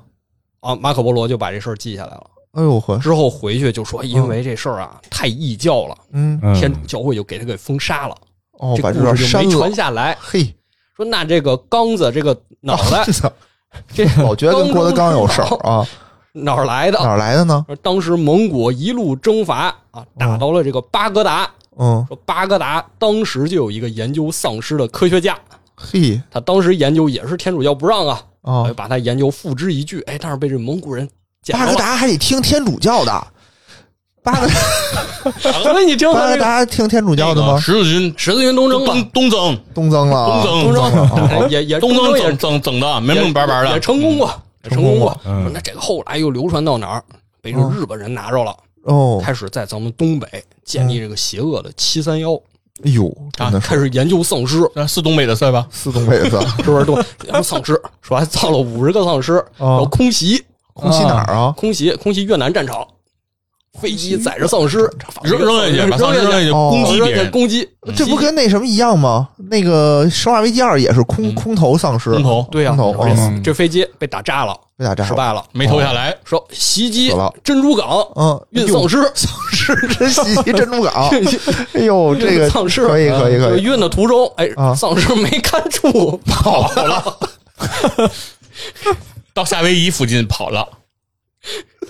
啊！”马可波罗就把这事儿记下来了，哎呦呵，之后回去就说：“因为这事儿啊太异教了，嗯，嗯天主教会就给他给封杀了，哦，这把这故段事就删没了传，下来。嘿，说那这个刚子这个脑 <laughs> 袋这老觉得跟郭德纲有事儿啊，哪儿来哪的？儿来的呢？说当时蒙古一路征伐啊，哦打到了这个巴格达。嗯，说巴格达当时就有一个研究丧尸的科学家，嘿，他当时研究也是天主教不让啊，啊我就，把他研究付之一炬。哎，但是被这蒙古人捡巴格着了。达还得听天主教的，巴格达所以你听巴他格这个达听天主教的那个吗？十字军十字军东征嘛，东东征，东增了啊，东增了啊，也也东征征也整整整的明也明白白也的，成功过，也成功过。嗯说那这个后来又流传到哪儿？被这日本人拿着了，嗯哦，嗯开始在咱们东北建立这个邪恶的七三幺，哎呦，真的是开始研究丧尸。那是东北的事儿吧？四东北的，是不是都然后丧尸，说还造了五十个丧尸，哦然后空袭，空袭哪儿啊？空袭，空袭越南战场，飞机载着丧尸扔扔下去，把丧尸扔下去，哦攻击扔别下去人，攻击，这不跟那什么一样吗？那个《生化危机二》也是空空投丧尸，空投对呀、空投这哦嗯这飞机被打炸了，被打炸失败了，没投下来，说袭击死了珍珠港，嗯，运丧尸， <laughs> 是真袭击珍珠港，哎呦，这个丧尸啊可以可以可就以，运的途中，哎啊，丧尸没看住，跑 <laughs> 了，到夏威夷附近跑了，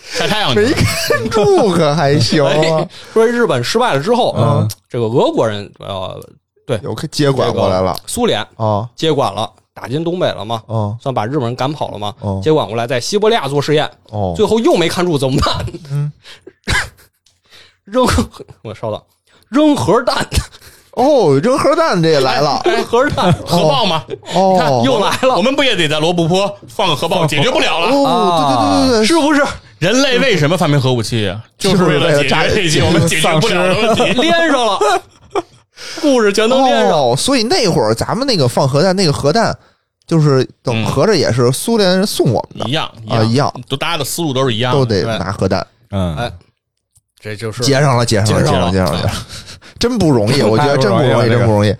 晒太阳去没了。看住可还行啊，哎说日本失败了之后，嗯这个俄国人呃，有个接管过来了苏联啊，接管了，打进东北了嘛，嗯算把日本人赶跑了嘛，哦接管过来，在西伯利亚做实验，哦，最后又没看住，怎么办？嗯， <laughs> 扔我稍等，扔核弹，哦，扔核弹这也来 <laughs> 了，扔核弹，核爆吗？哦，又来了我们不也得在罗布泊放个核爆，解决不了了？哦，对对对对对，啊是不是人类为什么发明核武器啊？就是为了解决这些我们解决不了的问题。连上了？故事全都连上，哦，所以那会儿咱们那个放核弹，那个核弹就是等嗯合着也是苏联人送我们的，一样啊一样，都大家的思路都是一样的，都得嗯对拿核弹，嗯哎，这就是接上了，接上了，接接上上了了，接上了，接上了 <laughs> 真不 <laughs> 容易，我觉得真不太容不容易易，了真不容易。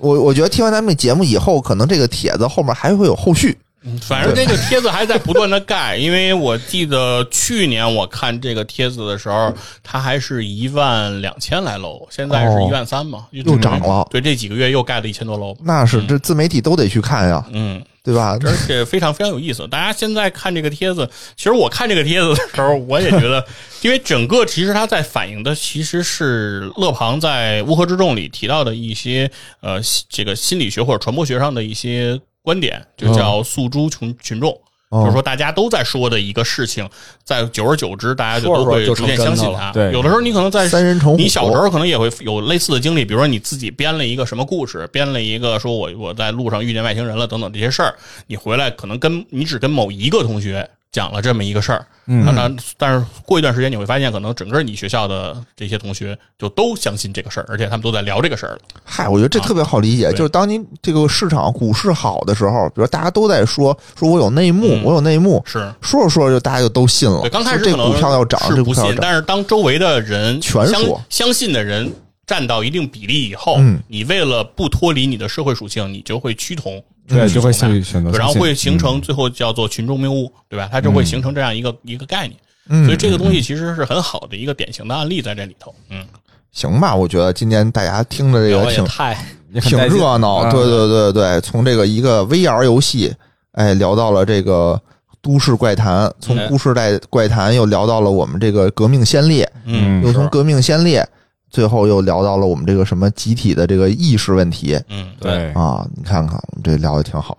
我我觉得听完咱们节目以后，可能这个帖子后面还会有后续。反正这个帖子还在不断的盖，因为我记得去年我看这个帖子的时候，它还是一万两千来楼，现在是哦一万三嘛，又涨了对，这几个月又盖了一千多楼。那嗯是这自媒体都得去看呀，嗯，对吧？而且非常非常有意思。大家现在看这个帖子，其实我看这个帖子的时候，我也觉得，因为整个其实它在反映的其实是勒庞在《乌合之众》里提到的一些嗯呃西这个心理学或者传播学上的一些观点，就叫诉诸群群众。哦就就是说大家都在说的一个事情，在久而久之，大家就说着都说着会就逐渐成相真的信了它。对有的时候你可能在三人成虎，你小时候可能也会有类似的经历，比如说你自己编了一个什么故事，编了一个说我我在路上遇见外星人了等等这些事儿，你回来可能跟你只跟某一个同学讲了这么一个事儿，嗯那那但是过一段时间你会发现，可能整个你学校的这些同学就都相信这个事儿，而且他们都在聊这个事儿了。嗨，我觉得这特别好啊理解，对就是当您这个市场股市好的时候，比如大家都在说说我有内幕，嗯我有内幕，是说着说着就大家就都信了。对，刚开说哦始这可能股票要涨，是这不股票要信，涨，但是当周围的人全相说相信的人占到一定比例以后，嗯你为了不脱离你的社会属性，你就会趋同，对，趋就会从选选择对然相信，后会形成嗯最后叫做群众谬误，对吧？它就会嗯形成这样一个、一个概念，嗯所以这个东西其实是很好的一个典型的案例在这里头。嗯，行吧，我觉得今天大家听着这聊个得也挺太也很挺带劲热闹，啊对对对对，从这个一个 VR 游戏，哎，聊到了这个都市怪谈，从嗯哎都市代怪谈又聊到了我们这个革命先烈，嗯又嗯，从是革命先烈，最后又聊到了我们这个什么集体的这个意识问题嗯，对，啊，你看看我们这聊的挺好，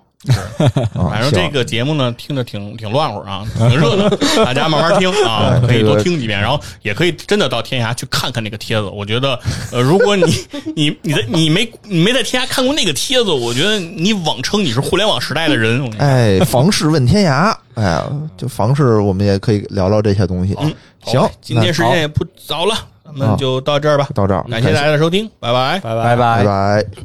啊反正行这个节目呢，听着挺挺乱乎 <laughs> 啊，挺热闹，大家慢慢听啊，哎可以这个多听几遍，然后也可以真的到天涯去看看那个帖子。我觉得，呃，如果你 <laughs> 你你在你没你没在天涯看过那个帖子，我觉得你妄称你是互联网时代的人，我跟你说哎，房事问天 <laughs> 涯，哎，就房事我们也可以聊聊这些东西。嗯行好吧，今那天时间也不早了，咱们就到这儿吧。到这儿，感谢大家的收听，拜拜。拜拜拜。拜拜。拜。